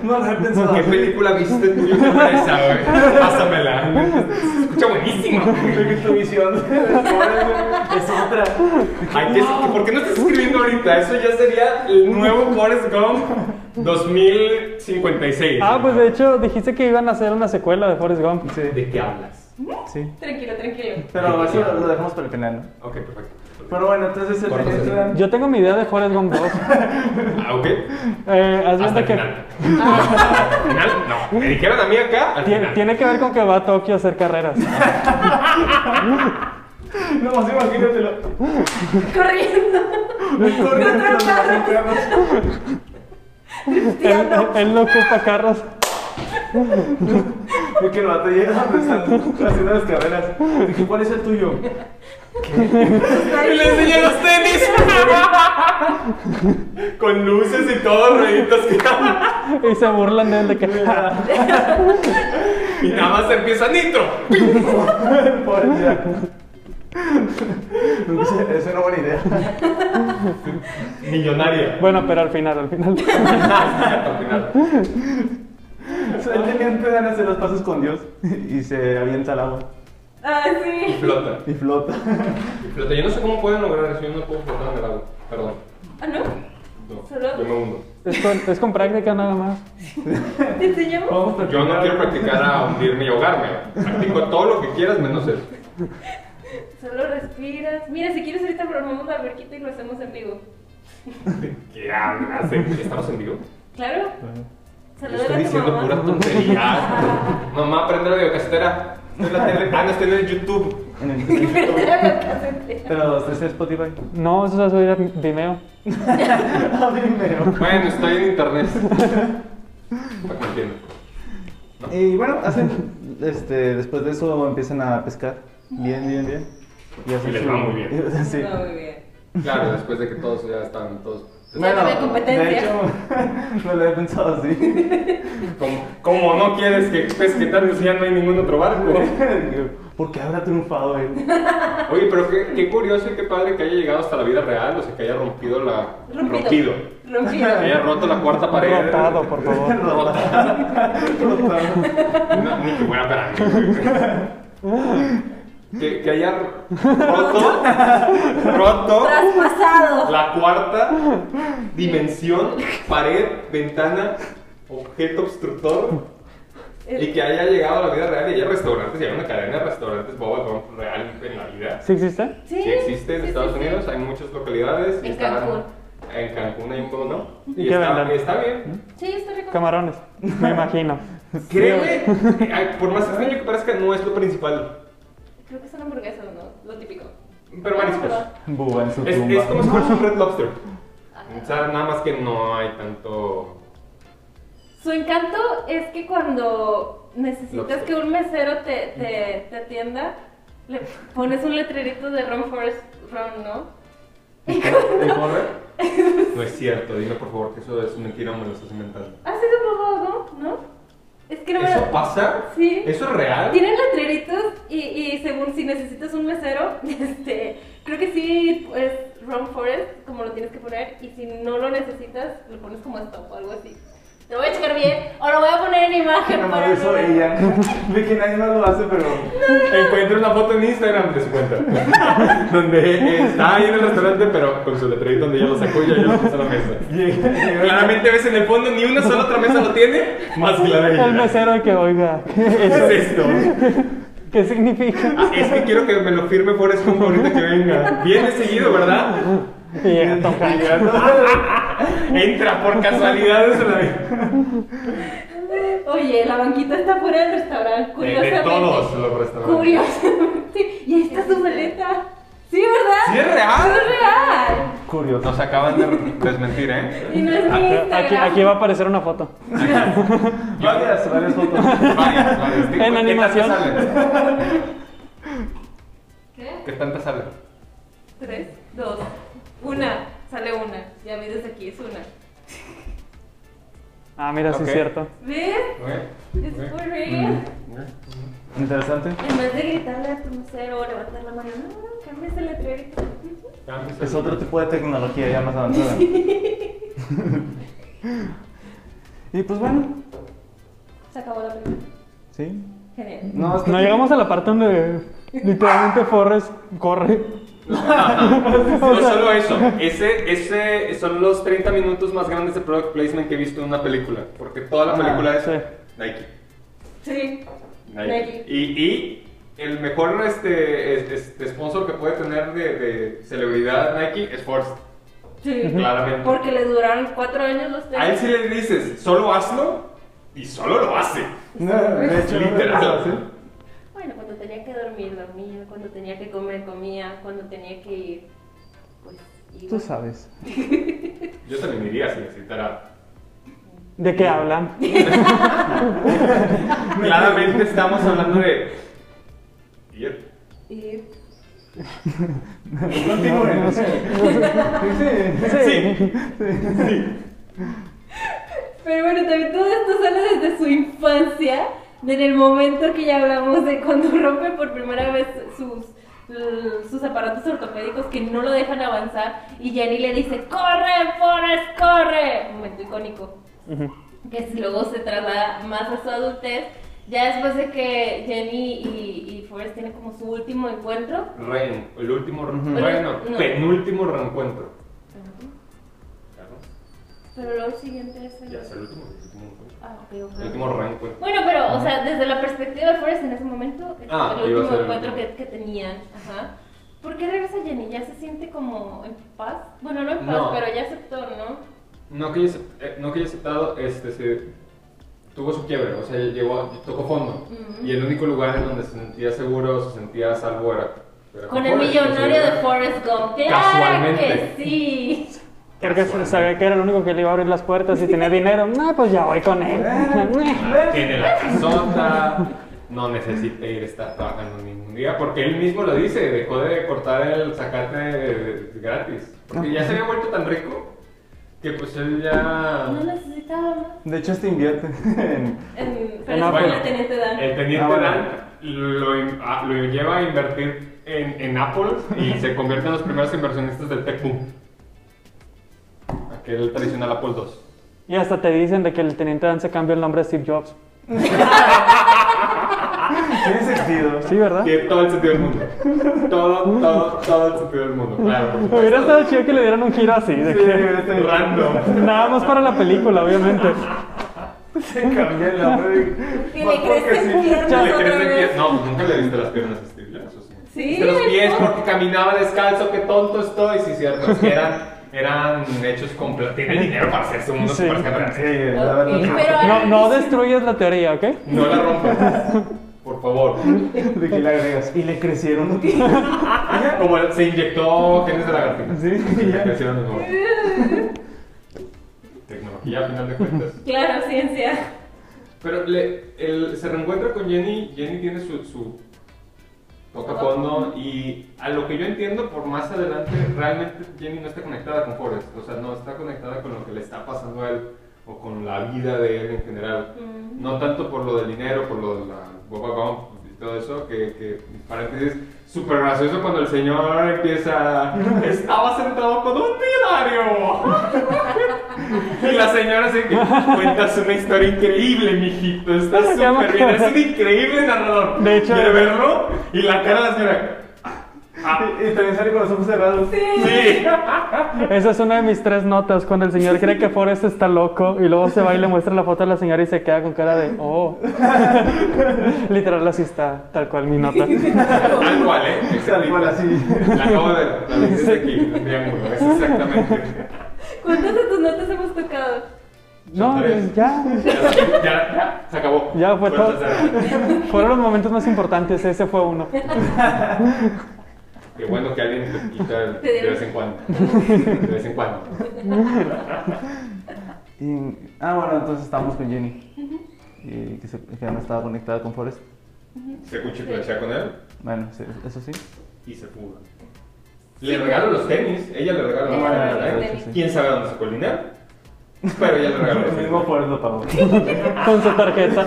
[SPEAKER 3] No lo he
[SPEAKER 1] (laughs)
[SPEAKER 3] pensado.
[SPEAKER 2] ¿Qué película viste tú? Yo tengo esa, güey. Pásamela. Se escucha buenísimo.
[SPEAKER 3] Tu visión (laughs) es otra.
[SPEAKER 2] Ay, ¿qué- qué- ¿Por qué no estás escribiendo ahorita? Eso ya sería el nuevo Forrest Gump 2056.
[SPEAKER 5] Ah, pues de hecho dijiste que iban a hacer una secuela de Forrest Gump.
[SPEAKER 2] ¿De qué hablas?
[SPEAKER 3] Sí.
[SPEAKER 1] Tranquilo, tranquilo.
[SPEAKER 3] Pero eso lo dejamos para el final. ¿no?
[SPEAKER 2] Ok, perfecto.
[SPEAKER 5] (laughs)
[SPEAKER 3] Pero bueno, entonces el
[SPEAKER 2] Corto,
[SPEAKER 3] teniente
[SPEAKER 2] sí.
[SPEAKER 3] Dan.
[SPEAKER 5] Yo tengo mi idea de Forrest Gump 2.
[SPEAKER 2] Ah, ok.
[SPEAKER 5] (laughs) Eh, haz
[SPEAKER 2] Hasta
[SPEAKER 5] cuenta
[SPEAKER 2] el
[SPEAKER 5] que
[SPEAKER 2] final. (laughs) Al final, no. Me dijeron a mí acá al
[SPEAKER 5] tiene,
[SPEAKER 2] final.
[SPEAKER 5] tiene que ver con que va a Tokio a hacer carreras.
[SPEAKER 3] No, más imagínatelo.
[SPEAKER 1] Corriendo.
[SPEAKER 3] Corriendo
[SPEAKER 1] Contra
[SPEAKER 3] los
[SPEAKER 1] carros.
[SPEAKER 3] carros.
[SPEAKER 5] Él, él- él no ocupa carros. (laughs)
[SPEAKER 3] Y que el vato llega donde están haciendo las carreras. Dije, ¿cuál es el tuyo?
[SPEAKER 1] pues,
[SPEAKER 2] Y le enseñé los tenis. Con luces y todo, rayitos.
[SPEAKER 5] Y se burlan de él de que. (laughs) "Ja".
[SPEAKER 2] Y nada más empieza nitro.
[SPEAKER 3] Pobre (laughs) tía. Esa es una buena idea. (laughs)
[SPEAKER 2] Millonaria.
[SPEAKER 5] Bueno, pero al final, al final.
[SPEAKER 2] Al final.
[SPEAKER 3] O sea, el teniente Dan hace los pasos con Dios y se avienta al agua
[SPEAKER 1] Ah,
[SPEAKER 2] Y
[SPEAKER 1] sí.
[SPEAKER 2] flota.
[SPEAKER 3] y flota. (laughs)
[SPEAKER 2] Y flota. Yo no sé cómo pueden lograr eso. Yo no puedo flotar en el agua. Perdón.
[SPEAKER 1] Ah, ¿no?
[SPEAKER 2] No.
[SPEAKER 1] Solo-
[SPEAKER 2] Yo me hundo.
[SPEAKER 5] Es con, es con práctica nada más.
[SPEAKER 1] ¿Te enseñamos?
[SPEAKER 3] Vamos a
[SPEAKER 2] Yo no quiero practicar a hundirme y ahogarme. Practico todo lo que quieras menos eso.
[SPEAKER 1] Solo respiras. Mira, si quieres ahorita formamos la verquita y lo hacemos en vivo.
[SPEAKER 2] ¿De qué hablas? ¿Estamos en vivo?
[SPEAKER 1] ¿Claro?
[SPEAKER 2] Yo
[SPEAKER 1] Saludos
[SPEAKER 2] estoy
[SPEAKER 1] a tu
[SPEAKER 2] diciendo
[SPEAKER 1] mamá.
[SPEAKER 2] puras
[SPEAKER 1] (laughs)
[SPEAKER 2] tonterías. mamá, prende la videocastera. Estoy en la tele. Ah, no, estoy en el YouTube.
[SPEAKER 3] En el-
[SPEAKER 1] Y perder a la casa entera.
[SPEAKER 3] Pero estás en Spotify.
[SPEAKER 5] No, eso se va a subir a Vimeo.
[SPEAKER 3] Ah, primero.
[SPEAKER 2] Bueno, estoy en internet. Para que entiendan.
[SPEAKER 3] Y bueno, hacen, este, después de eso empiezan a pescar. Bien, bien, bien.
[SPEAKER 2] Y les va muy bien.
[SPEAKER 3] (laughs) Sí.
[SPEAKER 1] No, muy bien.
[SPEAKER 2] Claro, después de que todos ya están todos
[SPEAKER 1] Ya no había competencia.
[SPEAKER 6] De
[SPEAKER 3] (laughs)
[SPEAKER 6] hecho, no lo había pensado así.
[SPEAKER 2] Como, como no quieres que pesque tarde si ya no hay ningún otro barco.
[SPEAKER 6] (laughs) Porque habrá triunfado él.
[SPEAKER 2] Oye, pero qué, qué curioso y qué padre que haya llegado hasta la vida real, o sea, que haya rompido la...
[SPEAKER 1] Rompido.
[SPEAKER 2] rompido. (laughs) Que
[SPEAKER 1] Rompido.
[SPEAKER 2] haya roto la cuarta pared.
[SPEAKER 5] Rotado, por favor.
[SPEAKER 2] No, ni que fuera para mí. Que, que haya roto, roto
[SPEAKER 1] Traspasado.
[SPEAKER 2] la cuarta dimensión, pared, ventana, objeto obstructor. Y que haya llegado a la vida real y haya restaurantes, y hay una cadena de restaurantes Boba Gump real en la vida.
[SPEAKER 5] ¿Sí existe?
[SPEAKER 1] Sí,
[SPEAKER 2] Sí existe en
[SPEAKER 1] sí,
[SPEAKER 2] Estados
[SPEAKER 1] sí, sí.
[SPEAKER 2] Unidos, hay muchas localidades. y
[SPEAKER 1] En
[SPEAKER 2] está-
[SPEAKER 1] Cancún.
[SPEAKER 2] En Cancún hay un poco, ¿no?
[SPEAKER 5] ¿Y
[SPEAKER 2] Y
[SPEAKER 5] qué
[SPEAKER 2] está,
[SPEAKER 5] venden?
[SPEAKER 2] está bien.
[SPEAKER 1] Sí, está rico.
[SPEAKER 5] Camarones,
[SPEAKER 6] (laughs)
[SPEAKER 5] me imagino.
[SPEAKER 2] Créeme, eh, por más extraño que parezca, no es lo principal.
[SPEAKER 1] Creo que son hamburguesas, ¿no? Lo típico.
[SPEAKER 2] Pero mariscos.
[SPEAKER 6] (laughs) Buba en su
[SPEAKER 2] Es,
[SPEAKER 6] tumba.
[SPEAKER 2] es
[SPEAKER 1] (laughs)
[SPEAKER 2] como si fuera un Red Lobster. O sea, nada más que no hay tanto...
[SPEAKER 1] Su encanto es que cuando necesitas
[SPEAKER 2] Lobster.
[SPEAKER 1] que un mesero te, te, te atienda, le pones un letrerito de Ron Forest Ron, ¿no?
[SPEAKER 2] ¿Y corre? No es cierto, dime por favor que eso es mentira o me lo estás inventando.
[SPEAKER 1] Ah, sí, supongo, ¿no? ¿No? Es que no me
[SPEAKER 2] ¿Eso pasa?
[SPEAKER 1] Sí.
[SPEAKER 2] ¿Eso es real?
[SPEAKER 1] Tienen letreritos y, y según si necesitas un mesero, (laughs) este, creo que sí es Ron Forest, como lo tienes que poner, y si no lo necesitas, lo pones como stop o algo así. Lo voy a checar bien, o lo voy a poner en imagen
[SPEAKER 6] Nada más
[SPEAKER 1] para
[SPEAKER 6] lo hizo
[SPEAKER 1] no-
[SPEAKER 6] ella. Ve que nadie más lo hace, pero.
[SPEAKER 2] Encuentra una foto en Instagram de su cuenta. (laughs) donde está ahí en el restaurante, pero con su letrerito donde ella lo sacó y ya lo puso a la mesa.
[SPEAKER 6] Llega,
[SPEAKER 2] Claramente ves en el fondo, ni una sola otra mesa lo tiene, más que la de
[SPEAKER 5] El
[SPEAKER 2] ella.
[SPEAKER 5] mesero que oiga, (laughs)
[SPEAKER 2] ¿Qué es esto?
[SPEAKER 5] ¿qué significa?
[SPEAKER 2] Ah, es que quiero que me lo firme por eso ahorita que venga. Viene seguido, ¿verdad?
[SPEAKER 5] Y llega Tom Hanks.
[SPEAKER 2] (laughs) Entra por casualidad. eso la-
[SPEAKER 1] Oye, la banquita está fuera del restaurante,
[SPEAKER 2] De, de
[SPEAKER 1] curiosamente.
[SPEAKER 2] todos los restaurantes.
[SPEAKER 1] Curiosamente. Y ahí está su maleta. Sí, ¿verdad?
[SPEAKER 2] ¿Sí es real?
[SPEAKER 1] Sí, es real.
[SPEAKER 6] Curioso.
[SPEAKER 2] Nos acaban de desmentir, ¿eh?
[SPEAKER 1] Y no es mi Instagram.
[SPEAKER 5] Aquí, aquí va a aparecer una foto.
[SPEAKER 6] (laughs) Varias, varias fotos.
[SPEAKER 2] Varias, varias. ¿Qué-
[SPEAKER 5] En
[SPEAKER 2] qué
[SPEAKER 5] animación.
[SPEAKER 2] tantas salen?
[SPEAKER 1] ¿Qué?
[SPEAKER 2] ¿Qué tantas salen?
[SPEAKER 1] Tres, dos, una. Sale una. Ya mí desde aquí es una.
[SPEAKER 5] Ah, mira, sí
[SPEAKER 2] Ok.
[SPEAKER 5] es cierto.
[SPEAKER 1] ¿Ves?
[SPEAKER 2] ¿Eh?
[SPEAKER 1] Es
[SPEAKER 2] Ok,
[SPEAKER 1] for
[SPEAKER 2] ok.
[SPEAKER 1] real.
[SPEAKER 6] Interesante.
[SPEAKER 1] En vez de gritarle a tu mesero o levantar la mano, no, no, cambies el letrerito.
[SPEAKER 6] Es otro tipo de tecnología ya más avanzada. y pues bueno.
[SPEAKER 1] Se acabó la película.
[SPEAKER 6] Sí.
[SPEAKER 1] Genial.
[SPEAKER 6] No, es que
[SPEAKER 5] No llegamos a la parte donde literalmente Forrest corre.
[SPEAKER 2] No solo eso, ese, ese son los 30 minutos más grandes de product placement que he visto en una película, porque toda la
[SPEAKER 6] Ah,
[SPEAKER 2] película es
[SPEAKER 5] sí.
[SPEAKER 2] Nike.
[SPEAKER 1] Sí.
[SPEAKER 2] Nike.
[SPEAKER 1] Nike.
[SPEAKER 2] Y, y el mejor este, es- este sponsor que puede tener de, de celebridad Nike es Forrest,
[SPEAKER 1] Sí.
[SPEAKER 2] claramente.
[SPEAKER 1] Porque le duraron cuatro años los
[SPEAKER 2] A él
[SPEAKER 1] tenis.
[SPEAKER 2] sí le dices, solo hazlo, y solo lo hace.
[SPEAKER 6] No, de hecho,
[SPEAKER 2] Literal.
[SPEAKER 6] sí.
[SPEAKER 1] Bueno, cuando tenía que dormir, dormía. Cuando tenía que comer, comía. Cuando tenía que ir, pues iba.
[SPEAKER 6] Tú sabes.
[SPEAKER 2] Yo también iría si necesitara.
[SPEAKER 5] ¿De qué hablan?
[SPEAKER 2] Claramente estamos hablando de... Ir.
[SPEAKER 1] Ir.
[SPEAKER 6] Continúen. Sí, sí.
[SPEAKER 2] Sí.
[SPEAKER 1] Pero bueno, también todo esto sale desde su infancia, en el momento que ya hablamos de cuando (laughs) rompe por primera vez sus, l- sus aparatos ortopédicos que no lo dejan avanzar y Jenny le dice, corre, Forrest, corre. Momento icónico. Que si luego se traslada más a su adultez, ya después de que Jenny y, y Forrest tienen como su último encuentro.
[SPEAKER 2] Reino, el último,
[SPEAKER 1] Pero-
[SPEAKER 2] bueno,
[SPEAKER 1] no.
[SPEAKER 2] penúltimo reencuentro. Claro,
[SPEAKER 1] Pero luego el siguiente es el...
[SPEAKER 2] ya es el último, el último reencuentro.
[SPEAKER 1] Ah, ok, ok.
[SPEAKER 2] El último reencuentro.
[SPEAKER 1] Bueno, pero, o sea, desde la perspectiva de Forrest en ese momento, este
[SPEAKER 2] Ah,
[SPEAKER 1] fue
[SPEAKER 2] iba
[SPEAKER 1] el
[SPEAKER 2] a
[SPEAKER 1] último
[SPEAKER 2] ser el
[SPEAKER 1] encuentro que,
[SPEAKER 2] último.
[SPEAKER 1] que tenían. Ajá. ¿Por qué regresa Jenny? ¿Ya se siente como en paz? Bueno, no en paz,
[SPEAKER 2] No.
[SPEAKER 1] pero ya aceptó, ¿no?
[SPEAKER 2] No que haya, acep- eh, no que haya aceptado, este, se, tuvo su quiebre, o sea, llegó, a- tocó fondo.
[SPEAKER 1] Ujú.
[SPEAKER 2] Y el único lugar en donde se sentía seguro, se sentía a salvo era... era
[SPEAKER 1] Con el
[SPEAKER 2] Forrest,
[SPEAKER 1] millonario de
[SPEAKER 2] considera-
[SPEAKER 1] Forrest Gump. ¡Claro
[SPEAKER 2] Casualmente.
[SPEAKER 1] que sí!
[SPEAKER 5] Porque se- sabía que era el único que le iba a abrir las puertas y tenía dinero. No, pues ya voy con él. (laughs)
[SPEAKER 2] Ah, Tiene la casota, no necesita ir a estar trabajando ningún día, porque él mismo lo dice, dejó de cortar el zacate gratis. Porque ya se había vuelto tan rico Que pues él ya.
[SPEAKER 1] No necesitaba más.
[SPEAKER 6] De hecho, este invierte en...
[SPEAKER 1] En, pero
[SPEAKER 5] En
[SPEAKER 1] es
[SPEAKER 2] Apple.
[SPEAKER 1] que la teniente Dan.
[SPEAKER 2] El teniente
[SPEAKER 6] Ah, bueno.
[SPEAKER 2] Dan lo, in- a- lo lleva a invertir en, en Apple y se convierte en los primeros inversionistas del TechBoom. Aquel tradicional Apple II.
[SPEAKER 5] Y hasta te dicen de que el teniente Dan se cambió el nombre a Steve Jobs.
[SPEAKER 6] Tiene sentido.
[SPEAKER 5] Sí, ¿verdad?
[SPEAKER 2] Tiene todo el sentido del mundo. Todo, todo, todo el sentido del mundo. Claro, por supuesto.
[SPEAKER 5] Hubiera estado chido que le dieran un giro así, de que...
[SPEAKER 2] Random.
[SPEAKER 5] Nada más para la película, obviamente.
[SPEAKER 6] Se cambió el nombre.
[SPEAKER 1] Y le crecen
[SPEAKER 2] Pues Ya
[SPEAKER 1] piernas
[SPEAKER 2] le
[SPEAKER 1] otra
[SPEAKER 2] crecen
[SPEAKER 1] vez.
[SPEAKER 2] pies. No, pues nunca le diste las piernas a Steve Jobs, ¿o sí?
[SPEAKER 1] Sí,
[SPEAKER 2] Diste los pies
[SPEAKER 1] no.
[SPEAKER 2] porque caminaba descalzo, qué tonto estoy. Sí, cierto, es que eran, eran hechos con... pla- Tiene dinero para hacerse uno
[SPEAKER 5] Sí.
[SPEAKER 2] supercarrera.
[SPEAKER 6] Sí, la verdad.
[SPEAKER 1] Ok, pero
[SPEAKER 5] No,
[SPEAKER 1] ahora-
[SPEAKER 5] no destruyes la teoría, ¿ok?
[SPEAKER 2] No la rompas, por favor.
[SPEAKER 6] De que le agregas. Y le crecieron.
[SPEAKER 1] (laughs)
[SPEAKER 2] Como se inyectó genes de lagartija.
[SPEAKER 6] Sí, ya.
[SPEAKER 2] Crecieron los huevos. Tecnología, a final de cuentas.
[SPEAKER 1] Claro, ciencia.
[SPEAKER 2] Pero le, el- se reencuentra con Jenny, Jenny tiene su, su toca fondo y a lo que yo entiendo por más adelante realmente Jenny no está conectada con Forrest, o sea, no está conectada con lo que le está pasando a él o con la vida de él en general.
[SPEAKER 1] Mm.
[SPEAKER 2] No tanto por lo del dinero, por lo de la boba bomb y todo eso, que, que paréntesis, súper gracioso cuando el señor empieza,
[SPEAKER 5] (laughs)
[SPEAKER 2] estaba sentado con un millonario. (laughs) y la señora así que cuentas una historia increíble, mijito, estás
[SPEAKER 5] (laughs) Ya me
[SPEAKER 2] súper bien,
[SPEAKER 5] acuerdo.
[SPEAKER 2] es un increíble narrador.
[SPEAKER 5] De hecho-
[SPEAKER 2] ¿Quiere verlo? Y la cara de la señora, ah,
[SPEAKER 6] Y y también sale con los ojos cerrados.
[SPEAKER 1] (laughs)
[SPEAKER 2] sí.
[SPEAKER 5] Esa es una de mis tres notas, cuando el señor cree que Forrest está loco y luego se va y le muestra la foto a la señora y se queda con cara de, oh. (laughs) Literal, así está, tal cual mi nota.
[SPEAKER 2] Tal cual, ¿eh?
[SPEAKER 6] Tal cual, así.
[SPEAKER 2] La acabo de ver, la dices aquí, el triángulo, es exactamente.
[SPEAKER 1] ¿Cuántas de tus notas hemos tocado?
[SPEAKER 5] No, pues, ya.
[SPEAKER 2] Ya, ya, se acabó.
[SPEAKER 5] Ya fue
[SPEAKER 2] Fuerzas
[SPEAKER 5] todo.
[SPEAKER 2] Armadas.
[SPEAKER 5] Fueron los momentos más importantes, ese fue uno.
[SPEAKER 2] Qué bueno que alguien te quita
[SPEAKER 1] Te
[SPEAKER 2] de
[SPEAKER 1] dieron-
[SPEAKER 2] vez en cuando. De vez en cuando.
[SPEAKER 6] Y- ah, bueno, entonces estamos con Jenny. Y que, se, que no estaba conectada con Forrest.
[SPEAKER 2] Se cuchiplanchea con él
[SPEAKER 6] Bueno, sí, eso sí.
[SPEAKER 2] y se fuga. Le regalo los tenis, ella le regala
[SPEAKER 1] Ella
[SPEAKER 2] los
[SPEAKER 1] le
[SPEAKER 2] tenis.
[SPEAKER 1] regala
[SPEAKER 2] ¿verdad?
[SPEAKER 1] los tenis.
[SPEAKER 2] ¿Quién sabe dónde sacó el dinero? Pero ella le regaló los tenis.
[SPEAKER 6] Forrest lo pagó.
[SPEAKER 5] Con su tarjeta.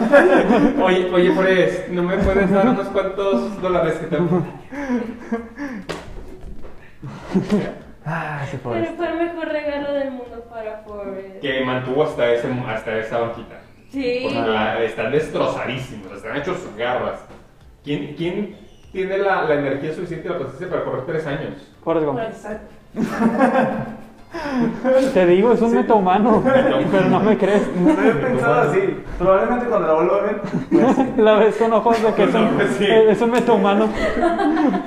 [SPEAKER 2] Oye, oye, Forrest, ¿no me puedes dar unos cuantos dólares que te
[SPEAKER 6] Ah, ese
[SPEAKER 5] Pues
[SPEAKER 1] Pero
[SPEAKER 6] Forrest.
[SPEAKER 1] fue el mejor regalo del mundo para Forrest.
[SPEAKER 2] que mantuvo hasta, ese, hasta esa banquita?
[SPEAKER 1] Sí.
[SPEAKER 2] Porque la- están destrozadísimos, están hechos sus garras. ¿Quién, quién tiene la, la energía suficiente y la paciencia para correr tres años?
[SPEAKER 5] Forrest Gump.
[SPEAKER 1] Forrest.
[SPEAKER 5] Te digo, es un mito humano, pero no me crees.
[SPEAKER 6] No lo había pensado así. Probablemente cuando la vuelva a ver.
[SPEAKER 5] (laughs) La ves con ojos de que es
[SPEAKER 2] No,
[SPEAKER 5] un,
[SPEAKER 2] pues sí.
[SPEAKER 5] es un meta humano.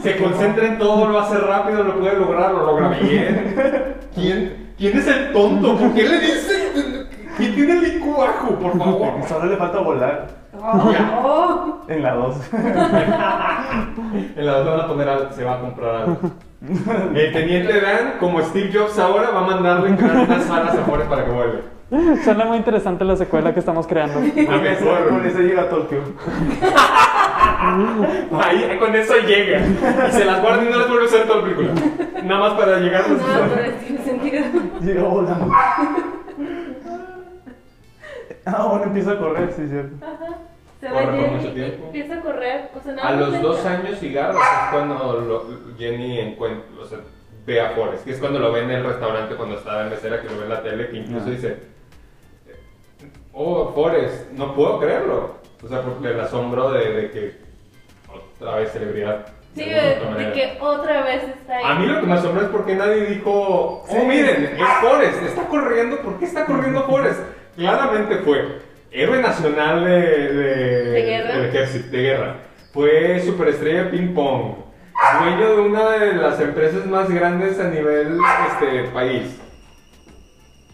[SPEAKER 2] Se concentra en todo, lo hace rápido, lo puede lograr, lo logra bien. ¿Quién, quién es el tonto? ¿Por qué le dicen? ¿Quién tiene el licuajo, por favor?
[SPEAKER 6] Solo le falta volar
[SPEAKER 1] Oh, oh.
[SPEAKER 6] en la 2.
[SPEAKER 2] En la otra van a poner algo, se va a comprar algo. (laughs) El teniente Dan, como Steve Jobs ahora, va a mandarle crear unas alas a Forrest para que vuelva.
[SPEAKER 5] (laughs) Suena muy interesante la secuela que estamos
[SPEAKER 6] (laughs)
[SPEAKER 5] creando.
[SPEAKER 2] A
[SPEAKER 3] (laughs)
[SPEAKER 2] mejor.
[SPEAKER 6] Con eso llega a Tokio.
[SPEAKER 2] Ahí con eso llega. Y se las guarda y no las vuelve a hacer toda la película. Nada más para llegar a
[SPEAKER 1] Nada,
[SPEAKER 2] sus-
[SPEAKER 1] pero tiene sentido.
[SPEAKER 6] Llega
[SPEAKER 3] (laughs)
[SPEAKER 6] volando. Ah, bueno, empieza a correr, sí, cierto.
[SPEAKER 1] Se
[SPEAKER 2] Corre
[SPEAKER 1] va
[SPEAKER 2] por
[SPEAKER 1] Jenny
[SPEAKER 2] mucho
[SPEAKER 1] y
[SPEAKER 2] tiempo.
[SPEAKER 1] empieza a correr. O sea, nada
[SPEAKER 2] A
[SPEAKER 1] más
[SPEAKER 2] los
[SPEAKER 1] le-
[SPEAKER 2] dos años cigarros es cuando lo- Jenny encuentra, o sea, ve a Forrest, que es cuando lo ve en el restaurante cuando estaba en mesera, que lo ve en la tele, que incluso
[SPEAKER 6] Ah.
[SPEAKER 2] dice, oh, Forrest, no puedo creerlo. O sea, porque el asombro de, de que otra vez celebridad.
[SPEAKER 1] Sí,
[SPEAKER 2] alguna
[SPEAKER 1] de,
[SPEAKER 2] otra
[SPEAKER 1] de
[SPEAKER 2] manera.
[SPEAKER 1] que otra vez está ahí.
[SPEAKER 2] A mí lo que me asombra es porque nadie dijo, oh, miren, es
[SPEAKER 1] Ah.
[SPEAKER 2] Forrest, está corriendo, ¿por qué está corriendo Forrest? Claramente fue héroe nacional de, de-
[SPEAKER 1] ¿De guerra?
[SPEAKER 2] del ejército, de guerra. Fue superestrella de ping pong, dueño de una de las empresas más grandes a nivel este país.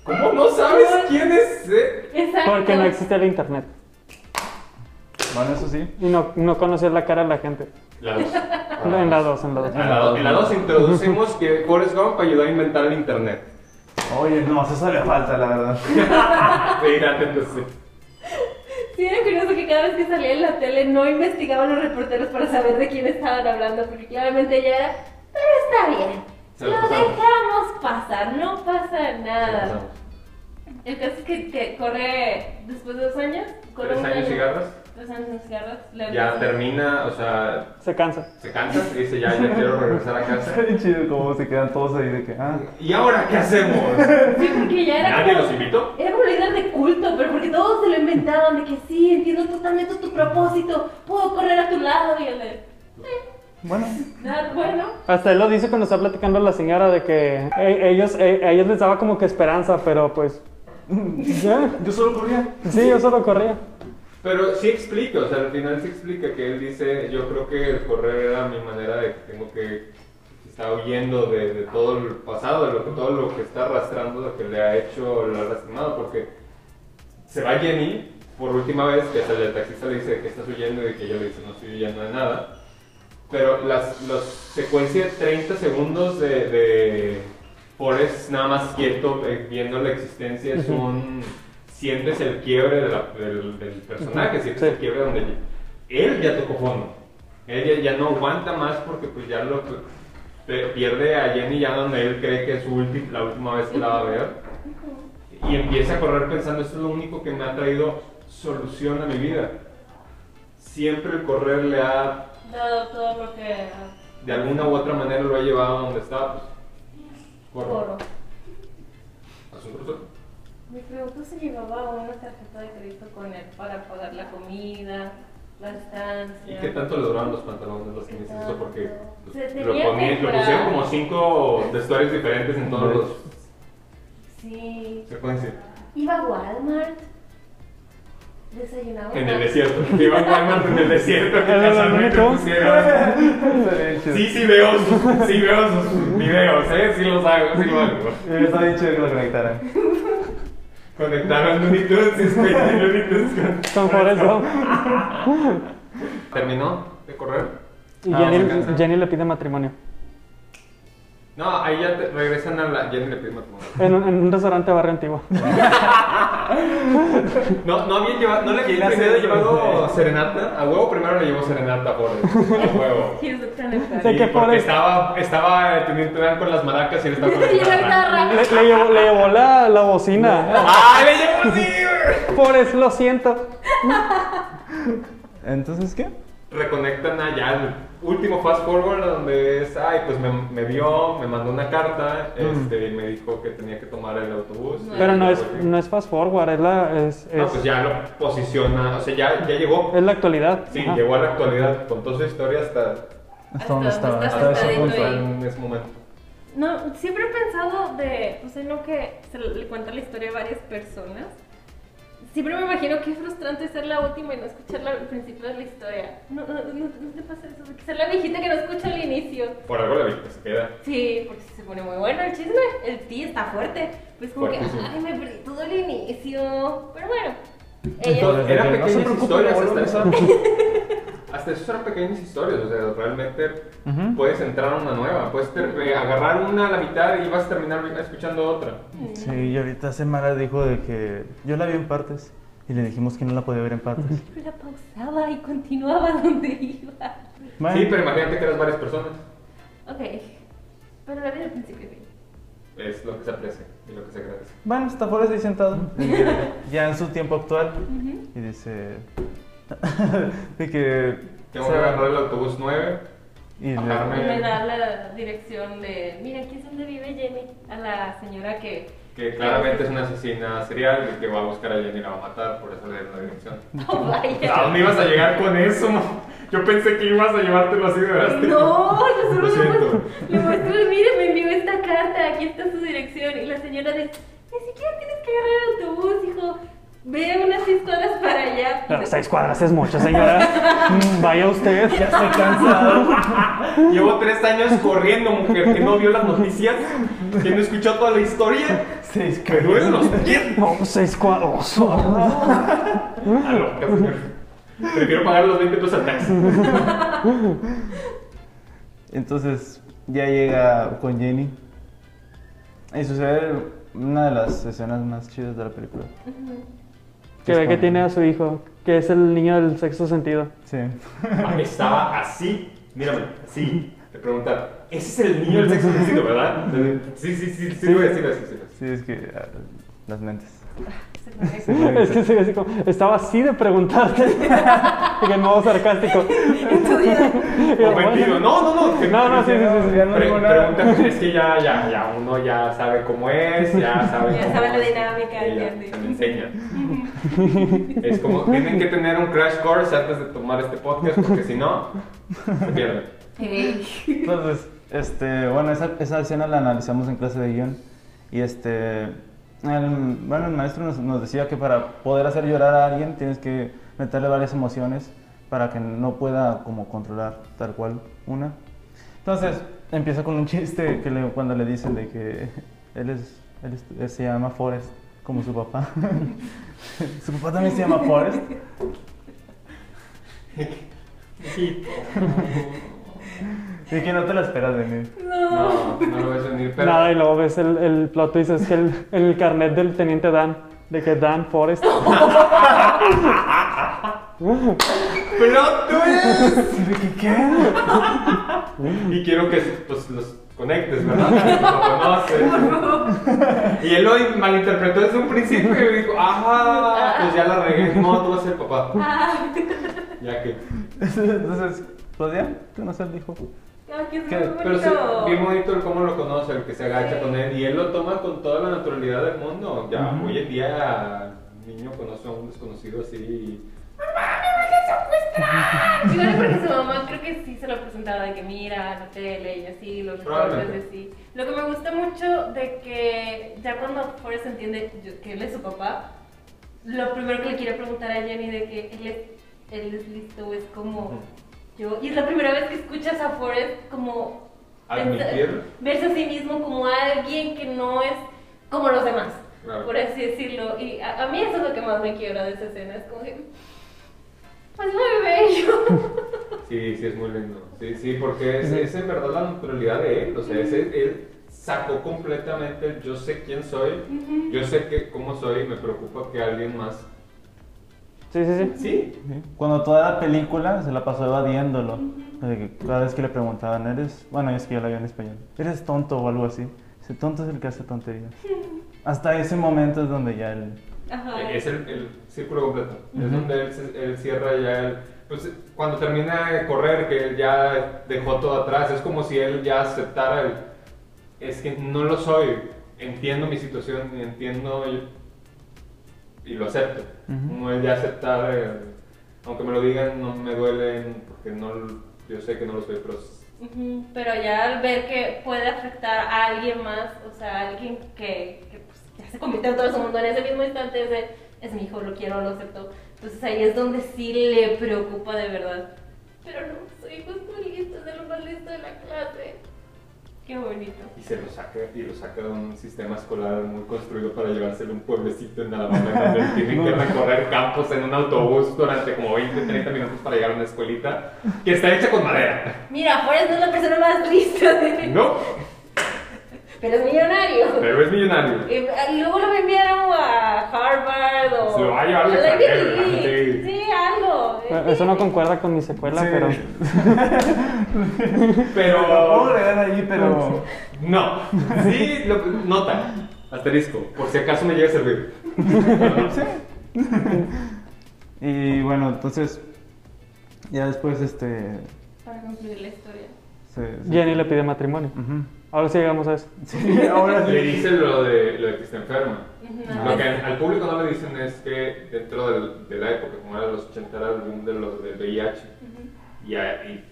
[SPEAKER 2] ¿Cómo no sabes quién es? eh?
[SPEAKER 1] Exacto.
[SPEAKER 5] Porque no existe el internet.
[SPEAKER 6] Bueno, eso sí.
[SPEAKER 5] Y no, no conocer la cara de la gente.
[SPEAKER 2] La dos.
[SPEAKER 5] En la 2, en la 2.
[SPEAKER 2] Ah, En la dos- en la dos introducimos que Forrest Gump ayudó a inventar el
[SPEAKER 1] (laughs)
[SPEAKER 2] internet.
[SPEAKER 6] Oye, no, eso le falta, la verdad.
[SPEAKER 2] Fíjate, entonces.
[SPEAKER 1] Sí, era curioso que cada vez que salía en la tele no investigaban los reporteros para saber de quién estaban hablando, porque claramente ella era, pero está bien,
[SPEAKER 2] Se
[SPEAKER 1] lo
[SPEAKER 2] lo pasamos".
[SPEAKER 1] dejamos pasar, no pasa nada. El caso es que, que corre después de dos años. Corre
[SPEAKER 2] ¿Tres
[SPEAKER 1] un
[SPEAKER 2] años
[SPEAKER 1] año,
[SPEAKER 2] y garras?
[SPEAKER 1] Tres años en cigarros. le-
[SPEAKER 2] Ya termina, o sea,
[SPEAKER 5] Se cansa.
[SPEAKER 2] se cansa y dice, ya, ya quiero regresar a casa.
[SPEAKER 3] (laughs) Está bien chido como se quedan todos ahí de que, ah,
[SPEAKER 2] ¿Y ahora qué hacemos?
[SPEAKER 1] Sí, porque ya era
[SPEAKER 2] ¿Nadie
[SPEAKER 1] como,
[SPEAKER 2] los invitó?
[SPEAKER 1] Era como líder de culto, pero porque todos se lo inventaban, de que sí, entiendo totalmente tu propósito, puedo correr a tu lado, y el de,
[SPEAKER 3] bueno,
[SPEAKER 1] "Ah, bueno,
[SPEAKER 5] Hasta él lo dice cuando está platicando la señora de que eh, ellos, eh, a ellos les daba como que esperanza, pero pues. (laughs) ya.
[SPEAKER 3] yo solo corría.
[SPEAKER 5] Sí, yo solo corría.
[SPEAKER 2] Pero sí explica, o sea, al final se explica que él dice, yo creo que el correr era mi manera de que tengo que está huyendo de, de todo el pasado, de lo que todo lo que está arrastrando, lo que le ha hecho, lo ha lastimado, porque se va Jenny por última vez, que hasta el taxista le dice que estás huyendo y que yo le dice no estoy huyendo de nada. Pero las, las secuencia de 30 segundos de, de Forrest nada más quieto eh, viendo la existencia son... Sientes el quiebre de la- del, del personaje, sientes el quiebre donde él ya tocó fondo. Él ya, ya no aguanta más porque pues ya lo pe- pierde a Jenny ya donde él cree que es su ulti- la última vez que la va a ver. Y empieza a correr pensando, esto es lo único que me ha traído solución a mi vida. Siempre el correr le ha
[SPEAKER 1] dado todo lo que ah,
[SPEAKER 2] de alguna u otra manera lo ha llevado a donde está, pues. Corro.
[SPEAKER 1] corro.
[SPEAKER 2] Haz un crucero.
[SPEAKER 1] Me pregunto si llevaba una tarjeta de crédito con él para pagar la comida, la
[SPEAKER 2] ¿Y
[SPEAKER 1] estancia.
[SPEAKER 2] qué tanto le duraron los pantalones, las camisas? Eso porque
[SPEAKER 1] Ah,
[SPEAKER 2] pues,
[SPEAKER 1] Se
[SPEAKER 2] lo,
[SPEAKER 1] tenía
[SPEAKER 2] poní- lo
[SPEAKER 1] temporada.
[SPEAKER 2] pusieron como cinco vestuarios diferentes en todos los
[SPEAKER 1] Sí.
[SPEAKER 2] secuencias.
[SPEAKER 1] Iba a Walmart. Desayunaba.
[SPEAKER 2] En
[SPEAKER 1] (laughs)
[SPEAKER 2] el desierto. Iba a Walmart en el desierto que
[SPEAKER 5] Era lo
[SPEAKER 2] casualmente
[SPEAKER 5] único.
[SPEAKER 2] pusieron.
[SPEAKER 3] (laughs) Está bien chido.
[SPEAKER 2] Sí, sí veo sus, sí veo sus videos, eh. Sí los hago, sí los hago.
[SPEAKER 3] Está bien chido que lo conectaran.
[SPEAKER 2] Conectaron Looney Tunes y Space Looney Tunes con-
[SPEAKER 5] Con por eso.
[SPEAKER 2] ¿Terminó de correr?
[SPEAKER 5] Y
[SPEAKER 2] Ah,
[SPEAKER 5] Jenny,
[SPEAKER 2] me alcanza.
[SPEAKER 5] Jenny le pide matrimonio.
[SPEAKER 2] No, ahí ya te- regresan a la... Jenny le pide matrimonio.
[SPEAKER 5] En un, en un restaurante barrio antiguo.
[SPEAKER 2] No, no habían llevado, no le habían
[SPEAKER 3] Gracias.
[SPEAKER 2] primero llevado serenata. A huevo primero le llevó serenata por a (laughs) huevo.
[SPEAKER 1] Here's the kind of guy.
[SPEAKER 5] Sí.
[SPEAKER 2] Y
[SPEAKER 5] que por
[SPEAKER 2] porque
[SPEAKER 5] eso-
[SPEAKER 2] estaba, estaba teniendo que ver con las maracas (laughs) y él estaba con la
[SPEAKER 1] Y la
[SPEAKER 2] guitarra.
[SPEAKER 5] Le,
[SPEAKER 1] guitarra.
[SPEAKER 5] le llevó, le llevó la, la bocina.
[SPEAKER 2] ¡Ah, le llevó así! güey!
[SPEAKER 5] Por eso lo siento.
[SPEAKER 3] Entonces, ¿qué?
[SPEAKER 2] Reconectan allá al último fast forward donde es, ay, pues me, me vio, me mandó una carta, este, y me dijo que tenía que tomar el autobús. y
[SPEAKER 5] Pero no
[SPEAKER 2] luego
[SPEAKER 5] es,
[SPEAKER 2] dije,
[SPEAKER 5] no es fast forward, es la, es,
[SPEAKER 2] "No,
[SPEAKER 5] es-
[SPEAKER 2] pues ya lo posiciona, o sea, ya, ya llegó.
[SPEAKER 5] es la actualidad.
[SPEAKER 2] Sí,
[SPEAKER 5] Ajá.
[SPEAKER 2] llegó a la actualidad con toda su historia hasta,
[SPEAKER 3] ¿Hasta dónde estaba?
[SPEAKER 1] estás
[SPEAKER 3] Hasta ese
[SPEAKER 1] sentadito
[SPEAKER 3] punto.
[SPEAKER 1] ahí.
[SPEAKER 2] en ese momento.
[SPEAKER 1] No, siempre he pensado de, o sea, no que se le cuenta la historia a varias personas. Siempre me imagino qué frustrante ser la última y no escuchar la- el principio de la historia. No, no, no, no te pasa eso, de que ser la viejita que no escucha el inicio.
[SPEAKER 2] Por algo la viste, se queda.
[SPEAKER 1] Sí, porque se pone muy bueno el chisme, el ti está fuerte. Pues como que,
[SPEAKER 2] Fuertísimo.
[SPEAKER 1] ay, me perdí todo el inicio. Pero bueno, ella...
[SPEAKER 2] Entonces,
[SPEAKER 3] Desde
[SPEAKER 2] eran
[SPEAKER 3] que no se
[SPEAKER 2] pequeñas
[SPEAKER 3] preocupe,
[SPEAKER 2] historias
[SPEAKER 3] lo
[SPEAKER 2] hasta
[SPEAKER 3] vuelvo a
[SPEAKER 2] eso. (laughs) Hasta eso eran pequeñas historias, o sea, realmente
[SPEAKER 3] Ujú.
[SPEAKER 2] puedes entrar a una nueva, puedes ter- eh, agarrar una a la mitad y vas a terminar escuchando otra.
[SPEAKER 3] Sí, y ahorita Semara dijo de que yo la vi en partes y le dijimos que no la podía ver en partes.
[SPEAKER 1] siempre la pausaba y continuaba (laughs) donde iba.
[SPEAKER 3] Bueno,
[SPEAKER 2] Sí, pero imagínate que eras varias personas.
[SPEAKER 1] Ok, pero la vi del principio. a fin.
[SPEAKER 2] Es lo que se aprecia y lo que se agradece.
[SPEAKER 3] bueno, está fuera ahí sentado, ya en su tiempo actual, y dice (laughs) de que
[SPEAKER 2] Tengo
[SPEAKER 3] o
[SPEAKER 2] que
[SPEAKER 3] sea,
[SPEAKER 2] agarrar el autobús 9.
[SPEAKER 3] y le-
[SPEAKER 2] bajarme.
[SPEAKER 1] Me da la dirección de, mira, aquí es donde vive Jenny, a la señora que... (laughs)
[SPEAKER 2] Que claramente es una asesina serial y que va a buscar a Jenny y la va a matar, por eso le dieron la dirección.
[SPEAKER 1] ¡Oh,
[SPEAKER 2] ¿A
[SPEAKER 1] vaya!
[SPEAKER 2] dónde ibas a llegar con eso? mo? Yo pensé que ibas a llevártelo así de verdad.
[SPEAKER 1] No, yo solo
[SPEAKER 2] Lo
[SPEAKER 1] le
[SPEAKER 2] siento.
[SPEAKER 1] muestro, le muestro, mire, me envió esta carta, aquí está su dirección. Y la señora de, ni siquiera tienes que agarrar el autobús, hijo, ve unas seis cuadras para allá. Pues,
[SPEAKER 5] Pero seis cuadras es mucho, señora. Mm, Vaya usted.
[SPEAKER 3] ya estoy cansado.
[SPEAKER 2] (laughs) Llevo tres años corriendo, mujer, que no vio las noticias, que no escuchó toda la historia.
[SPEAKER 3] Seis
[SPEAKER 2] Me duelen los pies.
[SPEAKER 5] No,
[SPEAKER 3] pues,
[SPEAKER 5] seis cuadros.
[SPEAKER 2] A lo que, señor. Prefiero pagar los 20 pesos al taxi.
[SPEAKER 3] Entonces ya llega con Jenny y sucede una de las escenas más chidas de la película.
[SPEAKER 5] Que ve que tiene a su hijo, que es el niño del sexto sentido.
[SPEAKER 3] Sí.
[SPEAKER 2] Mami Ah, estaba así, mírame, así. Te preguntan, ese es el niño del sexo sentido, ¿verdad? Sí, sí, sí, sí, sí, lo es, sí, lo es, sí, lo es.
[SPEAKER 3] Sí, es que ah, las mentes.
[SPEAKER 5] Es que soy así como, estaba así de preguntarte. Y en modo sarcástico.
[SPEAKER 2] O mentido. No, no, no. que-
[SPEAKER 5] No, no, sí, sí, sí, sí, ya no
[SPEAKER 2] Pre-
[SPEAKER 5] digo nada.
[SPEAKER 2] pregunta, es que ya, ya, ya uno ya sabe cómo es,
[SPEAKER 5] (laughs)
[SPEAKER 2] ya sabe
[SPEAKER 1] Ya
[SPEAKER 2] cómo
[SPEAKER 1] sabe la
[SPEAKER 2] es,
[SPEAKER 1] dinámica,
[SPEAKER 2] y ya
[SPEAKER 1] ya, sí.
[SPEAKER 2] se le enseña.
[SPEAKER 5] (laughs)
[SPEAKER 2] es como, tienen que tener un crash course antes de tomar este podcast, porque si no, se pierden.
[SPEAKER 3] Entonces, Pues, este, bueno, esa, esa escena la analizamos en clase de guión y este, el- bueno, el maestro nos, nos decía que para poder hacer llorar a alguien tienes que meterle varias emociones para que no pueda como controlar tal cual una. Entonces, empieza con un chiste que le- cuando le dicen de que él, es, él, es- él se llama Forrest, como su papá. (laughs) su papá también se llama Forrest. Y que no te la esperas de mí.
[SPEAKER 2] No, no lo ves venir, pero...
[SPEAKER 5] Nada, y luego ves el, el plot twist, es que el, el carnet del teniente Dan, de que Dan Forrest.
[SPEAKER 2] ¡Plot twist!
[SPEAKER 3] ¿Qué? (laughs)
[SPEAKER 2] Y quiero que pues, los conectes, ¿verdad? Que Lo conoces. Y él lo malinterpretó desde un principio y dijo, ajá, pues ya la regué. No, tú vas a ser papá. Ya que.
[SPEAKER 3] Entonces, pues ya, conocer dijo.
[SPEAKER 1] Aquí es
[SPEAKER 3] ¿Qué?
[SPEAKER 1] muy bonito.
[SPEAKER 2] Pero sí, bien bonito el cómo lo conoce, el que se agacha con él. Y él lo toma con toda la naturalidad del mundo. Ya, hoy en día, niño conoce a un desconocido así. y-
[SPEAKER 1] (laughs) Igual porque su mamá creo que sí se lo presentaba de que mira la tele y así, los recortes y
[SPEAKER 2] Probablemente.
[SPEAKER 1] así. Lo que me gusta mucho de que ya cuando Forrest entiende yo- que él es su papá, lo primero que le quiere preguntar a Jenny de que él es, él es listo es como yo. Y es la primera vez que escuchas a Forrest como
[SPEAKER 2] Admitir.
[SPEAKER 1] pensa- verse a sí mismo como alguien que no es como los demás,
[SPEAKER 2] Claro.
[SPEAKER 1] por así decirlo. Y a, a mí eso es lo que más me quiebra de esa escena, es como que... pues, Es muy bello.
[SPEAKER 2] Sí, sí, es muy lindo. Sí, sí, porque es, es en verdad la naturalidad de él. O sea, ese, él sacó completamente el yo sé quién soy, yo sé que, cómo soy y me preocupa que alguien más.
[SPEAKER 5] Sí, sí, sí.
[SPEAKER 2] Sí.
[SPEAKER 3] Cuando toda la película se la pasó evadiéndolo. De que Cada vez que le preguntaban, ¿eres.? Bueno, es que yo la vi en español. ¿Eres tonto o algo así? Ese tonto es el que hace tonterías. Hasta ese momento es donde ya él.
[SPEAKER 1] (laughs) Ajá.
[SPEAKER 2] E, Eh, Es el, el círculo completo. Es donde él, se- él cierra ya el. Pues cuando termina de correr, que él ya dejó todo atrás, es como si él ya aceptara el. Es que no lo soy, entiendo mi situación, entiendo el- y lo acepto. No es de aceptar, eh, aunque me lo digan, no me duele, porque no, l- yo sé que no lo soy, pero s-
[SPEAKER 1] Ujú, Pero ya al ver que puede afectar a alguien más, o sea, a alguien que, que, pues, ya se convirtió en todo su mundo en ese mismo instante, es de, es mi hijo, lo quiero, lo acepto. Entonces ahí es donde sí le preocupa de verdad. Pero no, su hijo es muy listo, es de lo más listo de la clase. Qué bonito.
[SPEAKER 2] y se lo saca, y lo saca de un sistema escolar muy construido para llevárselo a un pueblecito en Alabama, donde tienen que recorrer campos en un autobús durante como 20, 30 minutos para llegar a una escuelita que está hecha con madera.
[SPEAKER 1] Mira, Forrest no es la persona más lista, de-
[SPEAKER 2] No,
[SPEAKER 1] (laughs) pero es millonario.
[SPEAKER 2] pero es millonario.
[SPEAKER 1] Eh, Y luego lo enviaron a Harvard o
[SPEAKER 2] Se lo va a llevar al
[SPEAKER 1] la
[SPEAKER 2] extranjero,
[SPEAKER 1] IBD.
[SPEAKER 2] sí.
[SPEAKER 1] Sí, algo.
[SPEAKER 5] Bueno, Eso no concuerda con mi secuela,
[SPEAKER 3] Sí.
[SPEAKER 5] (laughs) pero.
[SPEAKER 3] Lo puedo
[SPEAKER 2] Pero
[SPEAKER 3] agregar ahí, pero.
[SPEAKER 2] no, sí, lo- nota, asterisco, por si acaso me llega a servir. Pero no.
[SPEAKER 3] Y bueno, entonces. Ya después, este.
[SPEAKER 1] Para concluir la historia.
[SPEAKER 3] se- se-
[SPEAKER 5] Jenny le pide matrimonio.
[SPEAKER 3] Ujú.
[SPEAKER 5] Ahora sí llegamos a eso.
[SPEAKER 3] (laughs) Sí, ahora
[SPEAKER 2] Le (laughs)
[SPEAKER 3] sí.
[SPEAKER 2] dicen lo de, lo de que está enferma.
[SPEAKER 1] Ujú.
[SPEAKER 2] Lo que al al público no le dicen es que dentro del- de, la época, como era los 80, era el boom de los, del VIH. y, a- y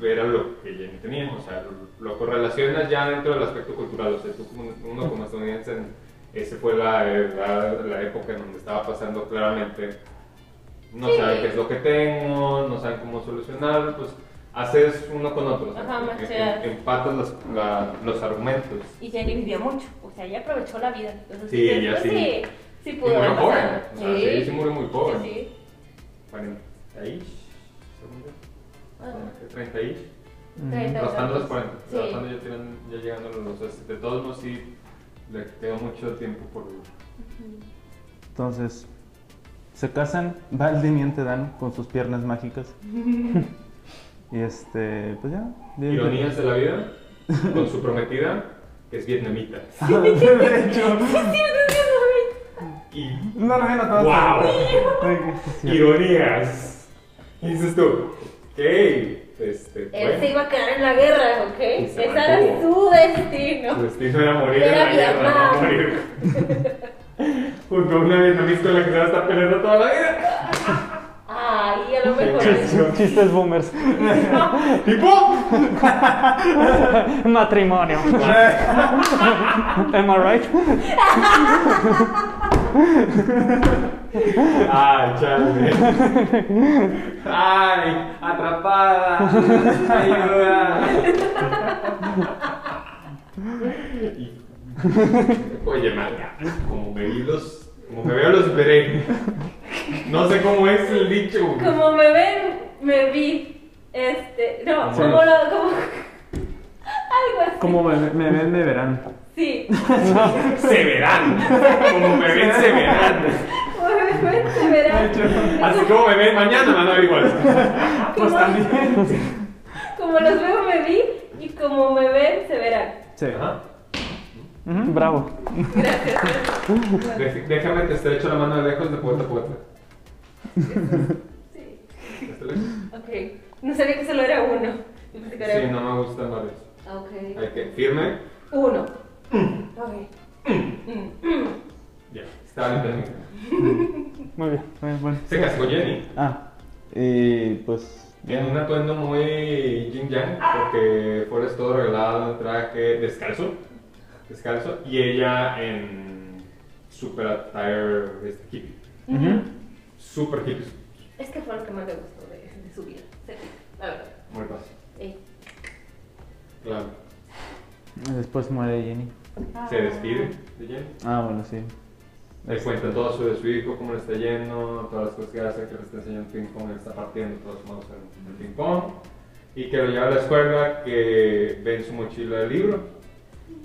[SPEAKER 2] era lo que Jenny tenía. O sea, lo, lo correlacionas ya dentro del aspecto cultural. O sea, tú como uno como estadounidense, esa fue la, la, la época en donde estaba pasando claramente. No
[SPEAKER 1] Sí.
[SPEAKER 2] saben qué es lo que tengo, no saben cómo solucionarlo, pues haces uno con otro. o sea,
[SPEAKER 1] Ajá,
[SPEAKER 2] em- em-
[SPEAKER 1] macheas.
[SPEAKER 2] empatas los, la- los argumentos.
[SPEAKER 1] Y Jenny vivió mucho, o sea, ella aprovechó la vida. Entonces,
[SPEAKER 2] Sí,
[SPEAKER 1] pues,
[SPEAKER 2] ella
[SPEAKER 1] pues,
[SPEAKER 2] sí.
[SPEAKER 1] sí. Sí,
[SPEAKER 2] Y
[SPEAKER 1] pudo
[SPEAKER 2] murió
[SPEAKER 1] haber pasado.
[SPEAKER 2] joven, o sea, sí, sí murió muy joven.
[SPEAKER 1] Sí, sí.
[SPEAKER 2] 40 ish, según yo.
[SPEAKER 1] Ah.
[SPEAKER 5] Mm.
[SPEAKER 2] 30 ish.
[SPEAKER 1] Treinta y
[SPEAKER 2] Rozando
[SPEAKER 1] tantos.
[SPEAKER 2] los 40,
[SPEAKER 1] Sí.
[SPEAKER 2] rozando ya, tiran- ya llegando a los 60. De todos modos, sí, le quedó mucho tiempo por vivir.
[SPEAKER 3] Entonces. Se casan, va el teniente Dan con sus piernas mágicas. Y este, pues ya.
[SPEAKER 2] Ironías de la vida, con su prometida, que es vietnamita.
[SPEAKER 3] De hecho.
[SPEAKER 1] Sí, sí, sí, sí, sí.
[SPEAKER 2] y
[SPEAKER 7] No, no, no, todo.
[SPEAKER 2] ¡Wow!
[SPEAKER 7] Y
[SPEAKER 2] Ironías. Y dices tú, hey, este,
[SPEAKER 1] Él se
[SPEAKER 2] bueno,
[SPEAKER 1] iba a quedar en la guerra, ¿ok?
[SPEAKER 2] Y
[SPEAKER 1] Ese
[SPEAKER 2] se
[SPEAKER 1] era su
[SPEAKER 2] mantuvo. su
[SPEAKER 1] destino.
[SPEAKER 2] destino era morir
[SPEAKER 1] Era
[SPEAKER 2] en la guerra,
[SPEAKER 1] Vietnam.
[SPEAKER 2] no morir. (laughs) Junto a una vietnamita con la que se va a estar peleando toda la vida.
[SPEAKER 1] Ay, a lo
[SPEAKER 2] Qué
[SPEAKER 1] mejor.
[SPEAKER 2] canción.
[SPEAKER 5] Chistes boomers.
[SPEAKER 2] (laughs) ¡Tipo!
[SPEAKER 5] (laughs) Matrimonio. Am I right?
[SPEAKER 2] ¡Ah, chale! ¡Ay, atrapada! ¡Ayuda! Y- Oye, María, como me vi los... Como me veo los veré. No sé cómo es el dicho. güey.
[SPEAKER 1] Como me ven, me vi. Este. No,
[SPEAKER 2] Sí.
[SPEAKER 1] como lo. Como... (laughs) Algo así.
[SPEAKER 3] Como me, me ven, me verán.
[SPEAKER 1] Sí.
[SPEAKER 2] Se verán. Como me ven, se verán.
[SPEAKER 1] Como me ven, se verán.
[SPEAKER 2] Así como me ven mañana, me van a ver igual.
[SPEAKER 1] Como- (laughs) Como los veo, me vi. Y como me ven, se verán.
[SPEAKER 3] Sí.
[SPEAKER 2] Ajá.
[SPEAKER 5] Bravo.
[SPEAKER 1] Gracias.
[SPEAKER 2] Dej- Déjame te estrecho la mano de lejos de puerta a puerta.
[SPEAKER 1] Sí.
[SPEAKER 2] ¿Está lejos?
[SPEAKER 1] Ok. No sabía que solo era uno. Yo pensé que era
[SPEAKER 2] Sí,
[SPEAKER 1] uno.
[SPEAKER 2] no me gustan varios.
[SPEAKER 1] Ah, Ok.
[SPEAKER 2] Hay que firme.
[SPEAKER 1] Uno. Ok. Mm, mm.
[SPEAKER 2] Ya. Está bien.
[SPEAKER 5] Muy bien, muy bien, bueno.
[SPEAKER 2] Se casó Jenny.
[SPEAKER 7] Ah, y
[SPEAKER 3] eh,
[SPEAKER 7] pues.
[SPEAKER 2] En un atuendo muy yin yang, porque Forrest todo regalado, traje descalzo, descalzo, y ella en super attire este, hippie, super hippie,
[SPEAKER 1] Mm. Es que fue lo que más me gustó de, de su vida. Sí, la verdad.
[SPEAKER 2] muy fácil,
[SPEAKER 1] Ey.
[SPEAKER 2] claro.
[SPEAKER 7] Después muere Jenny.
[SPEAKER 2] Se despide de Jenny,
[SPEAKER 7] Ah, bueno, sí.
[SPEAKER 2] le cuenta todo su desfile, cómo le está yendo, todas las cosas que hace, que le está enseñando ping pong, le está partiendo todos los modos en el ping pong, y que lo lleva a la escuela, que ve en su mochila el libro,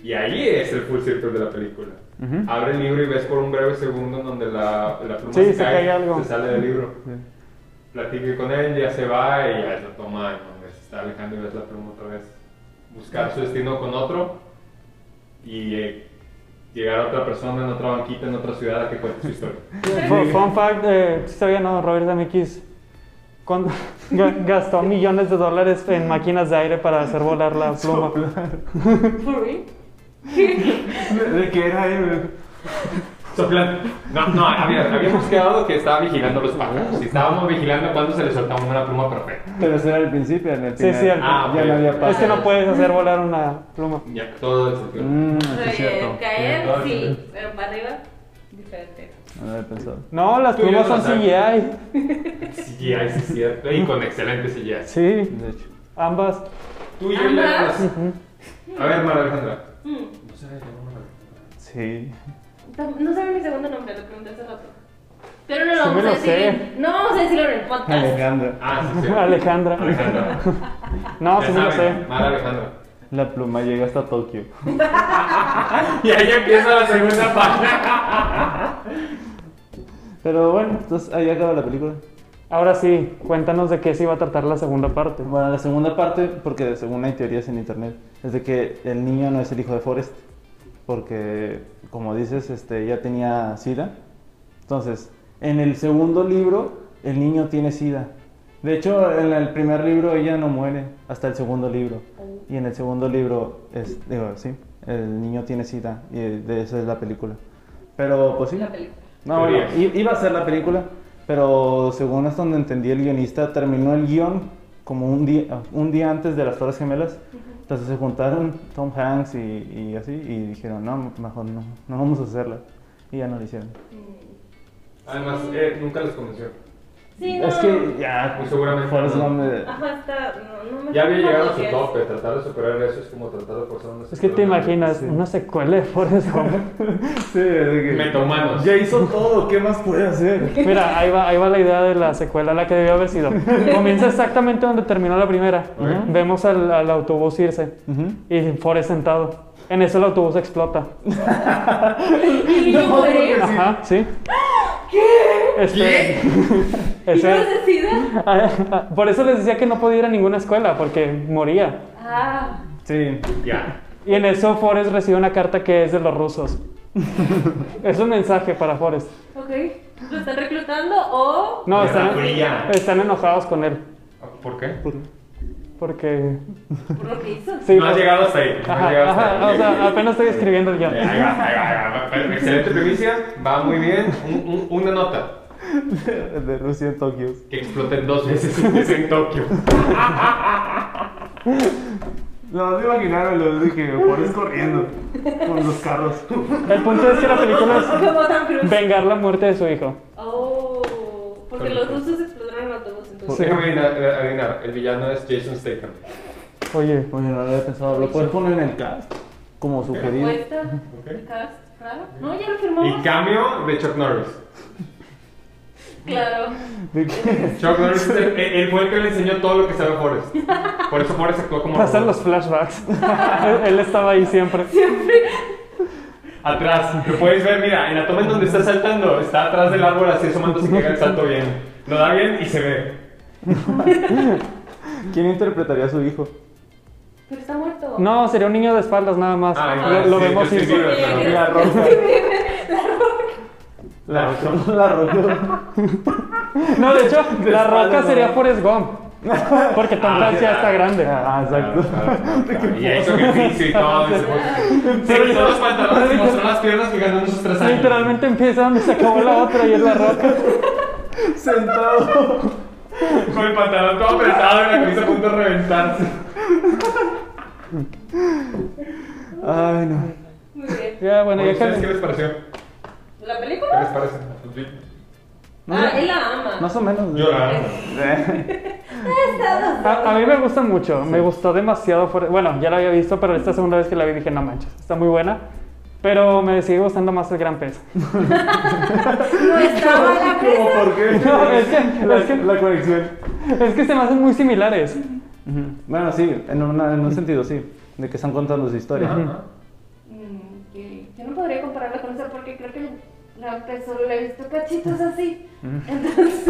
[SPEAKER 2] y ahí es el full circle de la película.
[SPEAKER 7] Ujú.
[SPEAKER 2] Abre el libro y ves por un breve segundo en donde la, la pluma
[SPEAKER 5] Sí, se cae algo.
[SPEAKER 2] se sale del libro. Platique con él, ya se va y ya lo toma en donde se está alejando y ves la pluma otra vez. Buscar su destino con otro y eh, llegar a otra persona en otra banquita, en otra ciudad a que cuente su historia. (laughs)
[SPEAKER 5] Fun, fun fact, eh, sí sabía, no, Robert Zemeckis cuando (laughs) ga- gastó millones de dólares en máquinas de aire para hacer
[SPEAKER 2] (laughs)
[SPEAKER 5] volar la pluma.
[SPEAKER 1] ¿For real?
[SPEAKER 3] ¿De qué era él?
[SPEAKER 2] Soplan. No, no, había- habíamos quedado que estaba vigilando los pájaros. Y estábamos vigilando cuando se le soltaba una pluma perfecta.
[SPEAKER 3] Pero eso era al principio, en el
[SPEAKER 5] Sí, sí, al-
[SPEAKER 2] Ah,
[SPEAKER 3] ya
[SPEAKER 2] ok.
[SPEAKER 3] no había
[SPEAKER 5] Es
[SPEAKER 3] paz.
[SPEAKER 5] que no puedes hacer volar una pluma.
[SPEAKER 2] Ya, todo el sentido.
[SPEAKER 3] Mm, sí,
[SPEAKER 1] Oye,
[SPEAKER 3] es cierto.
[SPEAKER 1] Caer,
[SPEAKER 2] Todo
[SPEAKER 1] sí,
[SPEAKER 2] diferente.
[SPEAKER 1] pero para arriba, diferente.
[SPEAKER 3] No había pensado.
[SPEAKER 5] No, las
[SPEAKER 2] Tú ya
[SPEAKER 5] plumas
[SPEAKER 2] lo
[SPEAKER 5] son
[SPEAKER 2] sabes.
[SPEAKER 5] CGI.
[SPEAKER 2] CGI, sí, es cierto. Y con excelente CGI.
[SPEAKER 5] Sí,
[SPEAKER 3] De hecho.
[SPEAKER 5] ambas.
[SPEAKER 2] Tú y yo
[SPEAKER 1] Ambas.
[SPEAKER 2] ya eras. A ver, María Alejandra.
[SPEAKER 1] Mm.
[SPEAKER 2] No sé, no
[SPEAKER 3] Sí.
[SPEAKER 1] No no sabe mi segundo nombre, lo pregunté hace rato. Pero no lo
[SPEAKER 5] Sí me
[SPEAKER 1] vamos
[SPEAKER 5] lo
[SPEAKER 1] a decir.
[SPEAKER 5] sé.
[SPEAKER 1] No vamos a decirlo en el podcast.
[SPEAKER 3] Alejandra.
[SPEAKER 2] Ah, sí, sí.
[SPEAKER 5] Alejandra. (laughs)
[SPEAKER 2] Alejandra.
[SPEAKER 5] No,
[SPEAKER 2] Ya
[SPEAKER 5] sí me lo sé.
[SPEAKER 2] saben, Mara Alejandra.
[SPEAKER 3] La pluma llega hasta Tokio.
[SPEAKER 2] Y ahí empieza la segunda página.
[SPEAKER 3] Pero bueno, entonces ahí acaba la película.
[SPEAKER 5] Ahora sí, cuéntanos de qué se iba a tratar la segunda parte.
[SPEAKER 3] Bueno, la segunda parte, porque según hay teorías en internet, es de que el niño no es el hijo de Forrest. Porque, como dices, este, ya tenía SIDA. Entonces, en el segundo libro, el niño tiene SIDA. De hecho, en el primer libro ella no muere, hasta el segundo libro. Y en el segundo libro, es, digo, sí, el niño tiene SIDA. Y de eso es la película. Pero, pues sí.
[SPEAKER 1] La película.
[SPEAKER 3] No, bueno,
[SPEAKER 2] Teorías.
[SPEAKER 3] i- iba a ser la película, pero según hasta donde entendí el guionista, terminó el guión como un día, un día antes de las Torres Gemelas. Entonces se juntaron Tom Hanks y, y así y dijeron, no, mejor no, no vamos a hacerla. Y ya no lo hicieron.
[SPEAKER 1] Mm.
[SPEAKER 2] Además, eh, nunca les convenció.
[SPEAKER 1] Sí, no.
[SPEAKER 3] Es que ya,
[SPEAKER 2] Muy seguramente
[SPEAKER 3] Forrest
[SPEAKER 2] no.
[SPEAKER 3] Gump, eh,
[SPEAKER 1] Ajá, está. No, no me
[SPEAKER 2] Ya había
[SPEAKER 1] acuerdo
[SPEAKER 2] llegado a su
[SPEAKER 1] qué es.
[SPEAKER 2] tope. Tratar de superar eso es como tratar de forzar una
[SPEAKER 5] Es que te imaginas, una secuela (laughs) de Forrest Gump.
[SPEAKER 3] sí, de que-
[SPEAKER 2] Metahumanos.
[SPEAKER 3] Ya hizo todo, ¿qué más puede hacer?
[SPEAKER 5] Mira, ahí va, ahí va la idea de la secuela, la que debió haber sido. Comienza exactamente donde terminó la primera.
[SPEAKER 2] Ok.
[SPEAKER 5] Vemos al, al autobús irse
[SPEAKER 3] Ujú.
[SPEAKER 5] y Forrest sentado. En eso el autobús explota.
[SPEAKER 1] (laughs) Y
[SPEAKER 3] (laughs)
[SPEAKER 1] yo muere.
[SPEAKER 5] Ajá, sí. Este, ¿Qué? (laughs)
[SPEAKER 1] ¿Y no se sida?
[SPEAKER 5] Ah, por eso les decía que no podía ir a ninguna escuela, porque moría.
[SPEAKER 1] Ah.
[SPEAKER 3] Sí,
[SPEAKER 2] Ya.
[SPEAKER 3] (laughs)
[SPEAKER 5] Y en eso Forrest recibe una carta que es de los rusos. Es un mensaje para Forrest.
[SPEAKER 1] Ok. ¿Lo están reclutando o.?
[SPEAKER 5] No, eh,
[SPEAKER 2] Guerra
[SPEAKER 5] están,
[SPEAKER 2] Fría.
[SPEAKER 5] están enojados con él.
[SPEAKER 2] ¿Por qué?
[SPEAKER 5] Porque.
[SPEAKER 1] Por lo que hizo.
[SPEAKER 5] pues Sí,
[SPEAKER 2] no has
[SPEAKER 5] pues-
[SPEAKER 2] llegado hasta ahí. No has
[SPEAKER 5] Ajá,
[SPEAKER 2] llegado hasta
[SPEAKER 5] ajá,
[SPEAKER 2] ahí.
[SPEAKER 5] o sea, apenas estoy escribiendo el guión.
[SPEAKER 2] Ahí va, ahí va, ahí va. Excelente primicia, va muy bien. Un- un- una nota
[SPEAKER 3] El de Rusia en Tokio.
[SPEAKER 2] que exploten dos veces (laughs) es en Tokio.
[SPEAKER 6] No, no imaginaron lo dije, Forrest corriendo con los
[SPEAKER 1] (laughs)
[SPEAKER 6] carros.
[SPEAKER 5] El punto es que la película es
[SPEAKER 1] Como Tom Cruise.
[SPEAKER 5] vengar la muerte de su hijo.
[SPEAKER 1] Oh. Porque los rusos explotaron a todos entonces.
[SPEAKER 2] Déjame adivinar, adivinar, el villano es Jason Statham.
[SPEAKER 5] Oye,
[SPEAKER 3] Oye, no lo había pensado. Lo puedes poner en el cast. Como sugerido.
[SPEAKER 1] Propuesta.
[SPEAKER 2] Ok.
[SPEAKER 1] ¿El cast? Claro. No, ya lo firmamos.
[SPEAKER 2] Y cambio de Chuck Norris.
[SPEAKER 1] Claro.
[SPEAKER 3] ¿De qué?
[SPEAKER 2] Chuck Norris es el, el- el buen que le enseñó todo lo que sabe Forrest. Por eso Forrest actuó como.
[SPEAKER 5] pasan los flashbacks. (laughs) Él- Él estaba ahí siempre.
[SPEAKER 2] Atrás, lo puedes ver, mira, en la toma en donde está saltando, está atrás del árbol así asomándose que haga el salto bien. Lo da bien y se ve.
[SPEAKER 3] ¿Quién interpretaría a su hijo?
[SPEAKER 1] Pero está muerto.
[SPEAKER 5] No, sería un niño de espaldas nada más.
[SPEAKER 2] Ah,
[SPEAKER 5] lo
[SPEAKER 2] sí,
[SPEAKER 5] lo
[SPEAKER 2] sí,
[SPEAKER 5] vemos
[SPEAKER 2] sí,
[SPEAKER 5] y
[SPEAKER 2] sí, sí, sí, sí.
[SPEAKER 3] La roca. La roca. La roca.
[SPEAKER 5] No, de hecho,
[SPEAKER 3] De
[SPEAKER 5] la
[SPEAKER 3] espaldas,
[SPEAKER 5] roca
[SPEAKER 3] ¿no?
[SPEAKER 5] sería Forrest Gump. Porque Tom
[SPEAKER 2] Ah,
[SPEAKER 5] Hanks ya
[SPEAKER 2] ya.
[SPEAKER 5] está grande.
[SPEAKER 3] Ah, exacto.
[SPEAKER 5] (laughs)
[SPEAKER 2] Y eso ejercicio y todo. y se puso- pues, Se quitó los pantalones y mostró las piernas que ganó en sus tres años.
[SPEAKER 5] Literalmente empieza donde se acabó la otra y es la roca.
[SPEAKER 3] Sentado.
[SPEAKER 2] (laughs) Con el pantalón todo apretado y la camisa a punto de reventarse.
[SPEAKER 3] Ay, no.
[SPEAKER 1] Muy bien.
[SPEAKER 5] Ya, bueno,
[SPEAKER 2] Oye,
[SPEAKER 5] ya
[SPEAKER 2] ¿ustedes ¿Qué
[SPEAKER 5] que.
[SPEAKER 2] les pareció?
[SPEAKER 1] ¿La
[SPEAKER 2] ¿Qué les
[SPEAKER 1] película?
[SPEAKER 2] parece? Pues
[SPEAKER 1] Ah, él la ama.
[SPEAKER 3] Más o menos. ¿no?
[SPEAKER 2] Llorar.
[SPEAKER 5] (laughs) A, a mí me gusta mucho, me gustó demasiado. Forrest- Bueno, ya la había visto, pero esta segunda vez que la vi dije, no manches, está muy buena. Pero me sigue gustando más el gran pez.
[SPEAKER 1] No estaba la
[SPEAKER 3] ¿Cómo por qué?
[SPEAKER 5] (laughs) No, es que-
[SPEAKER 3] la,
[SPEAKER 5] es que-
[SPEAKER 3] la conexión.
[SPEAKER 5] Es que se me hacen muy similares.
[SPEAKER 3] Bueno, sí, en, una- en un sentido, sí. De que están contando su historia.
[SPEAKER 1] Mm, que Yo no podría compararla con esa porque creo que la pez solo le he visto cachitos así. Entonces.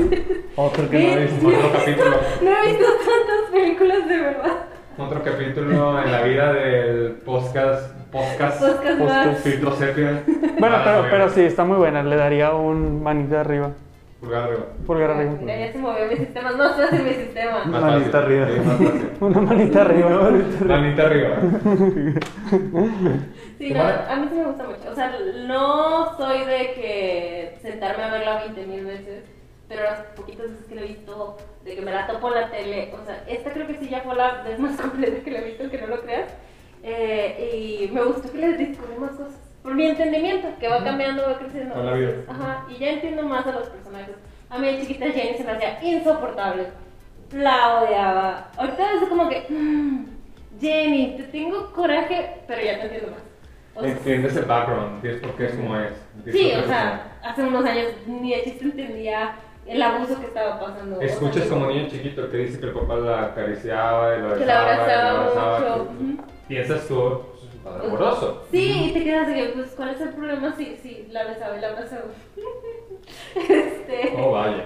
[SPEAKER 3] Otro
[SPEAKER 1] que (laughs) no he visto.
[SPEAKER 2] Otro capítulo.
[SPEAKER 1] No he visto tantas películas de verdad.
[SPEAKER 2] Otro capítulo en la vida del podcast. Podcast.
[SPEAKER 1] Podcast más.
[SPEAKER 2] Filtro sepia.
[SPEAKER 5] Bueno,
[SPEAKER 2] Ah,
[SPEAKER 5] pero,
[SPEAKER 2] bien.
[SPEAKER 5] pero sí, está muy buena. Le daría un manito arriba.
[SPEAKER 2] Pulgar arriba.
[SPEAKER 5] Pulgar arriba.
[SPEAKER 1] Mira, ya se movió mi sistema. No se hace mi sistema.
[SPEAKER 2] Más
[SPEAKER 3] Manita
[SPEAKER 2] fácil.
[SPEAKER 3] arriba.
[SPEAKER 2] Sí, más fácil.
[SPEAKER 5] Una (laughs) manita arriba.
[SPEAKER 2] Manita arriba.
[SPEAKER 1] Sí, no, a mí sí me gusta mucho. O sea, no soy de que sentarme a verla 20 mil veces, pero las poquitas veces que la he visto, de que me la topo en la tele. O sea, esta creo que sí ya fue la vez más (laughs) completa que la he visto, aunque no lo creas. Eh, y me gustó que le descubrí más cosas. Por mi entendimiento, que va cambiando, va creciendo.
[SPEAKER 2] Con la vida.
[SPEAKER 1] Ajá, y ya entiendo más a los personajes. A mí de chiquita Jane se me hacía insoportable. La odiaba. Ahorita es como que, "Mm, Jenny, te tengo coraje, pero ya te entiendo más. O sea,
[SPEAKER 2] Entiendes el background, entiendes por qué es como es. entiendes
[SPEAKER 1] sí,
[SPEAKER 2] por qué
[SPEAKER 1] o
[SPEAKER 2] es
[SPEAKER 1] sea, hace unos años ni de chiste entendía el abuso que estaba pasando.
[SPEAKER 2] como es. Escuchas como niño chiquito que dice que el papá la acariciaba y lo besaba.
[SPEAKER 1] Que la
[SPEAKER 2] y
[SPEAKER 1] abrazaba
[SPEAKER 2] la abrazaba,
[SPEAKER 1] mucho.
[SPEAKER 2] que-
[SPEAKER 1] Ujú.
[SPEAKER 2] Piensas tú, "Eso es un padre amoroso.
[SPEAKER 1] (laughs) Sí, y te quedas de que, pues, ¿cuál es el problema si si la besaba y la abrazaba? (laughs) este.
[SPEAKER 2] Oh, vaya.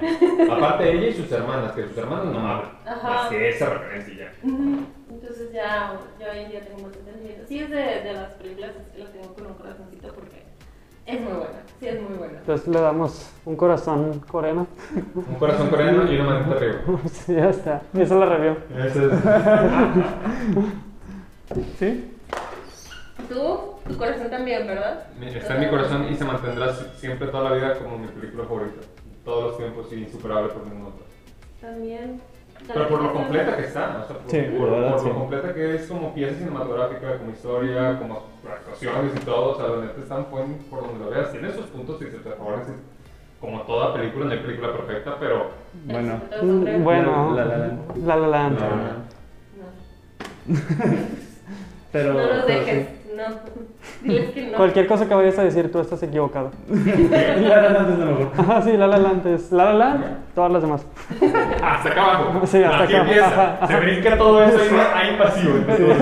[SPEAKER 2] Aparte ella y sus hermanas, que sus hermanas no hablan.
[SPEAKER 1] Ajá.
[SPEAKER 2] Más que esa referencia y ya.
[SPEAKER 1] Ujú. Entonces ya, ya hoy en día tengo más entendimiento. Sí, es de, de las películas, es que las tengo con un corazoncito porque es muy buena. Sí, es muy buena.
[SPEAKER 5] Entonces le damos un corazón coreano.
[SPEAKER 2] Un corazón coreano y una manita arriba.
[SPEAKER 5] (laughs) Sí, ya está. Y eso la review.
[SPEAKER 2] Eso es.
[SPEAKER 5] ¿Sí?
[SPEAKER 1] Tú, tu corazón también, ¿verdad?
[SPEAKER 2] Está en mi corazón y se mantendrá si- siempre toda la vida como mi película favorita. Todos los tiempos y insuperable por ninguna otra.
[SPEAKER 1] También.
[SPEAKER 2] Pero por lo completa que está, o sea, por,
[SPEAKER 3] Sí,
[SPEAKER 2] por-
[SPEAKER 3] la verdad,
[SPEAKER 2] por
[SPEAKER 3] sí.
[SPEAKER 2] lo completa que es como pieza cinematográfica, como historia, como actuaciones y todo, o sea, la neta están buen por donde lo veas. Tiene sus puntos y sus errores, y como toda película, no hay película perfecta, pero
[SPEAKER 3] Bueno.
[SPEAKER 1] Bueno.
[SPEAKER 5] Bueno.
[SPEAKER 3] La La Land.
[SPEAKER 5] La La Land.
[SPEAKER 2] La La Land.
[SPEAKER 3] Pero.
[SPEAKER 1] No, no los
[SPEAKER 3] pero
[SPEAKER 1] dejes, no. (laughs) Diles que no.
[SPEAKER 5] Cualquier cosa que vayas a decir, tú estás equivocado.
[SPEAKER 3] sí. La La Land es lo mejor.
[SPEAKER 5] Ajá, sí, La La Land es La La Land, todas las demás.
[SPEAKER 2] hasta acá abajo.
[SPEAKER 5] Sí, hasta
[SPEAKER 2] Aquí
[SPEAKER 5] acá.
[SPEAKER 2] empieza,
[SPEAKER 5] Ajá,
[SPEAKER 2] se brinca todo eso y no hay pasivo. entonces.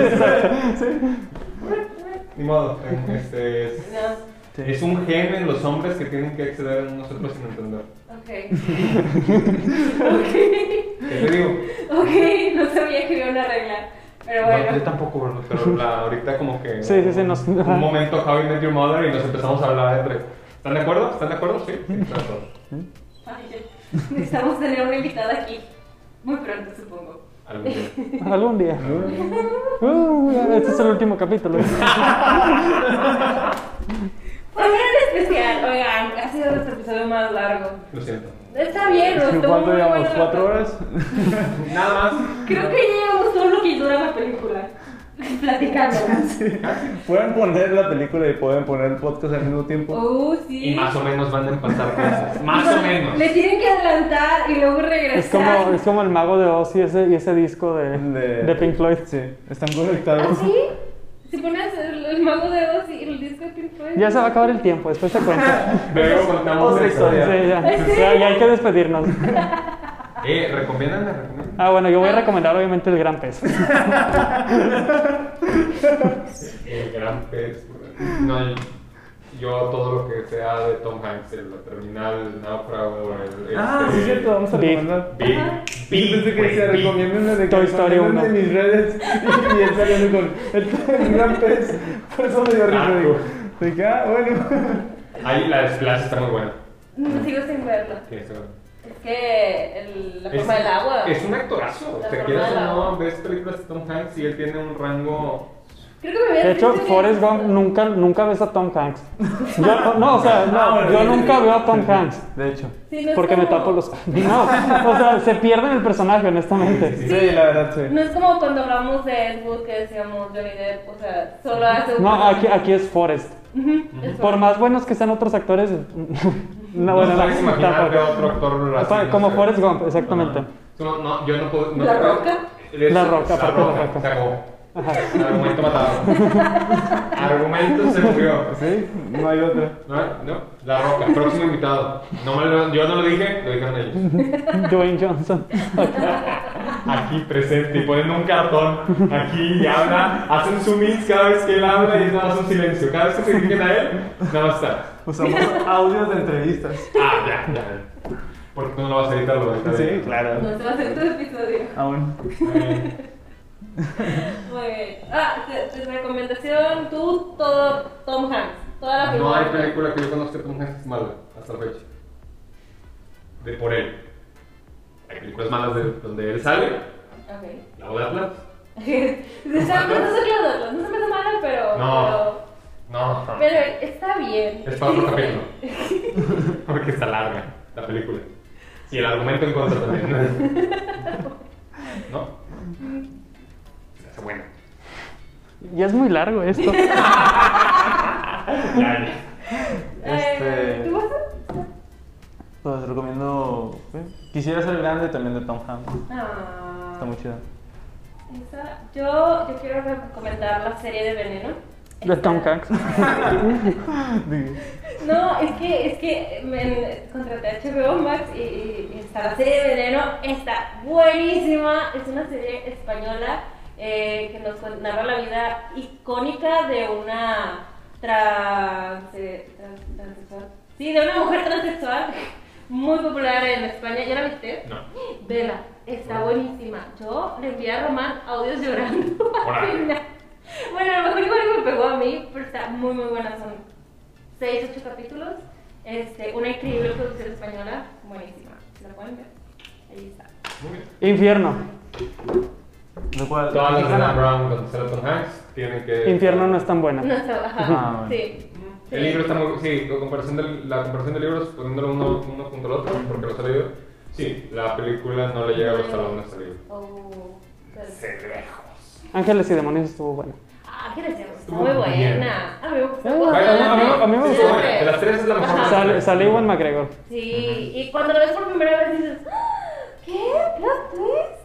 [SPEAKER 2] Ni modo, este, es,
[SPEAKER 1] No.
[SPEAKER 2] es un gen en los hombres que tienen que acceder a nosotros sin entender.
[SPEAKER 1] Ok. ok.
[SPEAKER 3] (laughs)
[SPEAKER 2] ¿Qué te digo?
[SPEAKER 1] (laughs) Ok, no sabía que había una regla. Pero
[SPEAKER 2] No, yo
[SPEAKER 1] bueno.
[SPEAKER 2] tampoco, ¿verdad? pero la- ahorita como que...
[SPEAKER 5] Sí, sí, sí, nos- ajá.
[SPEAKER 2] Un momento Javi Met Your Mother y nos empezamos a hablar entre... ¿Están de acuerdo? ¿Están de acuerdo? Sí, sí, claro.
[SPEAKER 1] Ay, necesitamos tener una invitada aquí. Muy pronto, supongo.
[SPEAKER 2] Algún día.
[SPEAKER 5] Algún día. Uh, este es el último capítulo.
[SPEAKER 1] Fue un gran especial. Oigan, ha sido nuestro episodio más largo.
[SPEAKER 2] Lo siento.
[SPEAKER 1] Está bien, ¿no? Estuvo
[SPEAKER 3] ¿Cuánto
[SPEAKER 1] muy
[SPEAKER 3] llevamos?
[SPEAKER 1] bueno.
[SPEAKER 3] ¿Cuatro horas?
[SPEAKER 2] Nada más.
[SPEAKER 1] Creo que ya llevamos todo lo que dura la película. (laughs) Platicando.
[SPEAKER 3] Pueden poner la película y pueden poner el podcast al mismo tiempo.
[SPEAKER 1] Oh, sí.
[SPEAKER 2] Y más o menos van a pasar cosas. Más o menos.
[SPEAKER 1] Le tienen que adelantar y luego regresar.
[SPEAKER 5] Es como, es como el mago de Oz y ese, y ese disco de,
[SPEAKER 3] De-
[SPEAKER 5] de Pink Floyd.
[SPEAKER 3] Sí, están conectados.
[SPEAKER 1] ¿Así? Si pones el, el mago de Oz y el disco de Pink Floyd.
[SPEAKER 5] Ya se va a acabar el tiempo, después te cuento.
[SPEAKER 2] Luego contamos la
[SPEAKER 3] Otra
[SPEAKER 2] historia.
[SPEAKER 5] (laughs) Sí, ya.
[SPEAKER 1] ¿En serio?
[SPEAKER 5] Ya- ya hay que despedirnos.
[SPEAKER 2] Eh, ¿recomiendan? ¿Me recomiendan?
[SPEAKER 5] Ah, bueno, yo voy a recomendar obviamente el gran pez.
[SPEAKER 2] El gran pez. güey. No, yo, yo todo lo que sea de Tom Hanks, el terminal, el náufrago, el.
[SPEAKER 3] Ah,
[SPEAKER 2] este,
[SPEAKER 3] sí, es cierto, vamos a
[SPEAKER 5] Big.
[SPEAKER 3] recomendar.
[SPEAKER 2] Big. Big.
[SPEAKER 3] Yo pensé que
[SPEAKER 2] güey,
[SPEAKER 3] se
[SPEAKER 2] Big.
[SPEAKER 3] recomiendan de que
[SPEAKER 5] Toy Story
[SPEAKER 3] recomiendan
[SPEAKER 5] 1.
[SPEAKER 3] de mis redes (laughs) y, y él saliendo con el, el gran pez. Por eso me dio risa. Digo, de que, ah, bueno.
[SPEAKER 2] Ahí la de Splash está muy buena.
[SPEAKER 1] No, sigo sin verla.
[SPEAKER 2] Sí, está buena.
[SPEAKER 1] Es que el- la
[SPEAKER 2] Es-
[SPEAKER 1] forma del agua.
[SPEAKER 2] Es un actorazo.
[SPEAKER 1] La
[SPEAKER 2] Te
[SPEAKER 1] forma
[SPEAKER 2] quieras
[SPEAKER 1] del
[SPEAKER 2] o no,
[SPEAKER 1] agua.
[SPEAKER 2] ves películas de Tom Hanks y él tiene un rango.
[SPEAKER 1] Creo que me habías
[SPEAKER 5] De hecho,
[SPEAKER 1] dicho que-
[SPEAKER 5] Forrest Gump nunca, nunca ves a Tom Hanks. Yo, no, o sea, no, yo nunca veo a Tom Hanks.
[SPEAKER 3] De hecho.
[SPEAKER 1] Sí, no es
[SPEAKER 5] Porque me
[SPEAKER 1] como-
[SPEAKER 5] tapo los... (laughs) No, o sea, se pierde en el personaje, honestamente.
[SPEAKER 3] Sí, la verdad, sí.
[SPEAKER 1] No es como cuando hablamos de Ed Wood que decíamos Johnny Depp, o sea, solo hace un.
[SPEAKER 5] No, aquí, aquí es Forrest.
[SPEAKER 1] Ujú, es
[SPEAKER 5] Por más buenos que sean otros actores... (laughs) No, bueno, no,
[SPEAKER 2] sabes imaginar que
[SPEAKER 5] tampoco.
[SPEAKER 2] otro actor así,
[SPEAKER 5] Pa-
[SPEAKER 2] no
[SPEAKER 5] Como
[SPEAKER 2] sé.
[SPEAKER 5] Forrest Gump, exactamente.
[SPEAKER 2] No, no, yo no puedo. No
[SPEAKER 1] ¿La
[SPEAKER 2] te puedo-
[SPEAKER 1] Roca?
[SPEAKER 2] Es-
[SPEAKER 5] La Roca,
[SPEAKER 2] la
[SPEAKER 5] aparte de la
[SPEAKER 2] roca.
[SPEAKER 5] Roca.
[SPEAKER 2] Se acabó. Argumento matado.
[SPEAKER 5] (laughs)
[SPEAKER 2] Argumento se murió.
[SPEAKER 3] Sí, no hay otra.
[SPEAKER 2] No, no, La Roca, próximo invitado. No me lo- yo no lo dije, lo dijeron ellos.
[SPEAKER 5] (laughs) Dwayne Johnson.
[SPEAKER 2] Aquí presente, y ponen un cartón aquí y habla, hacen zoom ins cada vez que él habla y es nada más un silencio. Cada vez que se dirigen a él, nada más está.
[SPEAKER 3] Usamos audios de entrevistas.
[SPEAKER 2] Ah, ya, ya. Porque tú no lo vas a editar, lo vas a editar.
[SPEAKER 3] Sí,
[SPEAKER 2] bien.
[SPEAKER 1] como-
[SPEAKER 3] claro.
[SPEAKER 1] Nuestro acento de episodio.
[SPEAKER 2] Ah,
[SPEAKER 3] Aún.
[SPEAKER 2] Muy bien.
[SPEAKER 1] (laughs) Muy bien. Ah, te, te recomendación, tú, todo Tom Hanks. Toda la
[SPEAKER 2] No
[SPEAKER 1] película.
[SPEAKER 2] hay película que yo conozca de Tom Hanks mala hasta la fecha. De por él. Hay películas malas de donde él sale.
[SPEAKER 1] Ok. (laughs)
[SPEAKER 2] La boda de Atlas.
[SPEAKER 1] Está- no está claro, no se me hace malo, pero.
[SPEAKER 2] No. No.
[SPEAKER 1] Pero, pero está bien.
[SPEAKER 2] Es para otro capítulo.
[SPEAKER 1] (laughs)
[SPEAKER 2] Porque está larga la película. Y el argumento en contra (laughs) también. ¿No? Se hace buena.
[SPEAKER 5] Ya es muy largo
[SPEAKER 3] (laughs)
[SPEAKER 5] esto.
[SPEAKER 2] Ya, ya.
[SPEAKER 1] Eh,
[SPEAKER 3] Este-
[SPEAKER 1] ¿Tú vas a?
[SPEAKER 3] Pues recomiendo. ¿eh? Quisiera ser grande también de Tom Hanks.
[SPEAKER 1] Ah,
[SPEAKER 3] Está muy chida.
[SPEAKER 1] esa- yo, yo quiero recomendar la serie de Veneno.
[SPEAKER 5] De Tom
[SPEAKER 1] Este,
[SPEAKER 5] Hanks.
[SPEAKER 1] No, es que, es que me contraté a HBO Max y, y- y está la serie de Veneno, está buenísima, es una serie española eh, que nos cuen- narra la vida icónica de una trans, eh, trans- transexual. Sí, de una mujer (laughs) transexual muy popular en España, ¿ya la viste?
[SPEAKER 2] No.
[SPEAKER 1] Vela, está buenísima. Yo le envié a Román audios llorando (laughs) al
[SPEAKER 2] Órale.
[SPEAKER 1] final. Bueno, a lo mejor igual me pegó a mí, pero está muy muy buena. Son 6, 8 capítulos. Este, una increíble producción española, buenísima. ¿Se la pueden ver? Ahí está.
[SPEAKER 2] Muy bien.
[SPEAKER 5] Infierno.
[SPEAKER 3] ¿De cuál?
[SPEAKER 2] Todas las de Dan Brown con Sarah Tom Hanks tienen que.
[SPEAKER 5] Infierno no es tan buena.
[SPEAKER 1] No está, ajá.
[SPEAKER 3] Ah, bueno.
[SPEAKER 1] sí.
[SPEAKER 2] El libro está muy. Sí, la comparación de, la comparación de libros, poniéndolo uno, uno junto al otro, porque los he leído. Sí, la película no le llega a los talones al libro.
[SPEAKER 1] Oh, pero-
[SPEAKER 5] Ángeles y demonios estuvo bueno.
[SPEAKER 1] Ah, ¿qué decíamos? Está
[SPEAKER 2] Muy
[SPEAKER 1] muy buena. A mí me gustó.
[SPEAKER 5] Bueno, a mí- a mí me gustó.
[SPEAKER 2] De las tres es la mejor.
[SPEAKER 1] Ajá.
[SPEAKER 5] Sale, sale Iwan McGregor.
[SPEAKER 1] Sí, y cuando lo ves por primera vez dices, "Ah, ¿qué? ¿Plot twist?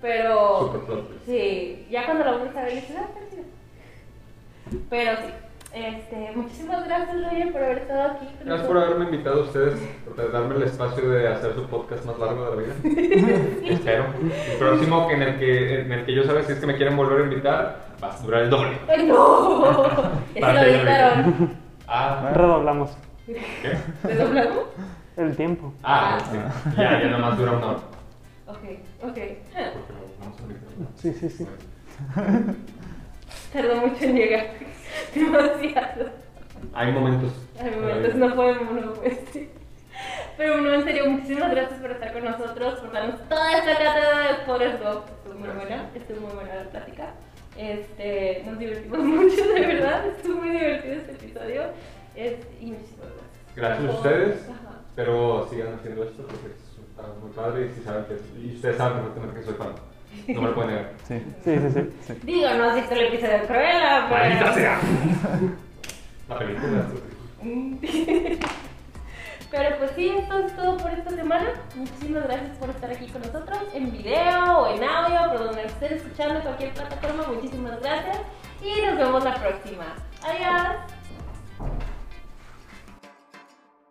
[SPEAKER 1] Pero.
[SPEAKER 2] Super plot twist.
[SPEAKER 1] Sí, ya cuando lo vuelves a ver dices, ah, está chido". Pero sí, este, muchísimas gracias, Roger, por haber estado aquí. con
[SPEAKER 2] Gracias por haberme invitado a ustedes, por darme el espacio de hacer su podcast más largo de la vida.
[SPEAKER 1] (laughs)
[SPEAKER 2] Espero. El próximo en el que, en el que yo sabe si es que me quieren volver a invitar, va a durar el doble.
[SPEAKER 1] nosotros. ¡Ay,
[SPEAKER 2] (laughs)
[SPEAKER 1] no! Ya se
[SPEAKER 2] Para
[SPEAKER 1] lo
[SPEAKER 2] que-
[SPEAKER 1] editaron.
[SPEAKER 2] Ah,
[SPEAKER 5] Redoblamos
[SPEAKER 2] ¿qué?
[SPEAKER 1] (laughs) ¿Te doblamos?
[SPEAKER 5] el tiempo.
[SPEAKER 2] Ah, sí. Ya, ya nada más dura una hora.
[SPEAKER 1] Ok, ok.
[SPEAKER 2] Porque lo vamos a editar.
[SPEAKER 5] Sí, sí, sí.
[SPEAKER 1] Tardó mucho en llegar. (laughs) Demasiado.
[SPEAKER 2] Hay momentos.
[SPEAKER 1] Hay momentos, no podemos, no puedes. sí. Pero bueno, en serio, muchísimas gracias por estar con nosotros, por darnos toda esta cátedra de Forrest Gump. Estuvo muy buena, estuvo muy buena la plática. Este, nos divertimos mucho, de verdad. Estuvo muy divertido este episodio. Es- y muchísimas gracias.
[SPEAKER 2] Gracias a ustedes.
[SPEAKER 1] Ajá.
[SPEAKER 2] Pero sigan haciendo esto porque está muy padre y, si saben que, y ustedes saben perfectamente que soy fan. No me lo
[SPEAKER 1] (laughs)
[SPEAKER 2] pueden negar.
[SPEAKER 6] Sí.
[SPEAKER 5] Sí, sí, sí.
[SPEAKER 1] Digo, no has visto el episodio de Cruella, pues. pero-
[SPEAKER 2] ¡Maldita sea! La película.
[SPEAKER 1] (laughs) Pero pues sí, esto es todo por esta semana. Muchísimas gracias por estar aquí con nosotros en video o en audio, por donde estés escuchando en cualquier plataforma. Muchísimas gracias y nos vemos la próxima. Adiós.